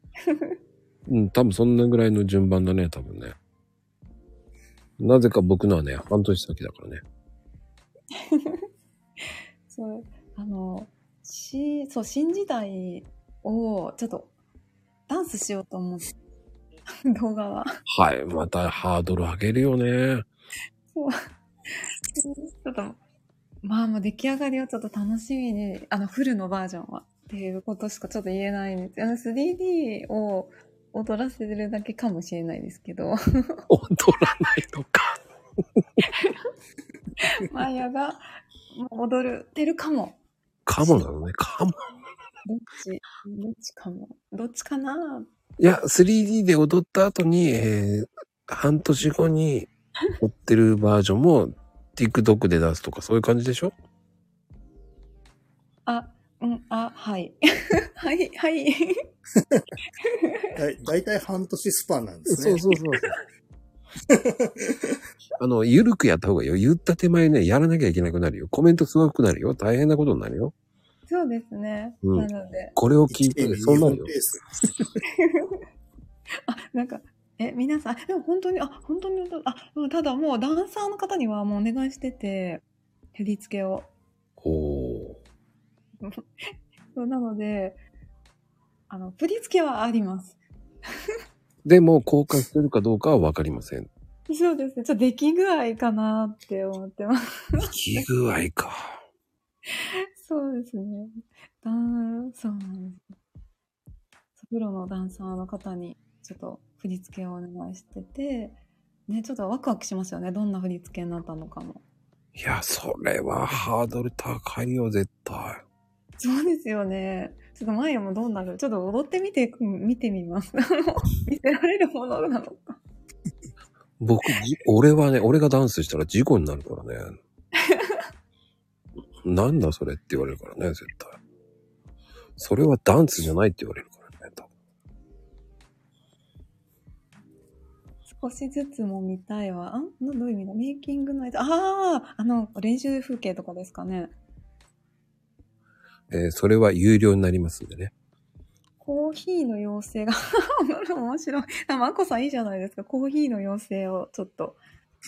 S1: うん、多分そんなぐらいの順番だね、多分ね。なぜか僕のはね、半年先だからね。
S2: そうあのしそう新時代をちょっとダンスしようと思って動画は
S1: はい、またハードル上げるよね。
S2: ちょっとまあもう出来上がりをちょっと楽しみにあのフルのバージョンはっていうことしかちょっと言えないんですあの 3D を踊らせるだけかもしれないですけど
S1: 踊らないのか。
S2: マヤが踊るてるかも。
S1: かもなのね、かも。
S2: どっち、どっちかも。どっちかない
S1: や、3D で踊った後に、えー、半年後に踊ってるバージョンも TikTok で出すとかそういう感じでしょ
S2: あ、うん、あ、はい。はい、はい。
S5: だいだいたい半年スパンなんです
S1: そ
S5: ね。
S1: うそうそう。 あの、ゆるくやった方がいいよ。言った手前ね、やらなきゃいけなくなるよ。コメントすごくなるよ。大変なことになるよ。
S2: そうですね。
S1: うん
S2: なので、
S1: これを聞いて
S5: 一点
S1: ね、
S5: 二
S1: そうなるよ
S5: ペ。ース
S2: あ、なんか、え、皆さん、でも本当に、あ、本当に、あ、でもただもうダンサーの方にはもうお願いしてて、振り付けを。
S1: ほ
S2: そうなので、あの、振り付けはあります。
S1: う。でも、公開するかどうかはわかりません。
S2: そうですね。ちょっと出来具合かなって思ってます。
S1: 気具合か。
S2: そうですね。ダン、そうなんです。プロのダンサーの方に、ちょっと振り付けをお願いしてて、ね、ちょっとワクワクしますよね。どんな振り付けになったのかも。
S1: いや、それはハードル高いよ、絶対。
S2: そうですよね。ちょっと前もどうなるちょっと踊ってみて、うん見てみます。 あの見せられるものなのか。
S1: 僕、じ俺はね、俺がダンスしたら事故になるから ね。なんだそれって言われるからね、絶対。それはダンスじゃないって言われるからね、多分。
S2: 星ずつも見たいわ。あんなどういう意味だメイキングのやつ。あああの、練習風景とかですかね。
S1: えーそれは有料になりますんでね。
S2: コーヒーの妖精が、 面白い。あ、マコさんいいじゃないですか。コーヒーの妖精をちょっと、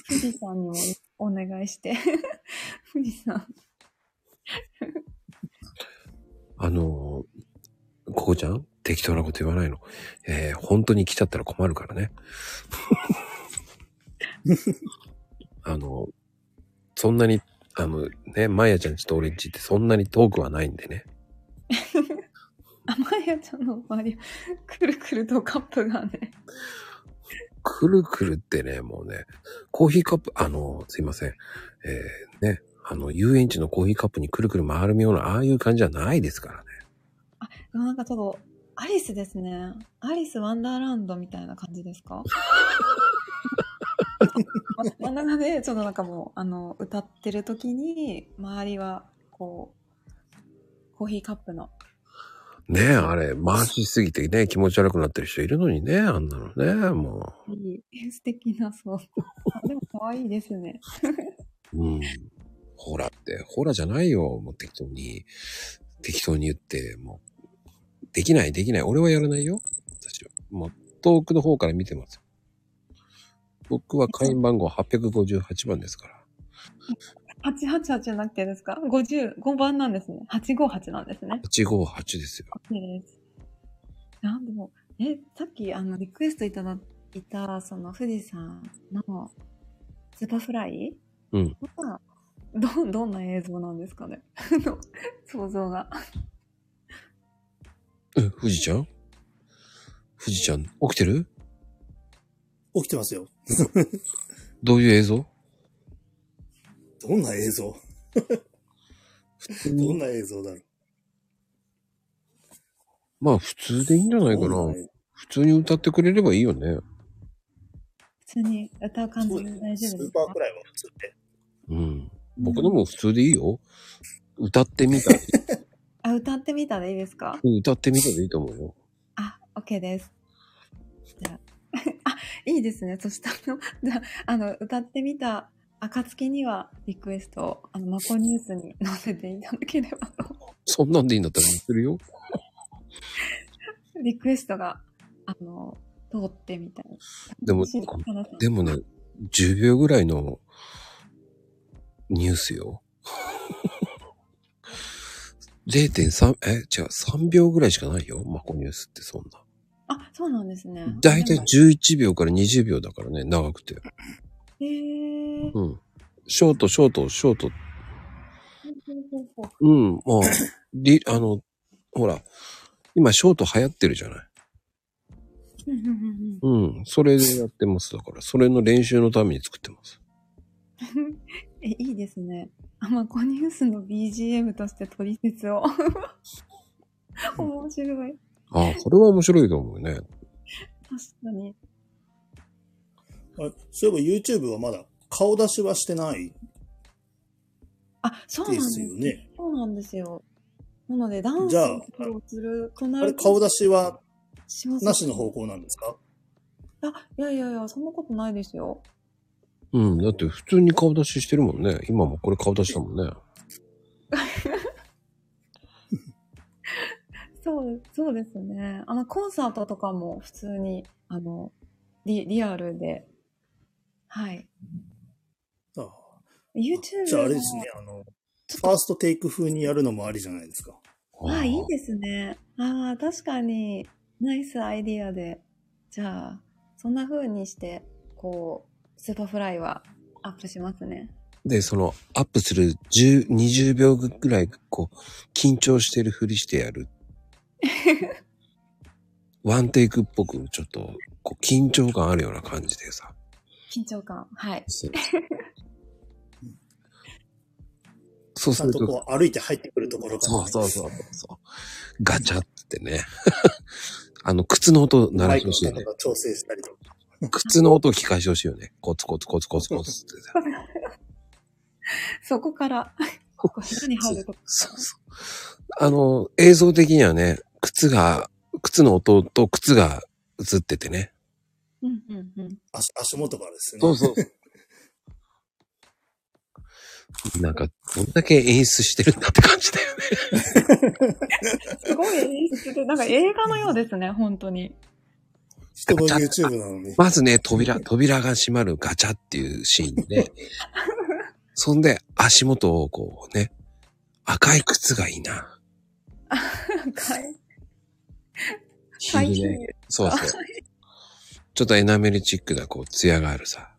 S2: 富士山にもお願いして。 富士山。
S1: あのー、ここちゃん適当なこと言わないの。えー本当に来ちゃったら困るからね。あの、そんなに、あのね、まやちゃんちと俺んちってそんなに遠くはないんでね。
S2: あまやちゃんの周り、くるくるとカップがね。
S1: くるくるってね、もうね、コーヒーカップ、あの、すいません。えーね、あの、遊園地のコーヒーカップにくるくる回るような、ああいう感じじゃないですからね。
S2: でもなんかちょっと、アリスですね。アリスワンダーランドみたいな感じですかま真ん中で、ちょっとなんかもう、あの、歌ってる時に、周りは、こう、コーヒーカップの。
S1: ねえ、あれ、回しすぎてね、気持ち悪くなってる人いるのにね、あんなのね、も
S2: いい、素敵な、そう。あでも可愛いですね。
S1: う。うん。ほらって、ほらじゃないよ、もう適当に。適当に言って、もう。できない、できない。俺はやらないよ。私は。もう、遠くの方から見てますよ。僕は会員番号858番ですから。
S2: 888じゃなくてですか ?55 番なんですね。858なんですね。
S1: 858ですよ。
S2: いいです。なんでも、え、さっきあのリクエストいただいた、その富士山のスーパーフライ
S1: うん
S2: は、ど、どんな映像なんですかね あの想像が。
S1: うん、富士ちゃん富士ちゃん、起きてる
S5: 起きてますよ。
S1: どういう映像
S5: どんな映像どんな映像だろう
S1: まあ、普通でいいんじゃないかな。普通に歌ってくれればいいよね。
S2: 普通に歌う感じ
S5: そう
S2: で
S5: です
S2: 大
S5: ね
S2: 丈
S5: ス
S2: 夫で
S5: ー
S2: すか
S5: パーくらいは普通で。
S1: うん。僕のも普通でいいよ。歌ってみたり、
S2: あ、歌ってみたらいいですか
S1: うん歌ってみたらいいと思うよ。
S2: あ、OK です。じゃあ、 あ、いいですね。そしたら、あのじゃあ、あの、歌ってみた暁にはリクエストを、あの、マコニュースに載せていただければと。
S1: そんなんでいいんだったらするよ。
S2: リクエストが、あの、通ってみたいな。
S1: でも
S2: し花さん
S1: でもね、10秒ぐらいのニュースよ。0.3、え、違う、3秒ぐらいしかないよ。マコニュースってそんな。
S2: あ、そうなんですね。
S1: だいたい
S2: でも
S1: 11秒から20秒だからね、長くて。
S2: へぇー。
S1: うん。ショート、ショート、ショート。
S2: ほうほうほう
S1: うん、まあ、り、あの、ほら、今ショート流行ってるじゃない。
S2: うんうんうん
S1: うん、それでやってます。だから、それの練習のために作ってます。
S2: うんえ、いいですね。あ、マコニュースの BGM として取説を。面白い。
S1: ああ、それは面白いと思うね。
S2: 確かに。
S5: あそういえば YouTube はまだ顔出しはしてない
S2: あ、そうなん
S5: で
S2: ですす
S5: よね。
S2: そうなんですよ。なので、ダンス
S5: じゃあ
S2: を披露するとな
S5: あれ
S2: る
S5: 顔
S2: と、
S5: 出しは
S2: します
S5: なしの方向なんですか
S2: あ、いやいやいや、そんなことないですよ。
S1: うん、だって普通に顔出ししてるもんね。今もこれ顔出したもんね。
S2: そう、そうですね。あの、コンサートとかも普通に、あの、リリアルで。はい。
S5: あ
S2: YouTube
S5: じゃああれですね、あの、ファーストテイク風にやるのもありじゃないですか。
S2: も。あ、いいですね。ああ、確かに、ナイスアイディアで。じゃあ、そんな風にして、こう、スーパーフライはアップしますね。
S1: で、その、アップする10、20秒ぐらい、こう、緊張してるふりしてや る。ワンテイクっぽく、ちょっと、こう、緊張感あるような感じで さ。
S2: 緊張感。はい。
S1: そう
S5: ち
S1: す
S5: ゃん
S1: る
S5: と
S1: と、
S5: こう歩いて入ってくるところから、
S1: そうそうそうそう。ガチャってね。 あの、靴の音鳴
S5: マ
S1: ら
S5: イ
S1: し
S5: ク
S1: て
S5: の
S1: ほしいよ
S5: 高
S1: ね。
S5: さ調整したりとか。
S1: 靴の音を聞かしてほしいよね。コツコツコツコツコツってさ。
S2: そこ から、ここ、下に入るとこ
S1: そうそう。あの、映像的にはね、靴が、靴の音と靴が映っててね。
S6: うんうんうん。
S5: 足足元からですね。
S1: そうそう。なんか、どんだけ演出してるんだって感じだよね。
S2: すごい演出で、なんか映画のようですね、本当に。
S5: 人の YouTube なのに。
S1: まずね、扉、扉が閉まるガチャっていうシーン で、そんで足元をこうね、赤い靴がいいな。ヒールね。そうそう。ちょっとエナメルチックなこう、艶があるさ。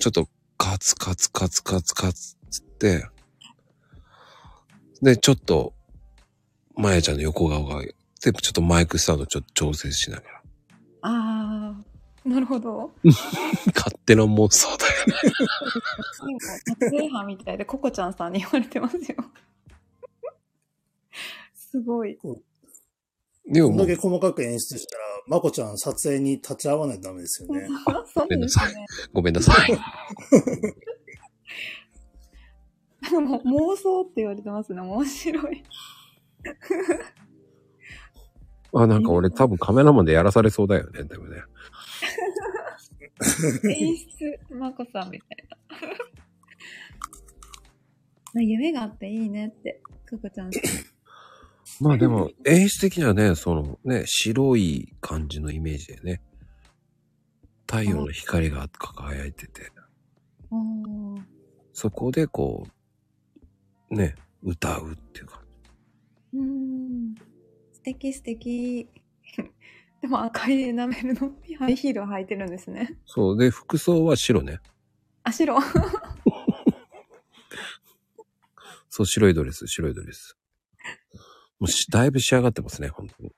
S1: ちょっとカツカツカツカツカツっつって、で、ちょっと、まやちゃんの横顔が、で、ちょっとマイクスタンドちょっと調整しながら。
S2: ああ、なるほど。
S1: 勝手な妄想だよね。
S2: なんか撮影班みたいで、ココちゃんさんに言われてますよ。すごい。
S1: でも
S5: こ
S1: も
S5: んだ
S1: う
S5: け、細かく演出したら、まこちゃん撮影に立ち会わないとダメですよね。
S2: あそうですね。
S1: ごめんなさい。
S2: もう妄想って言われてますね。面白い。
S1: あ、なんか俺多分カメラマンでやらされそうだよね、でもね。
S2: 演出、まこさんみたいな。夢があっていいねって、ココちゃんさん。
S1: まあでも、演出的にはね、そのね、白い感じのイメージでね、太陽の光が輝いてて、
S2: おー
S1: そこでこう、ね、歌うっていうか、
S2: うーん。素敵素敵。でも赤いエナメルのハイヒールを履いてるんですね。
S1: そう、で、服装は白ね。
S2: あ、白。
S1: そう、白いドレス、白いドレス。もうし、だいぶ仕上がってますね、本当に。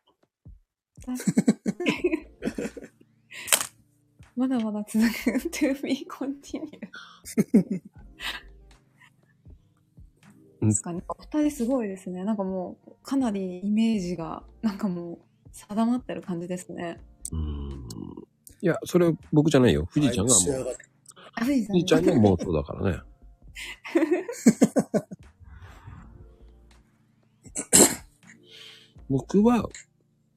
S2: まだまだ続く。to be continue. ですかね。お二人すごいですね。なんかもう、かなりイメージが、なんかもう、定まってる感じですね。
S1: うーん。いや、それ僕じゃないよ。富士ちゃんが
S5: 仕上
S1: もう、
S5: がって
S2: あ、藤井さん
S1: 富士ちゃん の妄想だから ね。僕は、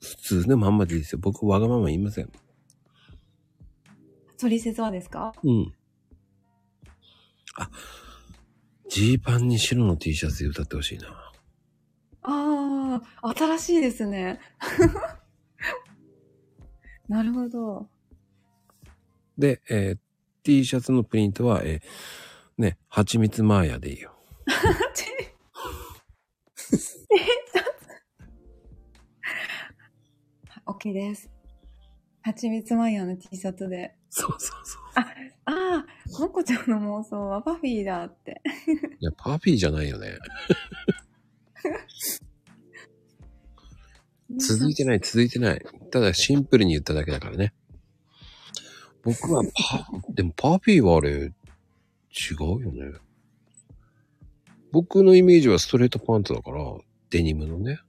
S1: 普通のまんまでいいですよ。僕、わがまま言いません。
S2: トリセツはですか
S1: うん。あ、ジーパンに白の T シャツで歌ってほしいな。
S2: ああ、新しいですね。 なるほど。
S1: で、えー T シャツのプリントは、えー、ね、蜂蜜マーヤでいいよ。
S2: OK です。はちみつマイヤーの T シャツで。
S1: そうそうそう。
S2: ああ、もこちゃんの妄想はパフィーだって。
S1: いや、パピーじゃないよね。続いてない、続いてない。ただシンプルに言っただけだからね。僕はパ、でもパピーはあれ、違うよね。僕のイメージはストレートパンツだから、デニムのね。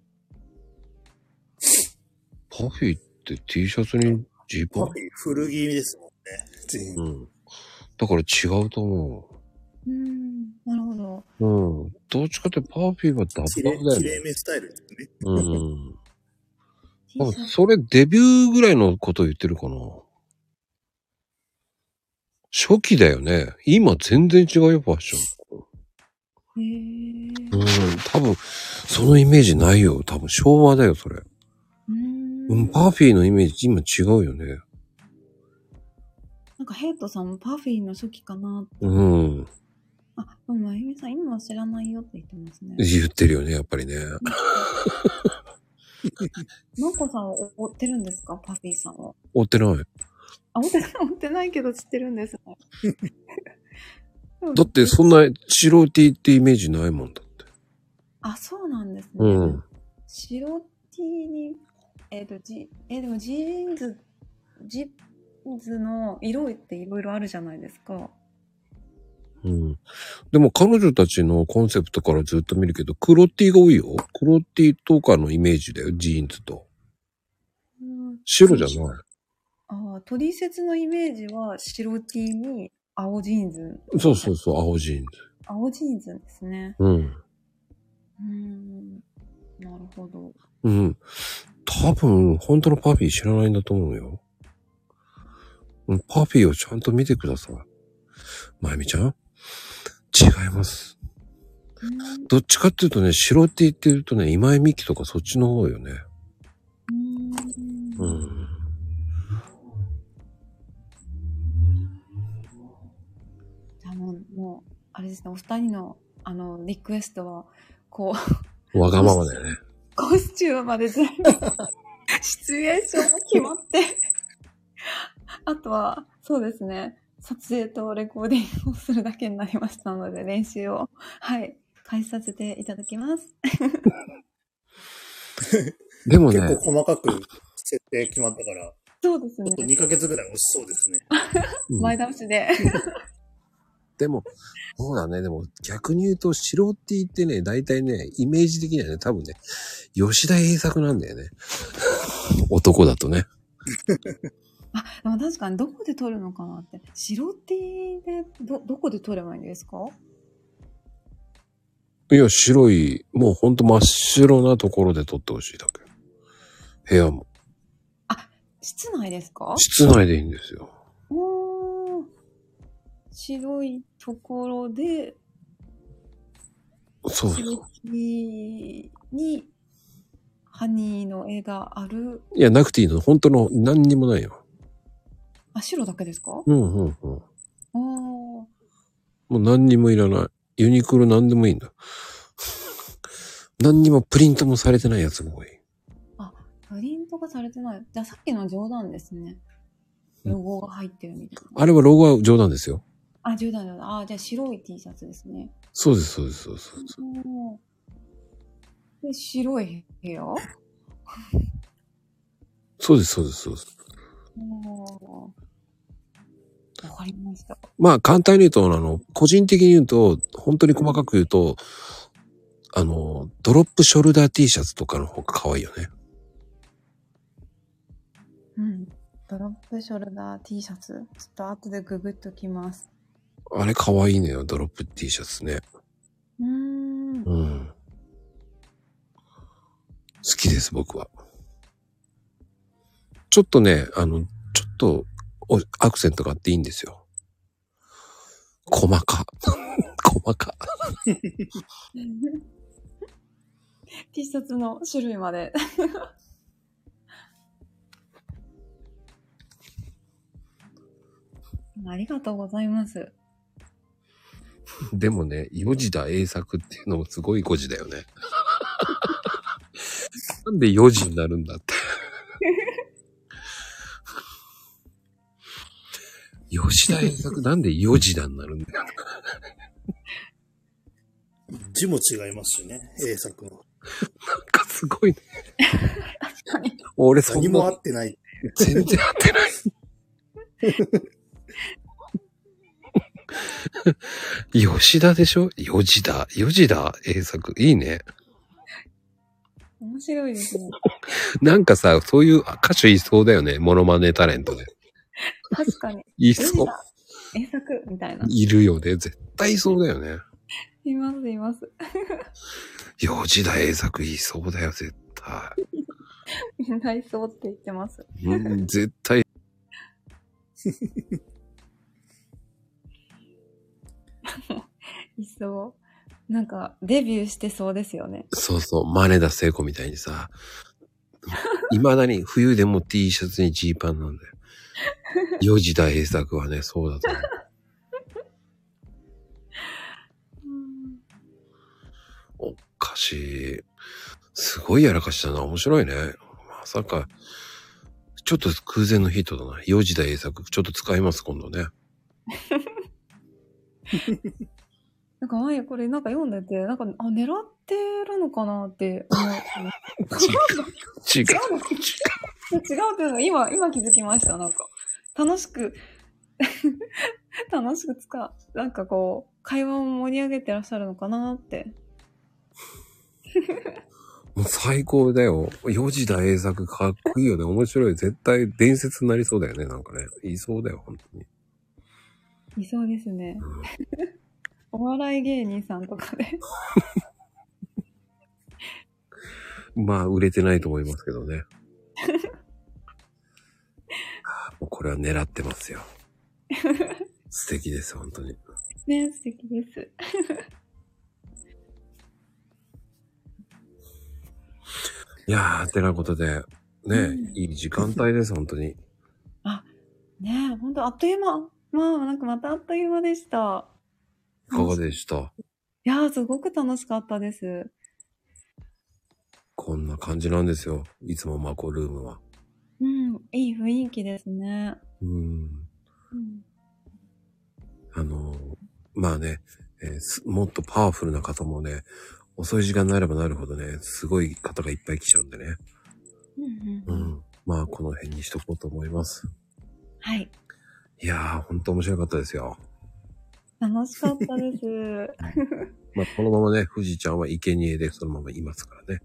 S1: パフィーって T シャツにジーパン
S5: パフィー古着ですもんね。全員
S1: うん。だから違うと思
S2: うーん、なるほど。
S1: う。うん。どっちかってパフィーはダブ
S5: き
S1: ダ
S5: れ
S1: ブだ
S5: い、
S1: よ
S5: き
S1: ね
S5: れ。いめスタイルですね。
S1: うん。
S2: T
S1: 多
S2: シャ
S1: 分
S2: ツ
S1: それデビューぐらいのことを言ってるかな。初期だよね。今全然違うよ、ファッシ
S2: へー
S1: ョン。うん。多分、そのイメージないよ。多分昭和だよ、それ。
S2: うー
S1: うんん、パーフィーのイメージ今違うよね。
S2: なんかヘイトさんもパフィーの初期かなって。
S1: うん。
S2: あ、でもあゆみさん今は知らないよって言ってますね。
S1: 言ってるよね、やっぱりね。
S2: もこさんを追ってるんですかパフィーさんを。
S1: 追ってない。
S2: あ、追ってない、追ってないけど知ってるんですね。
S1: だってそんな白 T ってイメージないもんだって。
S2: あ、そうなんですね。
S1: うん。
S2: 白 T に、えっ、と、じ、えでもジーンズ、ジーンズの色っていろいろあるじゃないですか。
S1: うん。でも彼女たちのコンセプトからずっと見るけど、黒 T が多いよ。黒 T とかのイメージだよ、ジーンズと。
S2: うん、
S1: 白じゃない。
S2: ああ、トリセツのイメージは白 T に青ジーンズ。
S1: そうそうそう、青ジーンズ。
S2: 青ジーンズですね。
S1: うん。
S2: うーん。なるほど。
S1: うん。多分、本当のパフィー知らないんだと思うよ。うんパフィーをちゃんと見てください。まゆみちゃん違います。どっちかっていうとね、白 T って言うとね、今井美樹とかそっちの方よね。うん。
S2: じゃあもう、もう、あれですね、お二人の、あの、リクエストは、こ
S1: わがままだよね。
S2: う、コスチュームまで全 部、シチュエーションも決まって、あとは、そうですね、撮影とレコーディングをするだけになりましたので、練習を、はい、開始させていただきます。
S1: でもね、
S5: 結構細かく設定決まったから、
S2: そうです
S5: ちょっと
S2: ね、
S5: 2ヶ月ぐらい押しそうですね。
S1: うん
S2: 前倒しで。
S1: でも、そうだね。でも逆に言うと、白 T ってね、大体ね、イメージ的にはね、多分ね、吉田栄作なんだよね。 男だとね。
S2: あ、でも確かにどこで撮るのかなって。白 T でど、どこで撮ればいいんですか
S1: いや、白い、もうほんと真っ白なところで撮ってほしいだけ。部屋も。
S2: 室内ですか
S1: 室内でいいんですよ。
S2: おー白いところで、
S1: そうそう。
S2: 白 T に、ハニーの絵がある。
S1: いや、なくていいの。本当の、何にもないよ。
S2: あ、白だけですかお
S1: うんうんうん。も
S2: ー
S1: う何にもいらない。ユニクロ何でもいいんだ。 何にもプリントもされてないやつも多い。
S2: プリントがされてない。じゃあさっきの冗談ですね。ロゴが入ってるみたいな。
S1: あれはロゴは冗談ですよ。
S2: あ、冗談冗談。あ、じゃあ白い T シャツですね。
S1: そうです、そうです、そうです。
S2: おーで、白い部屋
S1: そうです、そうです、そうです。
S2: おーわかりました。
S1: まあ、簡単に言うと、あの、個人的に言うと、本当に細かく言うと、あの、ドロップショルダー T シャツとかの方が可愛いよね。
S2: うん。ドロップショルダー T シャツ。ちょっと後でググっときます。
S1: あれ可愛いのよ、ドロップ T シャツね。
S2: うーん。
S1: うん。好きです、僕は。ちょっとね、あの、ちょっと、おアクセントがあっていいんですよ。細か。 細か。
S2: T シャツの種類まで。 ありがとうございます。
S1: でもね、四時だ栄作っていうのもすごい誤字だよね。なんで四時になるんだって。吉田栄作なんで四時だになるんだよ。
S5: 字も違いますしね、A 作の。
S1: なんかすごいね。俺そ
S5: 何
S1: ん
S5: も
S1: な
S5: 合ってない。
S1: 全然合ってない。吉田でしょ吉田。吉田栄作。いいね。
S2: 面白いですね。
S1: なんかさ、そういう歌手いそうだよね。モノマネタレントで。
S2: 確かに。
S1: いそう。
S2: 英作みたいな。
S1: いるよね。絶対いそうだよね。
S2: います、います。
S1: 吉田栄作いそうだよ、絶対。
S2: みんないそうって言ってます。
S1: うん、 絶対。
S2: いそう。なんか、デビューしてそうですよね。
S1: そうそう、真似田聖子みたいにさ。未だに冬でも T シャツにジーパンなんだよ。吉田栄作はね、そうだと思う。
S2: うん
S1: おかしい。すごいやらかしたな。面白いね。まさか。ちょっと空前のヒットだな。4時代英作。ちょっと使います、今度ね。
S2: なんか前これなんか読んでて、なんか、あ、狙ってるのかなって思う。
S1: 違う。
S2: 違うっていうの今、今気づきました、なんか。楽しく、 楽しく使う。なんかこう、会話を盛り上げてらっしゃるのかなって。
S1: もう最高だよ。4時代英作かっこいいよね。面白い。絶対伝説になりそうだよね。なんかね。いそうだよ、本当に。
S2: いそうです ね。お笑い芸人さんとかで。
S1: まあ、売れてないと思いますけどね。あーもうこれは狙ってますよ。素敵です、本当に。
S2: ね、素敵です。
S1: いやー、てなことで、ね、
S2: うん
S1: いい時間帯です、本当に。
S2: ねえ、ほんとあっという間。まあ、なんかまたあっという間でした。
S1: いかがでした
S2: いやー、すごく楽しかったです。
S1: こんな感じなんですよ。いつもマコルームは。
S2: うん、いい雰囲気ですね。
S1: うん。
S2: うん、
S1: あのーまあね、えーすもっとパワフルな方もね、遅い時間になればなるほどね、すごい方がいっぱい来ちゃうんでね。
S2: う
S1: う
S2: ん、うん。
S1: ん。まあ、この辺にしとこうと思います。
S2: はい。
S1: いやー、ほんと面白かったですよ。
S2: 楽しかったです。
S1: まあ、このままね、富士ちゃんは生贄でそのままいますからね。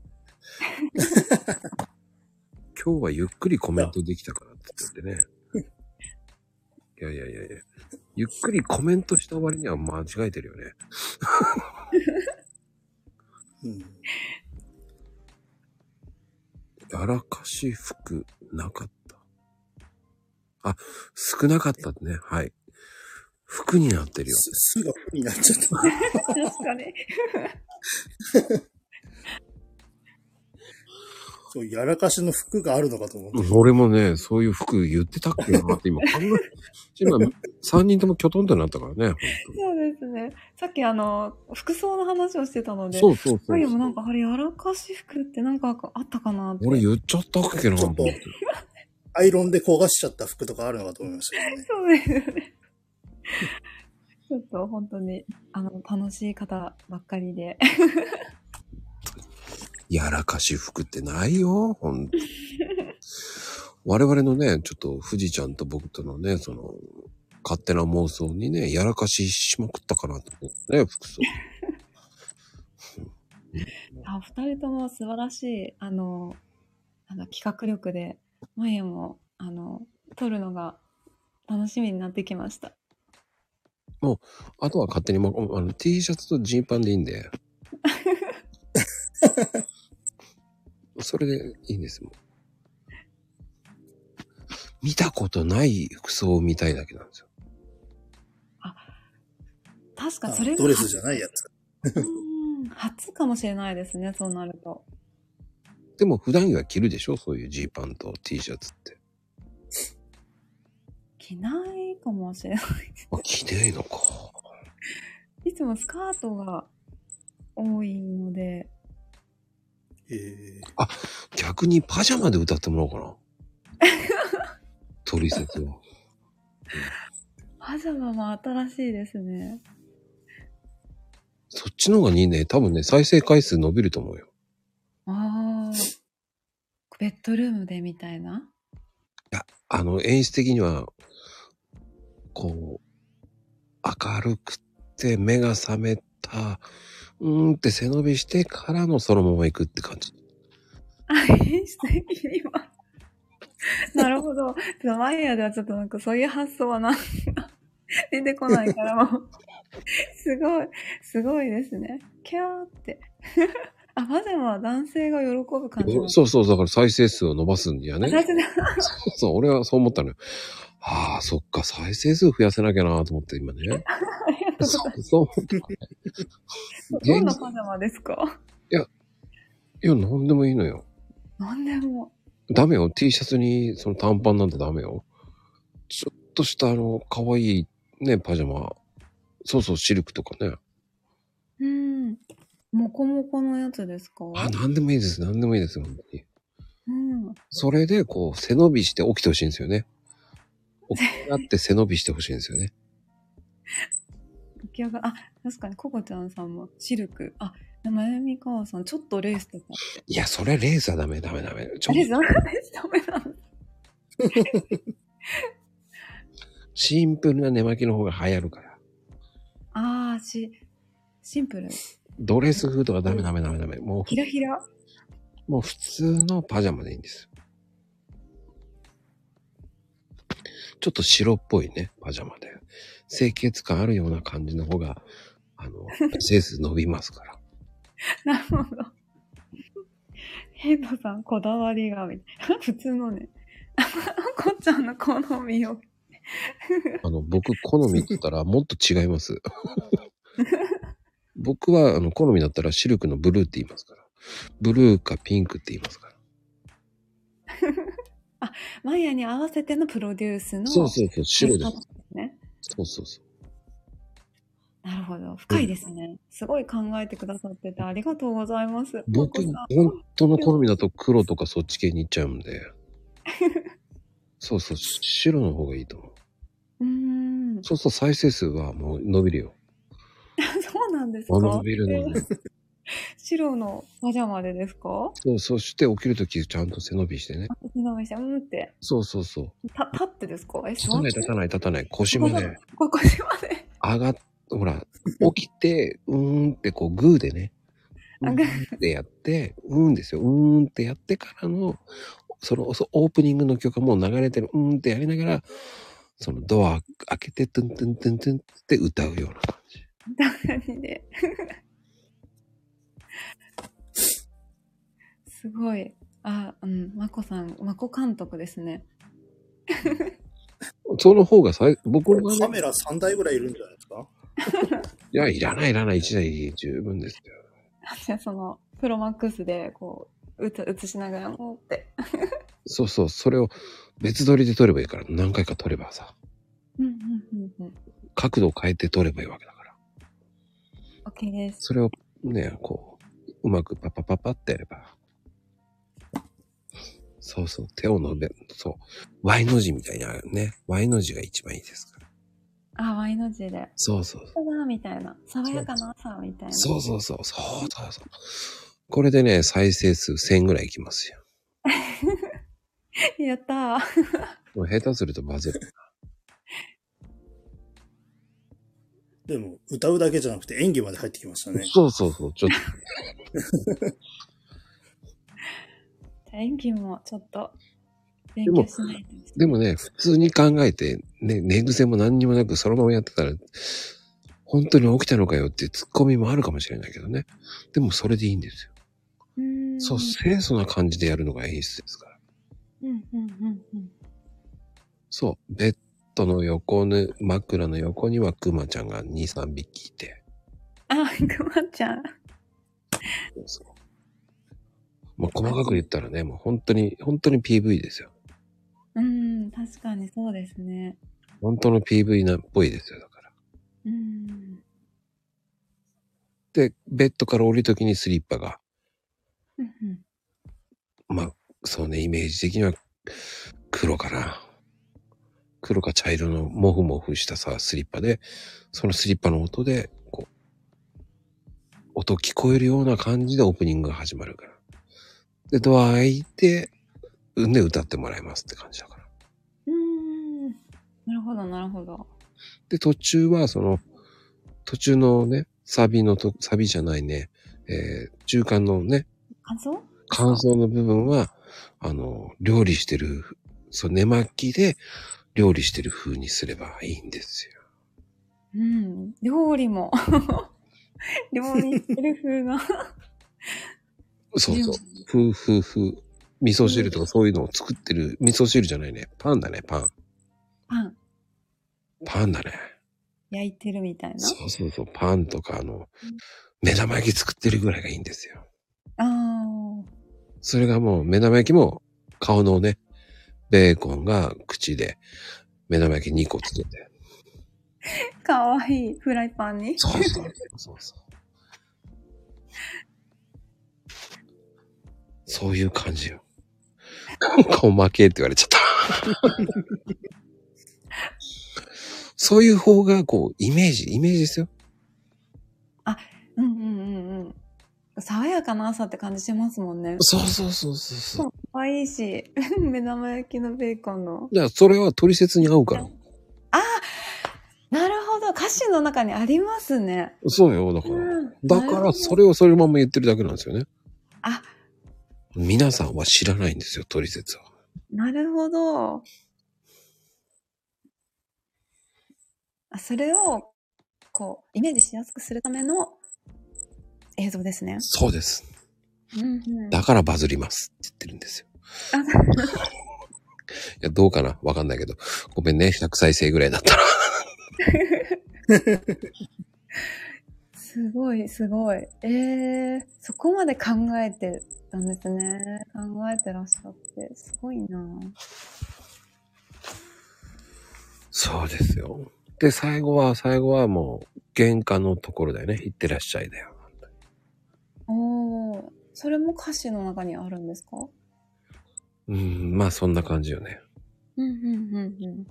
S1: 今日はゆっくりコメントできたからって言ってね。いやいやいやいや。ゆっくりコメントした割には間違えてるよね。
S5: うん。
S1: やらかし服なかった。あ、少なかったってね。はい。服になってるよ。
S5: す、すが負になっちゃった。
S2: 確かに。
S5: そう、やらかしの服があるのかと思って。
S1: 俺もね、そういう服言ってたっけなって今考え、 今3人ともキョトンとなったからね。本
S2: そうですね。さっきあの、服装の話をしてたの
S1: 当
S2: で、
S1: そうそうそ
S2: そうういえばなんか、あれ、やらかし服ってなんかあったかなって。
S1: 俺言っちゃったっけなと思って。
S5: アイロンで焦がしちゃった服とかあるのかと思いましたけど ね。
S2: そうですよね。ちょっと本当に、あの、楽しい方ばっかりで。
S1: やらかし服ってないよ、ほんと。我々のね、ちょっと富士ちゃんと僕とのね、その、勝手な妄想にね、やらかししまくったかなと思うね、服装。
S2: あ、二人とも素晴らしい、あの、あの企画力で、前も、あの、撮るのが楽しみになってきました。
S1: あとは勝手にもあの T シャツとジーパンでいいんで。それでいいんですもん。見たことない服装を見たいだけなんですよ。
S2: 確か
S5: あ
S2: それが
S5: ドレスじゃないやつ。
S2: うん初かもしれないですね、そうなると。
S1: でも普段着は着るでしょそういうジーパンと T シャツって。
S2: 着ないかもしれない。
S1: あ、着ねえのか。
S2: いつもスカートが多いので、
S5: ええ
S1: 逆にパジャマで歌ってもらおうかな。トリセツを。
S2: パジャマも新しいですね。
S1: そっちの方がいいね。多分ね、再生回数伸びると思うよ。
S2: ああ。ベッドルームでみたいな。
S1: あの、演出的には、こう、明るくて目が覚めた、うーんって背伸びしてからのそのまま行くって感じ。
S2: あ、演出的には。なるほど。ちょっとマイヤーではちょっとなんかそういう発想はな、出てこないからもう。すごい、すごいですね。キャーって。 あ、パジャマは男性が喜ぶ感じなんだ
S1: そうそう、だから再生数を伸ばすんだよ
S2: あ
S1: ね。
S2: 男性だ
S1: そうそう、俺はそう思ったのよ。ああ、そっか、再生数増やせなきゃなと思って今ね。そう、そう思った。
S2: どん
S1: 元
S2: な
S1: 気
S2: パジャマですか
S1: いや、なんでもいいのよ。
S2: なんでも。
S1: ダメよ。T シャツにその短パンなんてダメよ。ちょっとしたあの、可愛いね、パジャマ。そうそう、シルクとかね。
S2: うん。もこもこのやつですか
S1: あ、なんでもいいです。なんでもいいです。本当に。
S2: うん。
S1: それで、こう、背伸びして起きてほしいんですよね。起き上がって背伸びしてほしいんですよね。
S2: 浮き上があ、確かに、ココちゃんさんも、シルク。あ、まゆみかわさん、ちょっとレースとか。
S1: いや、それレーザーダメ、ダメ、ダメ。ちょ
S2: レースダメダメなの
S1: シンプルな寝巻きの方が流行るから。
S2: あー、し、シンプル。
S1: ドレス風とかダメ、ダメ、ダメ、ダメ。も
S2: ひらひら。
S1: う、もう普通のパジャマでいいんです。ちょっと白っぽいね、パジャマで。清潔感あるような感じの方が、あの、 センス伸びますから。
S2: なる ほど。ヘイトさん、こだわりが、みたいな。普通のね。こっちゃんの好みを。
S1: あの、僕、好みだったらもっと違い ます。僕は、あの、好みだったらシルクのブルーって言いますから。ブルーかピンクって言いますから。
S2: マイヤに合わせてのプロデュースの。
S1: そうそうそう、白で。
S2: ですすね。
S1: そうそうそう。
S2: なるほど。深いですね。すごい考えてくださっててありがとうございます。
S1: 僕、
S2: お子
S1: 本
S2: さん
S1: 当の好みだと黒とかそっち系に行っちゃうんで。そうそう、白の方がいいと思う。
S2: うーん。
S1: そうそう、再生数はもう伸びるよ。
S2: そうなんですか
S1: 伸びるのに。
S2: 白のパジャマでですか
S1: そう、そして起きるときちゃんと背伸びしてね。
S2: 背伸びして、うんって。
S1: そうそうそう。
S2: た、立ってですかえ、
S1: 立
S2: 座
S1: た
S2: っ
S1: ない
S2: て
S1: 立たない立たない。腰ま で
S2: ここ腰まで。
S1: 上がっ、ほら、起きて、うーんってこうグーでね。う
S2: あ
S1: ー
S2: グ
S1: んってやって、うーんですよ。うーんってやってからの、そのそオープニングの曲がもう流れてる、うーんってやりながら、そのドア開けて、トゥントゥントゥントゥンって歌うような感じ。
S2: 何で。すごい。あ、うん。まこさん、まこ監督ですね。
S1: その方がさい、僕
S5: これ
S1: は、
S5: カ
S1: ね、
S5: メラ3台ぐらいいるんじゃないですか
S1: いや、いらないいらない、一台で十分ですよ。
S2: じゃあその、プロマックスで、こう、うつ、映しながら、うんって。
S1: そうそう、それを別撮りで撮ればいいから、何回か撮ればさ、
S2: うんうんうんうん。
S1: 角度を変えて撮ればいいわけだから。
S2: OK です。
S1: それをね、こう、うまくパパパパってやれば。そうそう、手を伸べ、そう。Y の字みたいなね。Y の字が一番いいですから。
S2: あ、Y の字で。
S1: そうそうそう。
S2: そうだみたいな。爽やかな朝みたいな。
S1: そうそうそう。そうそうそう。これでね、再生数1000ぐらいいきますよ。
S2: やったー。
S1: もう下手するとバズる。
S5: でも、歌うだけじゃなくて演技まで入ってきましたね。
S1: そうそうそう。ちょっと、
S2: 演技もちょっと勉強しないとですね
S1: でもね、普通に考えて、ね、寝癖も何にもなくそのままやってたら、本当に起きたのかよっていうツッコミもあるかもしれないけどね。でもそれでいいんですよ。
S2: うーん
S1: そう、清楚な感じでやるのが演出ですから。
S2: うんうんうんうん。
S1: そう、ベッドの横に、枕の横にはクマちゃんが2、3匹いて。
S2: あ、くまちゃん。
S1: そう。まあ、細かく言ったらね、もう本当に、本当に PV ですよ。
S2: うん、確かにそうですね。
S1: 本当の PV なっぽいですよ、だから。
S2: うん。
S1: で、ベッドから降りるときにスリッパが、
S2: うんうん
S1: まあ、そうね、イメージ的には黒かな。黒か茶色のモフモフしたさ、スリッパで、そのスリッパの音で、こう、音聞こえるような感じでオープニングが始まるから。で、ドア開いて、うんで歌ってもらいますって感じだから。
S2: うーん。なるほど、なるほど。
S1: で、途中はその、途中のね、サビのと、サビじゃないね、えー中間のね、
S2: 感想
S1: 乾燥の部分は、あの、料理してる、そう、寝巻きで料理してる風にすればいいんですよ。
S2: うん。料理も。 料理してる風な。
S1: そうそう
S2: 料。
S1: ふうふうふう。味噌汁とかそういうのを作ってる、味噌汁じゃないね。パンだね、パン。
S2: パン。
S1: パンだね。
S2: 焼いてるみたいな。
S1: そうそうそう。パンとか、あの、目玉焼き作ってるぐらいがいいんですよ。
S2: あ
S1: それがもう、目玉焼きも、顔のね、ベーコンが口で、目玉焼き2個つけて。
S2: あ。かわいい。フライパンに。
S1: そうそうそうそう。そういう感じよ。おまけって言われちゃった。そういう方が、こう、イメージ、イメージですよ。
S2: うんうんうんうん。爽やかな朝って感じしますもんね。
S1: そうそうそうそうそう。
S2: 可愛いし、 目玉焼きのベーコンの。
S1: だから、それは取説に合うから。
S2: なるほど。歌詞の中にありますね。
S1: そうよ、だから。
S2: うん
S1: だから、それをそのまま言ってるだけなんですよね。
S2: あ
S1: 皆さんは知らないんですよ、取説は。
S2: なるほど。あそれを、こう、イメージしやすくするための映像ですね。
S1: そうです。
S2: うんう ん、
S1: だからバズりますって言ってるんですよ。や、どうかなわかんないけど。ごめんね、100再生ぐらいだったら。
S2: すごい、すごい。えー、そこまで考えてたんですね。考えてらっしゃって。すごいな
S1: そうですよ。で、最後は、最後はもう、玄関のところだよね。行ってらっしゃいだよ。
S2: おー、それも歌詞の中にあるんですか
S1: うん、まあそんな感じよね。
S2: うん、うん、うん、うん。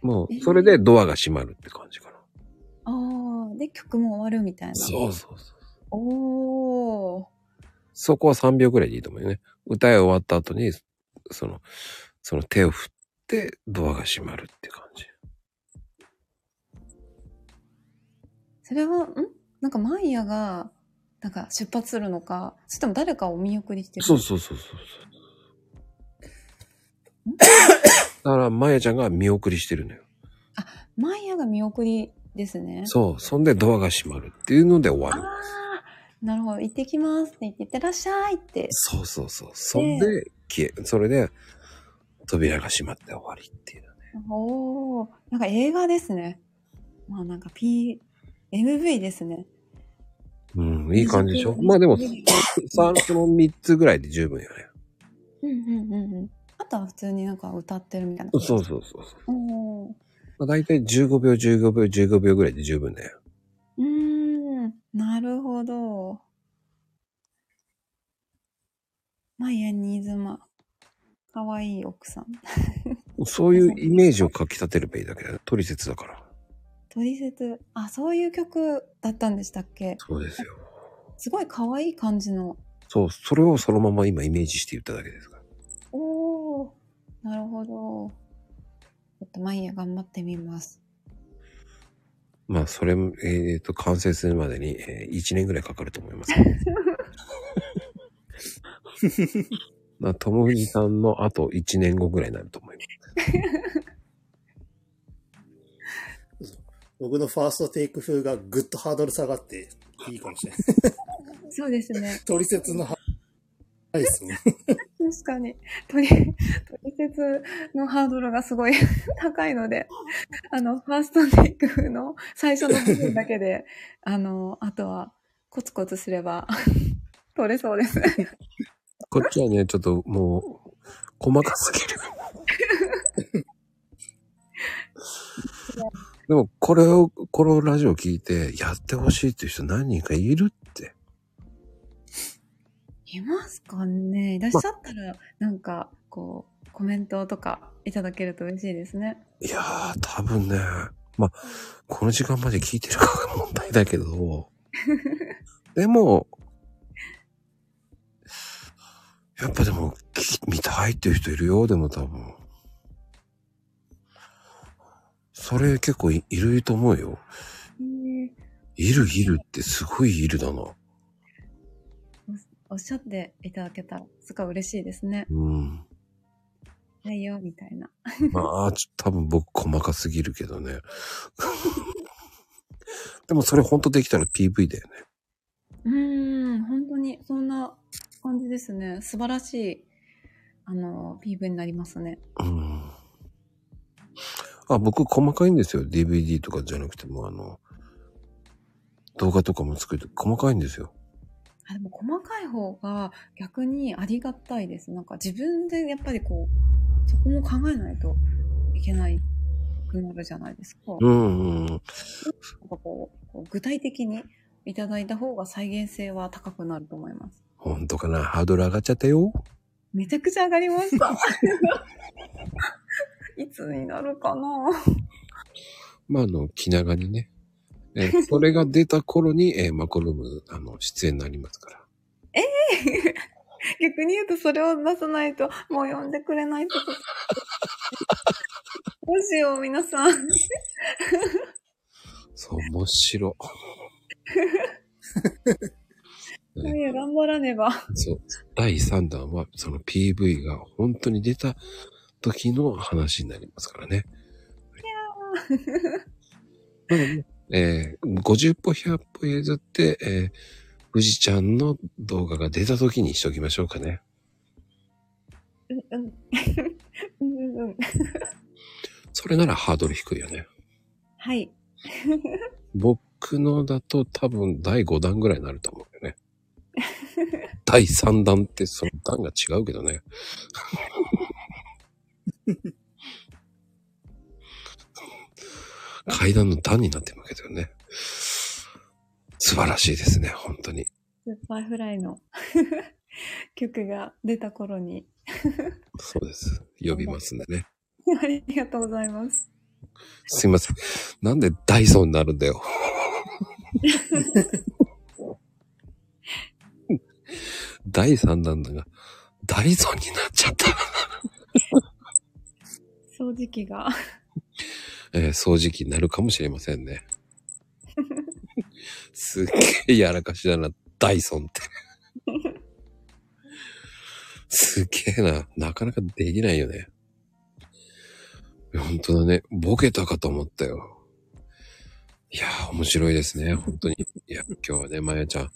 S1: もう、それでドアが閉まるって感じかな。
S2: あー、で、曲も終わるみたいな。
S1: そうそうそう。
S2: おー。
S1: そこは3秒ぐらいでいいと思うよね。歌い終わった後に、その、その手を振って、ドアが閉まるって感じ。
S2: それは、んなんかマイヤが、なんか出発するのか、それとも誰かをお見送りしてる
S1: そうそうそうそうそう。だから、まやちゃんが見送りしてるのよ。
S2: マイヤが見送りですね。
S1: そう。そんでドアが閉まるっていうので終わ
S2: あ
S1: る。
S2: あ、なるほど。行ってきますって言って、行ってらっしゃいって。
S1: そうそうそう。そんで、消え、それで、扉が閉まって終わりっていう。
S2: おお、なんか映画ですね。まあなんか P、MV ですね。
S1: うん、いい感じでしょまあでも、さその3つぐらいで十分よね。
S2: うんうんうんうん。あとは普通になんか歌ってるみたいな。
S1: そうそうそうそう。
S2: おー
S1: まあ、大体15秒、15秒、15秒ぐらいで十分だよ。
S2: うーん、なるほど。マイアニーズマ。かわいい奥さん。
S1: そういうイメージをかき立てればいいだけだよ。トリセツだから。
S2: トリセツ、あ、そういう曲だったんでしたっけ
S1: そうですよ。
S2: すごい可愛い感じの。
S1: そう、それをそのまま今イメージして言っただけですから。
S2: おお、なるほど。ちょっとマイヤ頑張ってみます。
S1: まあ、それも、えっ、と、完成するまでに、え1年ぐらいかかると思います。まあ、ともふじさんのあと1年後ぐらいになると思います。
S5: 僕のファーストテイク風がぐっとハードル下がっていいかもしれない。
S2: そうですね。
S5: 取説のハないですもん。
S2: 確かに、トリ、トリセツのハードルがすごい 高いので、あの、ファーストテイクの最初の部分だけで、 あの、あとは、コツコツすれば、 取れそうです。
S1: こっちはね、ちょっともう、細かすぎる。でも、これを、このラジオ聞いて、やってほしいっていう人何人かいるって。
S2: いますかねいらっしゃったら、なんか、こう、コメントとかいただけると嬉しいですね。
S1: いやー、多分ね、まあ、この時間まで聞いてるかが問題だけど、でも、やっぱでも、聞き見たいっていう人いるよ、でも多分。それ結構いいると思うよ。いるいるってすごいいるだな。
S2: おっしゃっていただけたら、すごい嬉しいですね。
S1: うん。
S2: はいよ、みたいな。
S1: まあ、ちょ多分僕細かすぎるけどね。 でもそれ本当できたら PV だよね。
S2: うーん、本当に、そんな感じですね。素晴らしい、あの、PV になりますね。
S1: うん。あ、僕細かいんですよ。DVD とかじゃなくても、あの、動画とかも作ると細かいんですよ。
S2: あでも、細かい方が逆にありがたいです。なんか自分でやっぱりこう、そこも考えないといけないくなるじゃないですか。なんか
S1: うんうん。
S2: こう、こう具体的にいただいた方が再現性は高くなると思います。
S1: 本当かな。ハードル上がっちゃったよ。
S2: めちゃくちゃ上がりました。いつになるかな
S1: まあ、あの、気長にね。えーそれが出た頃に、えーマコルーム、あの、出演になりますから。
S2: 逆に言うとそれを出さないともう呼んでくれないってこと。どうしよう、皆さん。
S1: そう、面白。
S2: そういや、頑張らねば。
S1: そう。第3弾は、その PV が本当に出た時の話になりますからね。いやー。えー、50歩100歩譲って、えー、富士ちゃんの動画が出た時にしときましょうかね。
S2: うんうん。うんうんうん。
S1: それならハードル低いよね。
S2: はい。
S1: 僕のだと多分第5弾ぐらいになると思うよね。第3弾ってその段が違うけどね。階段の段になってるわけだよね。素晴らしいですね、本当に。
S2: スーパーフライの曲が出た頃に。
S1: そうです。呼びますんでね。
S2: ありがとうございます。
S1: すいません。なんでダイソーになるんだよ。第3弾だが、ダイソーになっちゃった。
S2: 掃除機が。
S1: えー掃除機になるかもしれませんね。 すっげえやらかしだな、ダイソンって。 すっげえな、なかなかできないよね。本当だね、ボケたかと思ったよ。いやー、面白いですね、本当に。いや、今日はね、まやちゃん、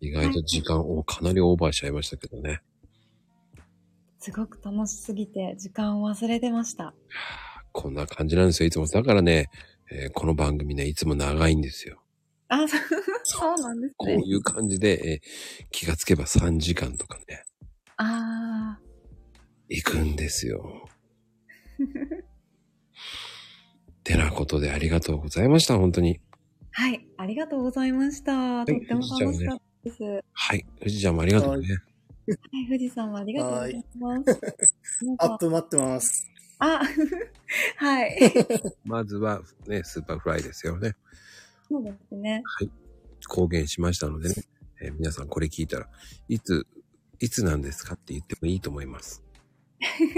S1: 意外と時間をかなりオーバーしちゃいましたけどね。
S2: すごく楽しすぎて、時間を忘れてました。
S1: こんな感じなんですよ、いつも。だからね、えーこの番組ね、いつも長いんですよ。
S2: あ、そうそうなんです
S1: こう
S2: ね。
S1: いう感じで、えー気がつけば3時間とかね、
S2: ああ、
S1: 行くんですよ。 てなことでありがとうございました、本当に。
S2: はい。ありがとうございました。
S1: い
S2: とっても楽しかったです。は
S1: はい、藤ちゃんもありがとうね。
S2: い、富士さんもありがとうございます。なん
S5: アッ
S2: か、
S5: プ待ってます。
S2: あ、 はい。
S1: まずは、ね、スーパーフライですよね。
S2: そうですね。
S1: 公言しましたのでね、えー皆さんこれ聞いたら、いつ、いつなんですかって言ってもいいと思います。はい、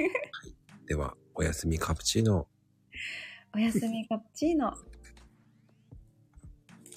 S1: では、おやすみカプチーノ。
S2: おやすみカプチーノ。